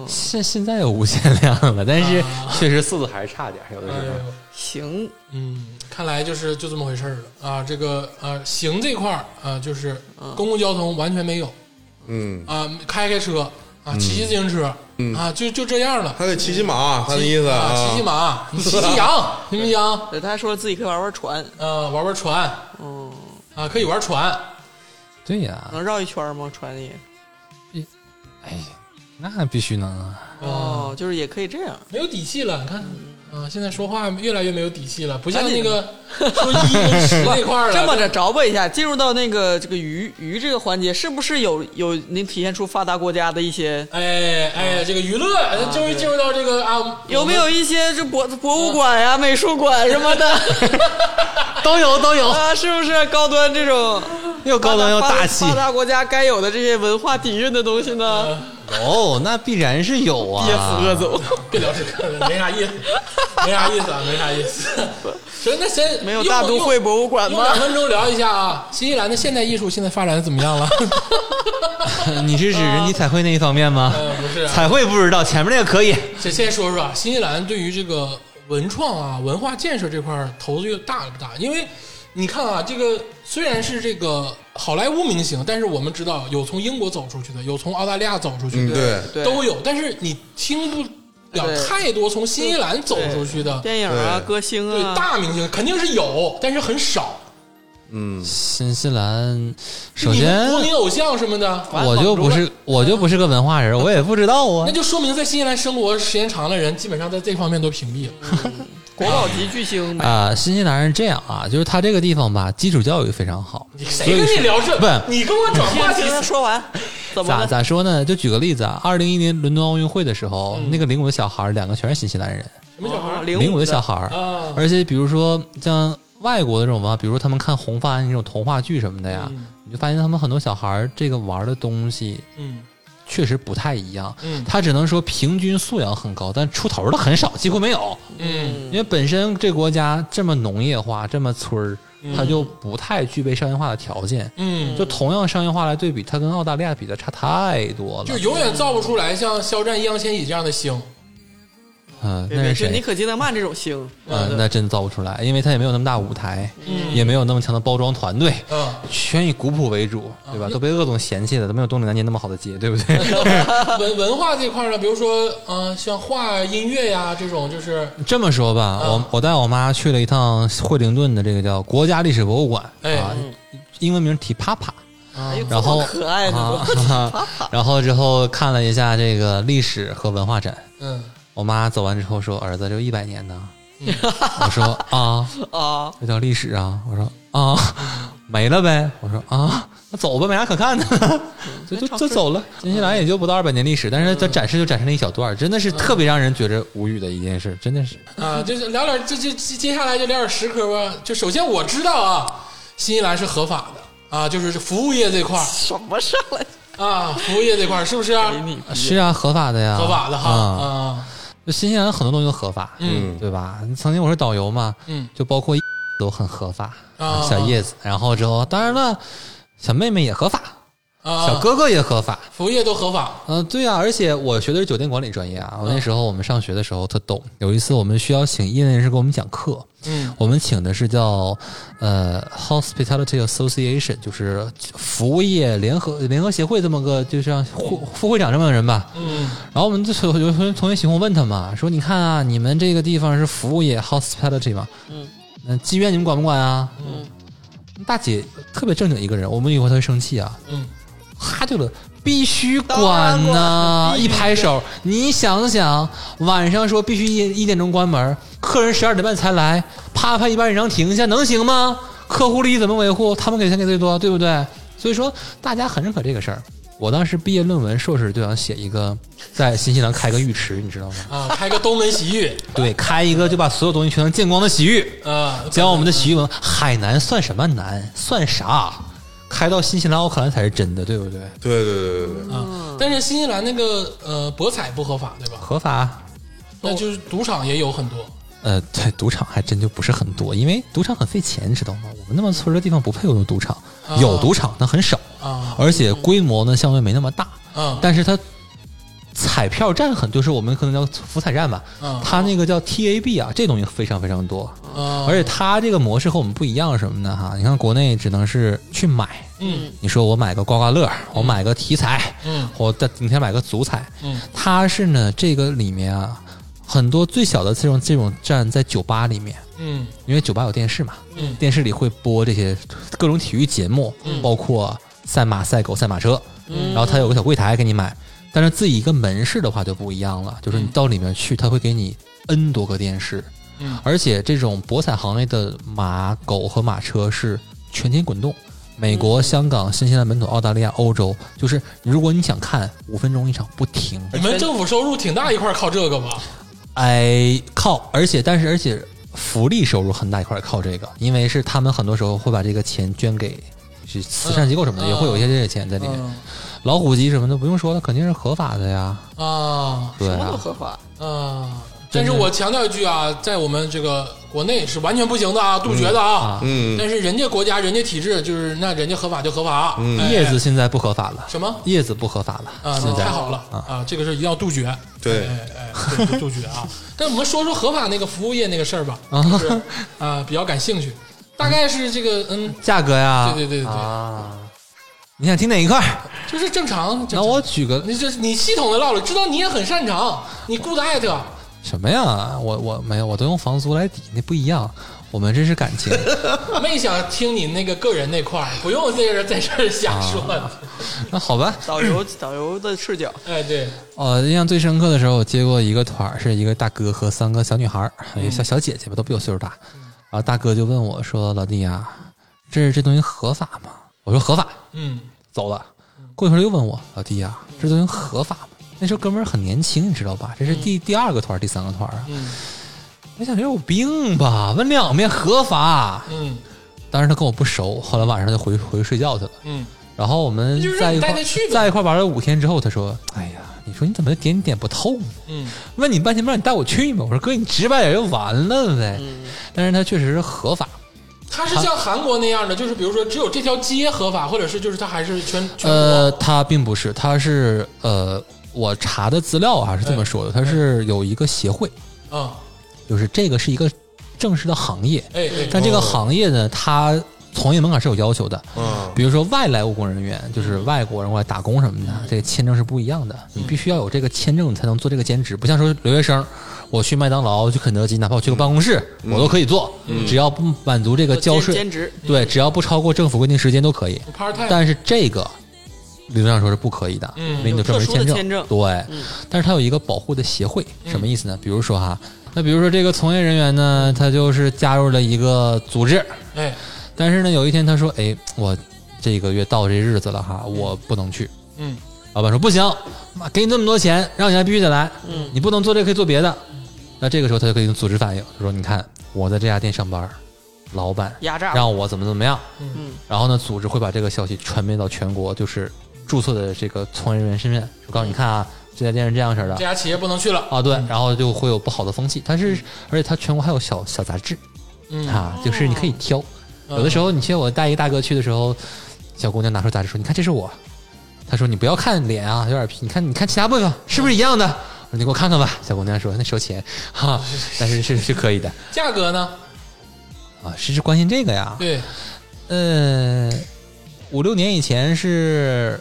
现现在有无限量了，但是确实速度还是差点，有的
啊哎
时候。
呦，
行，
嗯，看来就是就这么回事儿了啊。这个啊，行这块儿啊，就是公共交通完全没有
嗯，
啊，开开车啊，骑骑自行车啊，就就这样了。
还得骑骑马，他的意思
啊，骑骑，马，你骑骑 羊，行不行？
对他还说自己可以玩玩船，
啊，玩玩船，啊，可以玩船。
对呀，
能绕一圈吗？船
啊
里
哎，那必须能啊！
哦，就是也可以这样。
没有底气了，你看。啊，现在说话越来越没有底气了，不像
嗯赶
那
紧
个说一跟十那块儿了。
这么着着吧一下，进入到那个这个鱼鱼这个环节，是不是有有能体现出发达国家的一些？
哎哎，这个娱乐终于进入到这个啊，
啊有没有一些这博博物馆呀、美术馆什么 的
都有都有，
啊？是不是高端这种
又高端又
发
大气
发，达国家该有的这些文化底蕴的东西
啊
呢？
有哦那必然是有啊。
也喝走，
别聊这个了，没啥意思，没啥意思啊，没啥意 思。行，那先
没有大都会博物馆
用两
吗？
分钟聊一下啊，新西兰的现代艺术现在发展的怎么样了？
你是指人体彩绘那一方面吗？
呃，不是啊，
彩绘不知道，前面那个可以。
先先说说啊，新西兰对于这个文创啊、文化建设这块儿投入大不大？因为你看啊，这个虽然是这个好莱坞明星，但是我们知道有从英国走出去的，有从澳大利亚走出去
嗯，
的，
对
对，
都有。但是你听不了
对
太多从新西兰走出去的，
电影啊、
对
歌星
对
啊，
大明星肯定是有，但是很少。
嗯，
新西兰，首
你
先
们国民偶像什么的，
完
我就不
绑
是我就不是个文化人，我也不知道啊
那。就说明在新西兰生活时间长的人，基本上在这方面都屏蔽了。
国宝级巨星呗。
啊、新西兰是这样啊，就是他这个地方吧，基础教育非常好。
你谁跟你聊这？
不
你跟我转
听
话题
听，他说完，怎么
咋
了？
咋说呢？就举个例子啊，二零一零伦敦奥运会的时候，那个领舞的小孩儿两个全是新西兰人，
什么小孩
啊
儿
零
领舞
五
的小孩儿，
啊？
而且比如说像外国的这种文化，比如说他们看红发那种童话剧什么的呀，你就发现他们很多小孩儿这个玩的东西
嗯
确实不太一样。
嗯
他只能说平均素养很高，但出头的很少，几乎没有。
嗯
因为本身这国家这么农业化，这么村儿，它就不太具备商业化的条件。
嗯，
就同样商业化来对比，它跟澳大利亚比的差太多
就
了。
永远造不出来像肖战、易烊千玺这样的星。
嗯，
别
那
别
是
就尼
谁？
可基德曼这种星，
嗯，那真造不出来，因为它也没有那么大舞台，
嗯
也没有那么强的包装团队，
嗯，
全以古朴为主，对吧？都被鄂总嫌弃的，都没有东岭南街那么好的街，对不对？
文 文化这块儿呢，比如说，嗯、像画、音乐呀这种，就是，
这么说吧，我我带我妈去了一趟惠灵顿的这个叫国家历史博物馆，
哎
啊，英文名提帕帕，
哎呦，这
然后
么可爱呢
啊，然后之后看了一下这个历史和文化展。
嗯，
我妈走完之后说：“儿子，这一百年呢。我说：“啊，
啊，
这叫历史啊。”我说：“啊， 没了呗。”我说：“啊，那走吧，没啥可看的，就就就走了。”新西兰也就不到二百年历史，但是它展示就展示了一小段儿，真的是特别让人觉着无语的一件事，真的是。
啊，就是聊点，这这接接下来就聊点实科吧。就首先我知道啊，新西兰是合法的啊，就是服务业这块儿
什么上来？
啊，服务业这块儿是不是、啊？
是啊，合法的呀，
合法的哈
啊。
啊，
就新西兰很多东西都合法，
嗯
对吧？曾经我是导游嘛，
嗯
就包括 都很合法，
啊
小叶子，然后之后当然了，小妹妹也合法，
啊，
小哥哥也合法，
服务业都合法，
嗯、对啊，而且我学的是酒店管理专业啊，我那时候我们上学的时候特逗，有一次我们需要请业内人士给我们讲课，
嗯
我们请的是叫呃 Hospitality Association，就是服务业联合联合协会这么个，就像副副会长这么个人吧，
嗯
然后我们就有有同同学喜欢问他嘛，说你看啊，你们这个地方是服务业 hospitality 嘛，
嗯，
那妓院你们管不管啊？
嗯，
大姐特别正经一个人，我们以为她会生气啊，
嗯，
哈就了。必须
当
管
然
呐、
管必须
一拍手。你想想，晚上说必须一一点钟关门，客人十二点半才来，啪啪一巴掌让停下，能行吗？客户利益怎么维护？他们给钱给最多，对不对？所以说，大家很认可这个事儿。我当时毕业论文硕士就想写一个，在新西兰开个浴池，你知道吗？
啊，开个东门洗浴
对，开一个就把所有东西全都见光的洗浴，
啊，
讲我们的洗浴文化。海南算什么南？算啥？开到新西兰奥克兰才是真的，对不对？
对对对对对，
啊，但是新西兰那个呃博彩不合法对吧？
合法？
那就是赌场也有很多，
呃，对，赌场还真就不是很多，因为赌场很费钱，你知道吗？我们那么村儿的地方不配有赌场，有赌场但很少，
啊
而且规模呢相对没那么大，
啊
但是它彩票站很，就是我们可能叫福彩站吧，
嗯
它那个叫 TAB 啊，这东西非常非常多，
啊，
而且它这个模式和我们不一样是什么呢？哈，你看国内只能是去买，
嗯
你说我买个刮刮乐，我买个体彩，
嗯
我再明天买个足彩，
嗯，
它是呢这个里面啊，很多最小的这种这种站在酒吧里面，
嗯
因为酒吧有电视嘛，
嗯
电视里会播这些各种体育节目，包括赛马、赛狗、赛马车，
嗯
然后它有个小柜台给你买。但是自己一个门市的话就不一样了，就是你到里面去，它会给你 N 多个电视，
嗯
而且这种博彩行业的马、狗和马车是全天滚动。美国、
嗯
香港、新西兰本土、澳大利亚、欧洲，就是如果你想看五分钟一场不停，
你们政府收入挺大一块儿靠这个吧？
哎，靠！而且，但是，而且，福利收入很大一块儿靠这个，因为是他们很多时候会把这个钱捐给是慈善机构什么的，
嗯
也会有一些这些钱在里面。老虎机什么的不用说了，肯定是合法的呀。
啊
对
什么都
啊，
合法，
啊！
真
但
的
是我强调一句啊，在我们这个国内是完全不行的啊，杜绝的啊。
嗯
但是人家国家、人家体制就是，那人家合法就合法。
嗯
哎
叶子现在不合法了，
什么？
叶子不合法了，
啊，
现
那
在
太好了啊！这个事儿一定要杜绝，
对
哎哎，哎 啊对杜绝啊！但我们说说合法那个服务业那个事儿吧，就是啊，比较感兴趣。大概是这个，嗯，
价格呀，
对对对对
啊，你想听哪一块儿？
就是正常。正
那
常
我举个
你这你系统的唠了，知道你也很擅长，你 good at，
什么呀？我我没有，我都用房租来抵，那不一样。我们这是感 情，
没想听你那个个人那块儿，不用在这儿在这儿瞎
啊
说。
那好吧。
导游导游的视角，
哎，对，
哦，印象最深刻的时候，我接过一个团儿，是一个大哥和三个小女孩儿，一个小小姐姐吧，都比我岁数大。然后大哥就问我说：“老弟呀、这这东西合法吗？”我说：“合法。
嗯，”
走了。过一会儿又问我：“老弟呀、啊这东西合法吗？”那时候哥们儿很年轻，你知道吧？这是第、第二个团儿，第三个团儿啊。
嗯
我想这有病吧？问两遍合法，
嗯
当时他跟我不熟，后来晚上就回回去睡觉去了。
嗯，
然后我们
就是
在
你
一块
带他去呗
在一块玩了五天之后，他说：“哎呀，你说你怎么点点不透呢？
嗯
问你半天不让你带我去吗？”我说：“哥，你直白点就完了呗。
嗯
但是他确实是合法，
他是像韩国那样的，就是比如说只有这条街合法，或者是就是他还是全全
呃，他并不是，他是呃，我查的资料啊是这么说的，他是有一个协会，
国啊，
就是这个是一个正式的行业，
哎哎，
但这
哦
个行业呢，它从业门槛是有要求的，
嗯
啊，
比如说外来务工人员，就是外国人过来打工什么
嗯
的，这个签证是不一样的，你必须要有这个签证，你才能做这个兼职。不像说留学生，我去麦当劳、去肯德基，哪怕我去
嗯
个办公室，我都可以做，只要不满足这个交税
兼兼，职，
对，只要不超过政府规定时间都可以。
part time，
但是这个理论上说是不可以的，
嗯
因为你有专门
有特殊的
签
签证嗯
对，但是它有一个保护的协会，什
嗯
么意思呢？比如说哈，那比如说这个从业人员呢，他就是加入了一个组织，
哎，
但是呢，有一天他说：“哎，我这个月到这日子了哈，我不能去。
嗯”
老板说：“不行，妈给你这么多钱，让你还必须得来，
嗯
你不能做这个，可以做别的。”那这个时候他就可以跟组织反映，他说：“你看，我在这家店上班，老板
压榨
让我怎么怎么样。”
嗯，
然后呢，组织会把这个消息传遍到全国，就是注册的这个从业人员身份，我告诉你看啊，这家店是这样式儿的
这。家企业不能去了，
啊，对，然后就会有不好的风气，但是而且它全国还有小小杂志
嗯，哦
啊，就是你可以挑，有的时
候
候，你记得我带一个大哥去的时候，小姑娘拿出杂志说：“你看，这是我。”她说：“你不要看脸啊，有点皮。你看，你看其他部
嗯
分啊是不是一样的？”我说：“你给我看看吧。”小姑娘说：“那收钱哈、但是是是可以的
价格呢，
啊，是是关心这个呀。
对，
嗯，五六年以前是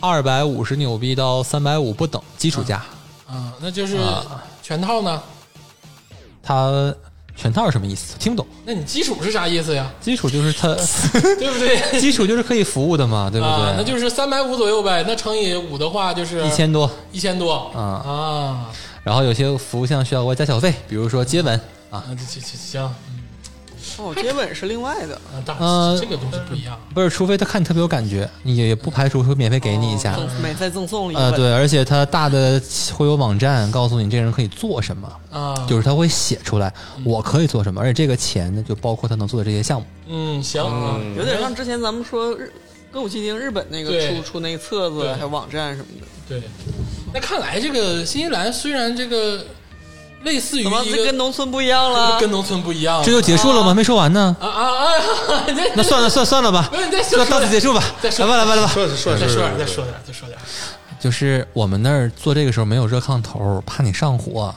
二百五十纽币到三百五不等基础价，
啊，那就是
啊
全套呢，
它全套是什么意思？听不懂。
那你基础是啥意思呀？
基础就是它，
对不对？
基础就是可以服务的嘛，对不对？
啊，那就是啊三百五左右呗，那乘以五的话就是
一千多。
一千多
啊
啊，
然后有些服务项需要额外加小费，比如说接吻啊
啊，，这这这行，
哦，接吻是另外的，
啊，大
呃
这个东西不一样，
不是，除非他看你特别有感觉，你也不排除会免费给你一下。
哦
赠免费哦赠送了一
呃，
份，
对，而且他大的会有网站告诉你这人可以做什么，
啊，
就是他会写出来我可以做什么，而且这个钱呢就包括他能做的这些项目。
嗯，行，
嗯
有点像之前咱们说日歌舞伎町日本那个
对
出出那个册子
对
还有网站什么的，
对。那看来这个新西兰虽然这个类似于
怎么
一
这
个
跟农村不一样了？
跟农村不一样，
这就结束了吗？没说完呢。
啊啊啊！ 那
那算了算算了吧
不嗯是你再，说
那到此结束吧。啊
再说
来吧来吧来吧。
算是算
再
是
说点，再说点，再说点。
就是我们那儿做这个时候没有热炕头，怕你上火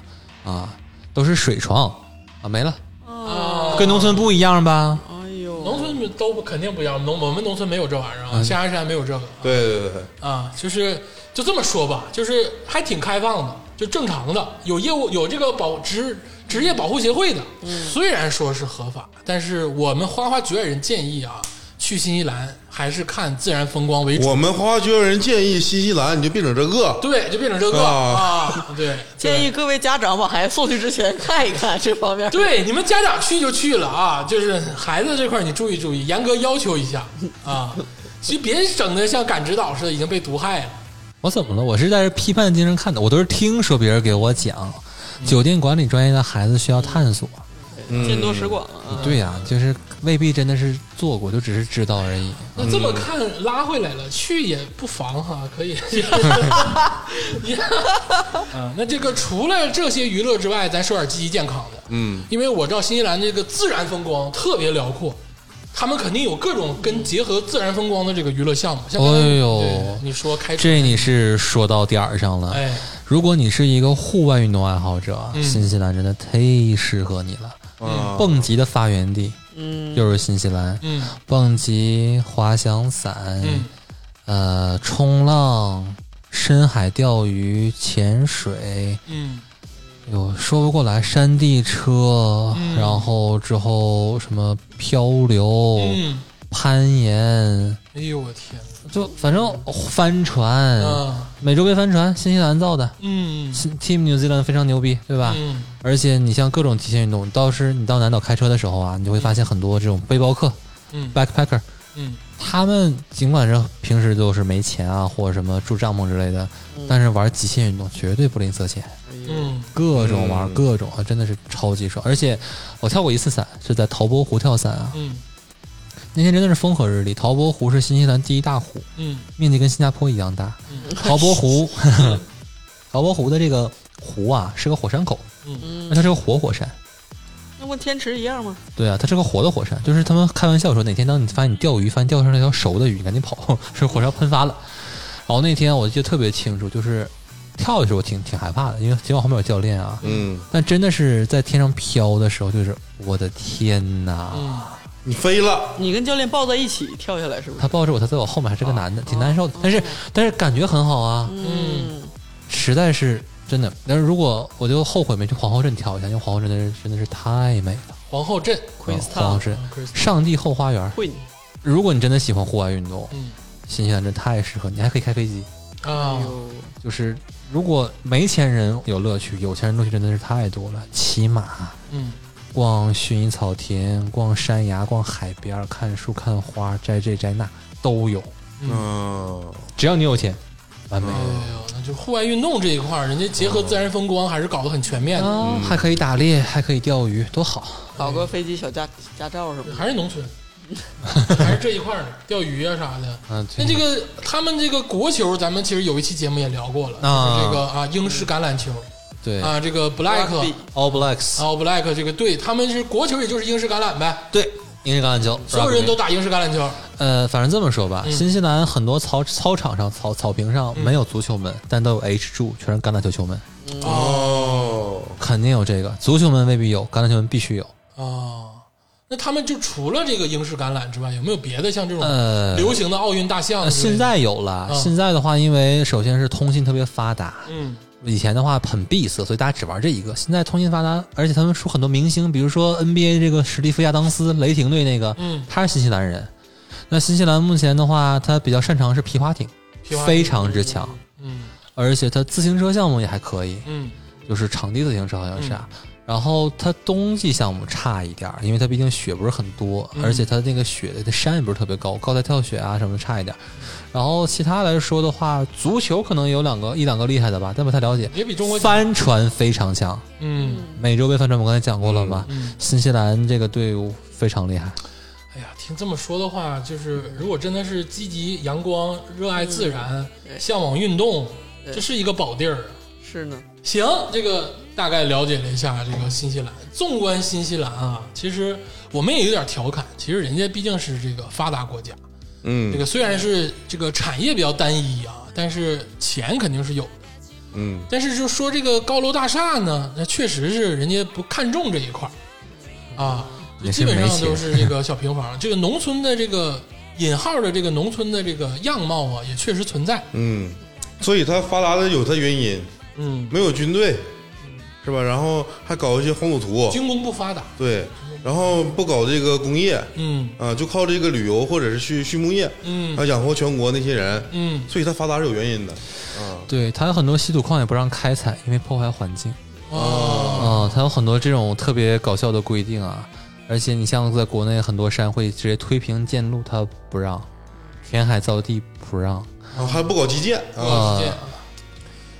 啊，都是水床啊，没了，
啊，
跟农村不一样吧？
哎呦，
农村都不肯定不一样，农我们农村没有这玩意儿啊，象牙山没有这个
对对对，
啊，就是就这么说吧，就是还挺开放的，就正常的，有业务有这个保职职业保护协会的，
嗯
虽然说是合法，但是我们花花局外人建议啊，去新西兰还是看自然风光为主，
我们花花学院人建议新西兰，你就别整这个，
对，就变成这个
啊
啊，对，
建议各位家长把孩子送去之前看一看这方面。
对，你们家长去就去了啊，就是孩子这块儿你注意注意，严格要求一下啊，其实别整的像赶指导似的已经被毒害了。
我怎么了？我是在这批判精神看的，我都是听说别人给我讲，
嗯
酒店管理专业的孩子需要探索。
见多识广
嗯
啊，
对呀、就是未必真的是做过，就只是知道而已。
那这么看拉回来了，去也不妨哈，可以。 啊，那这个除了这些娱乐之外，咱说点积极健康的。嗯，因为我知道新西兰这个自然风光特别辽阔，他们肯定有各种跟结合自然风光的这个娱乐项目。像刚才
哎呦
对你说开车，
这你是说到点儿上了。
哎，
如果你是一个户外
嗯
运动爱好者，新西兰真的忒适合你了。
啊，
蹦极的发源地，嗯，又是新西兰，
哦嗯
蹦极、滑翔伞，
嗯
呃，冲浪、深海钓鱼、潜水，
嗯
有说不过来，山地车，
嗯
然后之后什么漂流、
嗯，
攀岩，
哎呦我天，
就反正帆船，
啊
美洲杯帆船，新西兰造的。
嗯
新 Team New Zealand 非常牛逼，对吧？
嗯
而且你像各种极限运动，你到时你到南岛开车的时候啊，你就会发现很多这种背包客
嗯
（backpacker），
嗯
他们尽管是平时都是没钱啊，或者什么住帐篷之类的，但是玩极限运动绝对不吝啬钱，
嗯
各种玩
嗯
各种啊，真的是超级爽。而且我跳过一次伞，是在陶波湖跳伞啊，
嗯
那天真的是风和日丽。陶波湖是新西兰第一大湖，
嗯
面积跟新加坡一样大。陶波湖，陶波湖的这个湖啊是个火山口，
嗯
那它是个活火山。
那不天池一样吗？
对啊，它是个活的火山，就是他们开玩笑说，哪天当你发现你钓鱼，发现钓上了一条熟的鱼，你赶紧跑， 是火山喷发了。然后那天我记得特别清楚，就是跳的时候挺挺害怕的，因为尽管后面有教练啊，
嗯，
但真的是在天上飘的时候，就是我的天呐！
嗯，
你飞了，
你跟教练抱在一起跳下来是不是？
他抱着我，他在我后面，还是个男的，挺难受的，但是但是感觉很好啊，
嗯，
实在是真的。但是如果我就后悔没去皇后镇跳一下，因为皇后镇真的是真的是太美了，
皇后镇
皇后
Queenstown
镇
嗯，Queenstown
上帝后花园。
会你
如果你真的喜欢户外运动，
嗯
新西兰真太适合你，还可以开飞机。
啊，
嗯有
就是如果没钱人有乐趣，有钱人乐趣真的是太多了。骑马、
嗯
逛薰衣草田、逛山崖、逛海边、看树、看花、摘这摘那都有，
嗯，
嗯，
只要你有钱，完美。
哎呦，那就户外运动这一块儿，人家结合自然风光还是搞得很全面的，
啊，还可以打猎，还可以钓鱼，多好！
搞个飞机小驾驾照
嗯
是吗？
还是农村， 还是这一块儿的，钓鱼啊啥的。
嗯、
那这个他们这个国球，咱们其实有一期节目也聊过了，就是这个啊英式橄榄球
对
啊，这个 black
Rugby
，All Blacks，
all black 这个队，他们是国球，也就是英式橄榄呗，
对，英式橄榄球，
所有人
rugby
都打英式橄榄球。
呃，反正这么说
嗯
吧，新西兰很多操操场上、草草坪上没有足球
嗯
门，但都有 H 柱，全是橄榄球球门，
哦，
肯定有这个。足球门未必有，橄榄球门必须有。
哦，那他们就除了这个英式橄榄之外，有没有别的像这种
呃，
流行的奥运大项
呃
之类
现
的？
在有了。
嗯
现在的话，因为首先是通信特别发达，
嗯
以前的话很闭塞，所以大家只玩这一个。现在通信发达，而且他们出很多明星，比如说 NBA 这个史蒂夫亚当斯，雷霆队那个，
嗯，
他是新西兰人。那新西兰目前的话，他比较擅长是皮划艇，
皮划艇
非常之强，
嗯
而且他自行车项目也还可以。
嗯
就是场地自行车好像是啊。然后它冬季项目差一点儿，因为它毕竟雪不是很多，
嗯
而且它那个雪的山也不是特别高，高台跳雪啊什么的差一点儿。然后其他来说的话，足球可能有两个一两个厉害的吧，但不太了解。
也比中国强
帆船非常强，
嗯
美洲杯帆船我刚才讲过了吧？
嗯，
新西兰这个队伍非常厉害，
哎呀，听这么说的话，就是
嗯
如果真的是积极、阳光、热爱自然、
对
向往运动，
对
这是一个宝地儿。啊
是呢，
行，这个大概了解了一下这个新西兰。纵观新西兰啊，其实我们也有点调侃，其实人家毕竟是这个发达国家，
嗯
这个虽然是这个产业比较单一啊，但是钱肯定是有的。
嗯
但是就说这个高楼大厦呢，那确实是人家不看重这一块儿啊，
也是
基本
没
上
钱
都是这个小平房。这个农村的这个引号的这个农村的这个样貌啊，也确实存在。
嗯，所以它发达的有它原因，
嗯，
没有军队，是吧？然后还搞一些黄土图，
军工不发达。
对，然后不搞这个工业
嗯
啊，就靠这个旅游或者是畜畜牧业
嗯
啊养活全国那些人，
嗯
所以它发达是有原因的。
对它有很多稀土矿也不让开采，因为破坏环境。
哦
哦，它有很多这种特别搞笑的规定啊，而且你像在国内很多山会直接推平建路，它不让；填海造地不让。
哦
啊，还不搞基建啊，
啊，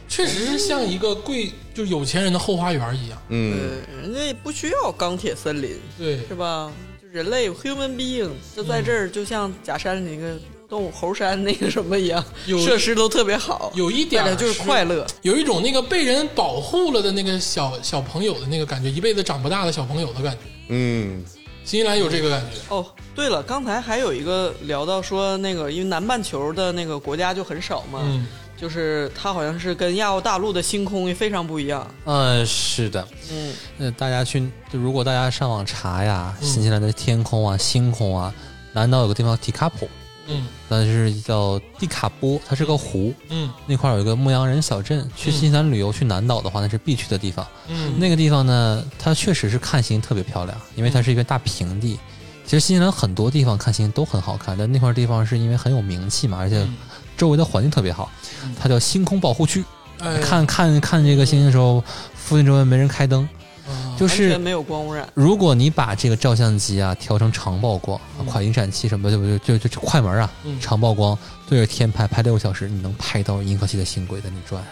确实是像一个贵就是有钱人的后花园一样。
嗯，
对，人家也不需要钢铁森林
对，
是吧？就人类 human being 就在这儿，就像假山里那个动物猴山那个什么一样，
有
设施都特别好，
有一点
大
儿
家就是快乐。
有一种那个被人保护了的那个小小朋友的那个感觉，一辈子长不大的小朋友的感觉。
嗯，
新西兰有这个感觉。
哦，对了，刚才还有一个聊到说那个，因为南半球的那个国家就很少嘛，
嗯
就是它好像是跟亚欧大陆的星空也非常不一样。
嗯，是的，
嗯，
那大家去，就如果大家上网查呀，新西兰的天空啊、星空啊，南岛有个地方叫 t i k a p o
嗯
但是叫蒂卡波，它是个湖，
嗯
那块儿有一个牧羊人小镇。去新西兰旅游，去南岛的话，那是必去的地方。
嗯
那个地方呢，它确实是看星特别漂亮，因为它是一片大平地。
嗯
其实新西兰很多地方看星都很好看，但那块地方是因为很有名气嘛，而且
嗯
周围的环境特别好
嗯，
它叫星空保护区。
哎，
看看看这个星星的时候，附近周围没人开灯，
啊
就
完
是
全没有光污染。
如果你把这个照相机啊调成长曝光、啊
嗯
快影闪器什么的，就就就就快门啊，
嗯
长曝光对着天拍，拍六个小时，你能拍到银河系的星轨在那转。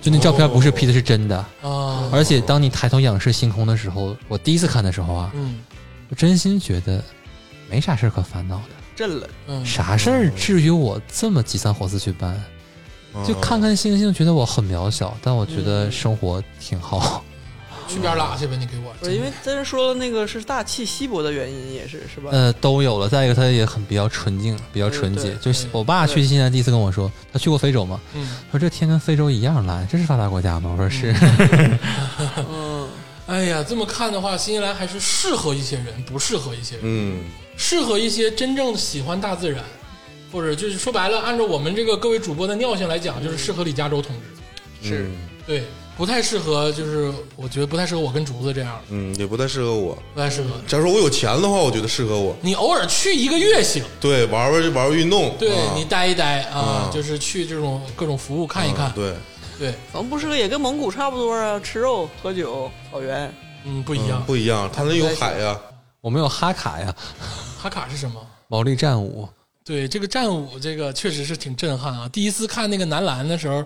就那照
哦
片不是 P 的，是真的。
啊，
而且当你抬头仰视星空的时候，我第一次看的时候啊，
嗯
我真心觉得没啥事儿可烦恼的，
震了，
嗯
啥事儿至于我这么急三火四去搬？
嗯
就
啊
看看星星，觉得我很渺小，但我觉得生活挺好。
嗯去边拉去吧，你给我。
不是因为咱说那个是大气稀薄的原因，也是是吧？
呃，都有了。再一个，它也很比较纯净，比较纯洁。
嗯
就是我爸去新西兰第一次跟我说，他去过非洲嘛，
嗯，
说这天跟非洲一样蓝，这是发达国家吗？我说是。
嗯，
哎呀，这么看的话，新西兰还是适合一些人，不适合一些人，
嗯，
适合一些真正喜欢大自然，或者就是说白了，按照我们这个各位主播的尿性来讲，就是适合李嘉洲同志，
是
对，不太适合，就是我觉得不太适合我跟竹子这样的，
嗯，也不太适合我。
不太适合。
假如说我有钱的话，我觉得适合我。
你偶尔去一个月行，
对，玩玩玩玩运动，
对
啊
你待一待啊，
嗯
就是去这种各种服务看一看
嗯，对，
对，
咱们不是也跟蒙古差不多啊，吃肉、喝酒、草原。
嗯，不一
嗯
样。
不一样，他那有海啊呀，
我们有哈卡呀，
哈卡是什么？
毛利战舞，
对这个战舞，这个确实是挺震撼啊！第一次看那个男篮的时候，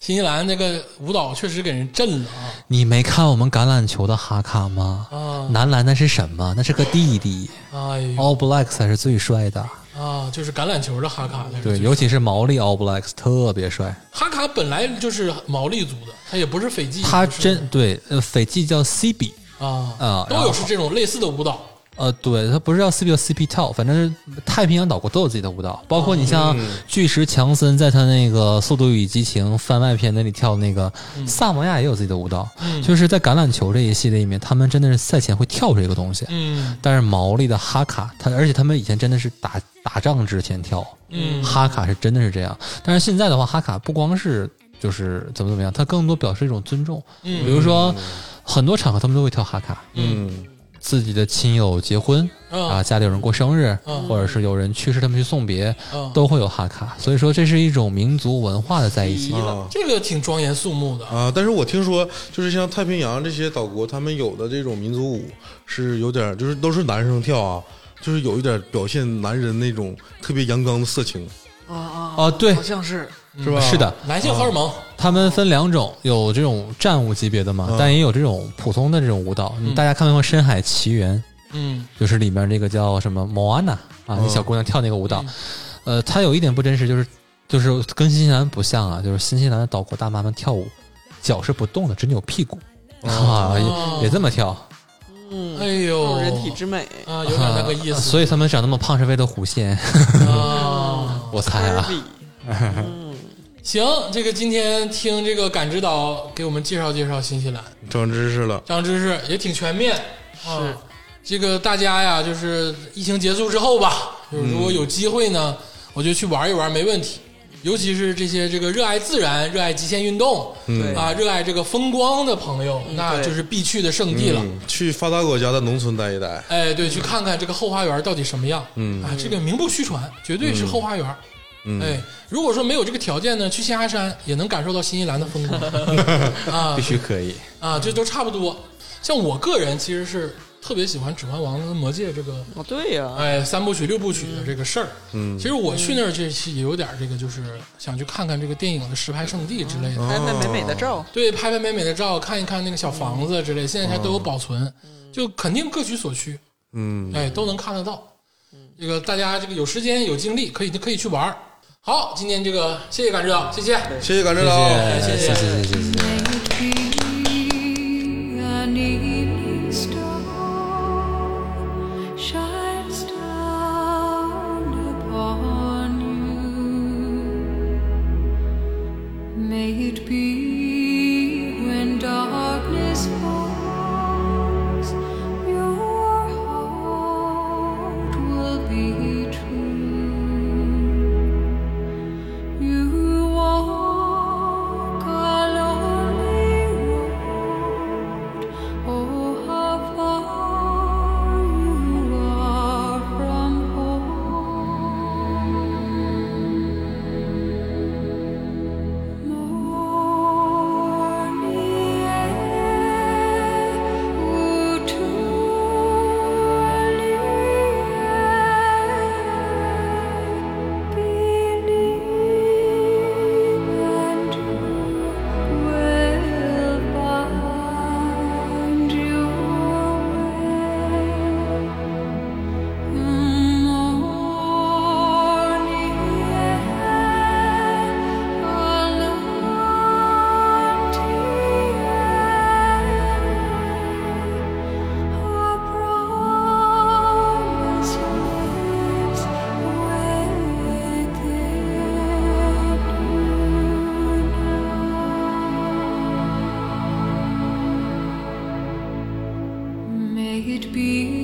新西兰那个舞蹈确实给人震了啊！
你没看我们橄榄球的哈卡吗？
啊
男篮那是什么？那是个弟弟
哎呦
，All Black 才是最帅的。
啊，就是橄榄球的哈卡才是
对，
最
尤其是毛利 All Blacks 特别帅。
哈卡本来就是毛利族的，他也不是斐济，
他
也不是
真对，呃，斐济叫 CB，
啊
啊
都
然
有
后
是这种类似的舞蹈。
呃，对，他不是叫 CB 叫 CP t o 反正是太平洋岛国都有自己的舞蹈，包括你像巨石强森在他那个《速度与激情》番外篇那里跳那个，萨摩亚也有自己的舞蹈，就是在橄榄球这一系列里面，他们真的是赛前会跳这个东西。
嗯
但是毛利的哈卡，他而且他们以前真的是打打仗之前跳，
嗯
哈卡是真的是这样。但是现在的话，哈卡不光是就是怎么怎么样，它更多表示一种尊重。比
嗯
如说，很多场合他们都会跳哈卡，
嗯
自己的亲友结婚啊，
啊
家里有人过生日，
嗯
或者是有人去世，他们去送别，
啊，
都会有哈卡。所以说，这是一种民族文化的在一起。
啊
这个挺庄严肃穆的啊。
啊！但是我听说，就是像太平洋这些岛国，他们有的这种民族舞是有点，就是都是男生跳啊，就是有一点表现男人那种特别阳刚的色情，
啊啊
啊对
好像是
是吧？
嗯是的，，
男性荷尔蒙，
他们分两种，有这种战舞级别的
嗯
嘛，但也有这种普通的这种舞蹈。大家看没看过《深海奇缘》？
嗯
就是里面那个叫什么 Moana
哦
啊，那小姑娘跳那个舞
嗯
蹈，呃，它有一点不真实，就是就是跟新西兰不像啊，就是新西兰的岛国大妈们跳舞，脚是不动的，只扭屁股，
哦
啊，也也这么跳
哎
这
呦，
种嗯人体之美。
啊，有点那个意
啊
思。哦
所以他们长那么胖是为了弧线，
啊，
我猜啊，
Barbie
行，这个今天听这个感知岛给我们介绍介绍新西兰，
长知识了。
长知识也挺全面。啊、这个大家呀，就是疫情结束之后吧，就是如果有机会呢，我就去玩一玩，没问题。尤其是这些这个热爱自然、热爱极限运动、
嗯
对
啊，热爱这个风光的朋友，那
对
就是必去的圣地了。
嗯，去发达国家的农村待一待，
哎，对，去看看这个后花园到底什么样。
嗯
啊，这个名不虚传，绝对是后花园。
嗯
哎，如果说没有这个条件呢，去象牙山也能感受到新西兰的风光 啊
须可以。
啊，这都差不多。像我个人其实是特别喜欢《指环王》跟《魔戒》这个
啊，对呀、
哎三部曲六部曲的这个事儿。嗯，其实我去那儿这期也有点这个，就是想去看看这个电影的实拍圣地之类的。
哎
拍拍美美的照，
对，拍拍美美的照，看一看那个小房子之类，现在还都有保存，就肯定各取所需。
嗯，
哎，都能看得到。这个大家这个有时间有精力，可以可以去玩儿好，今天这个谢谢感知导，谢谢。
谢谢感知导。
谢谢谢谢谢谢。
An evening star shines down upon you. it be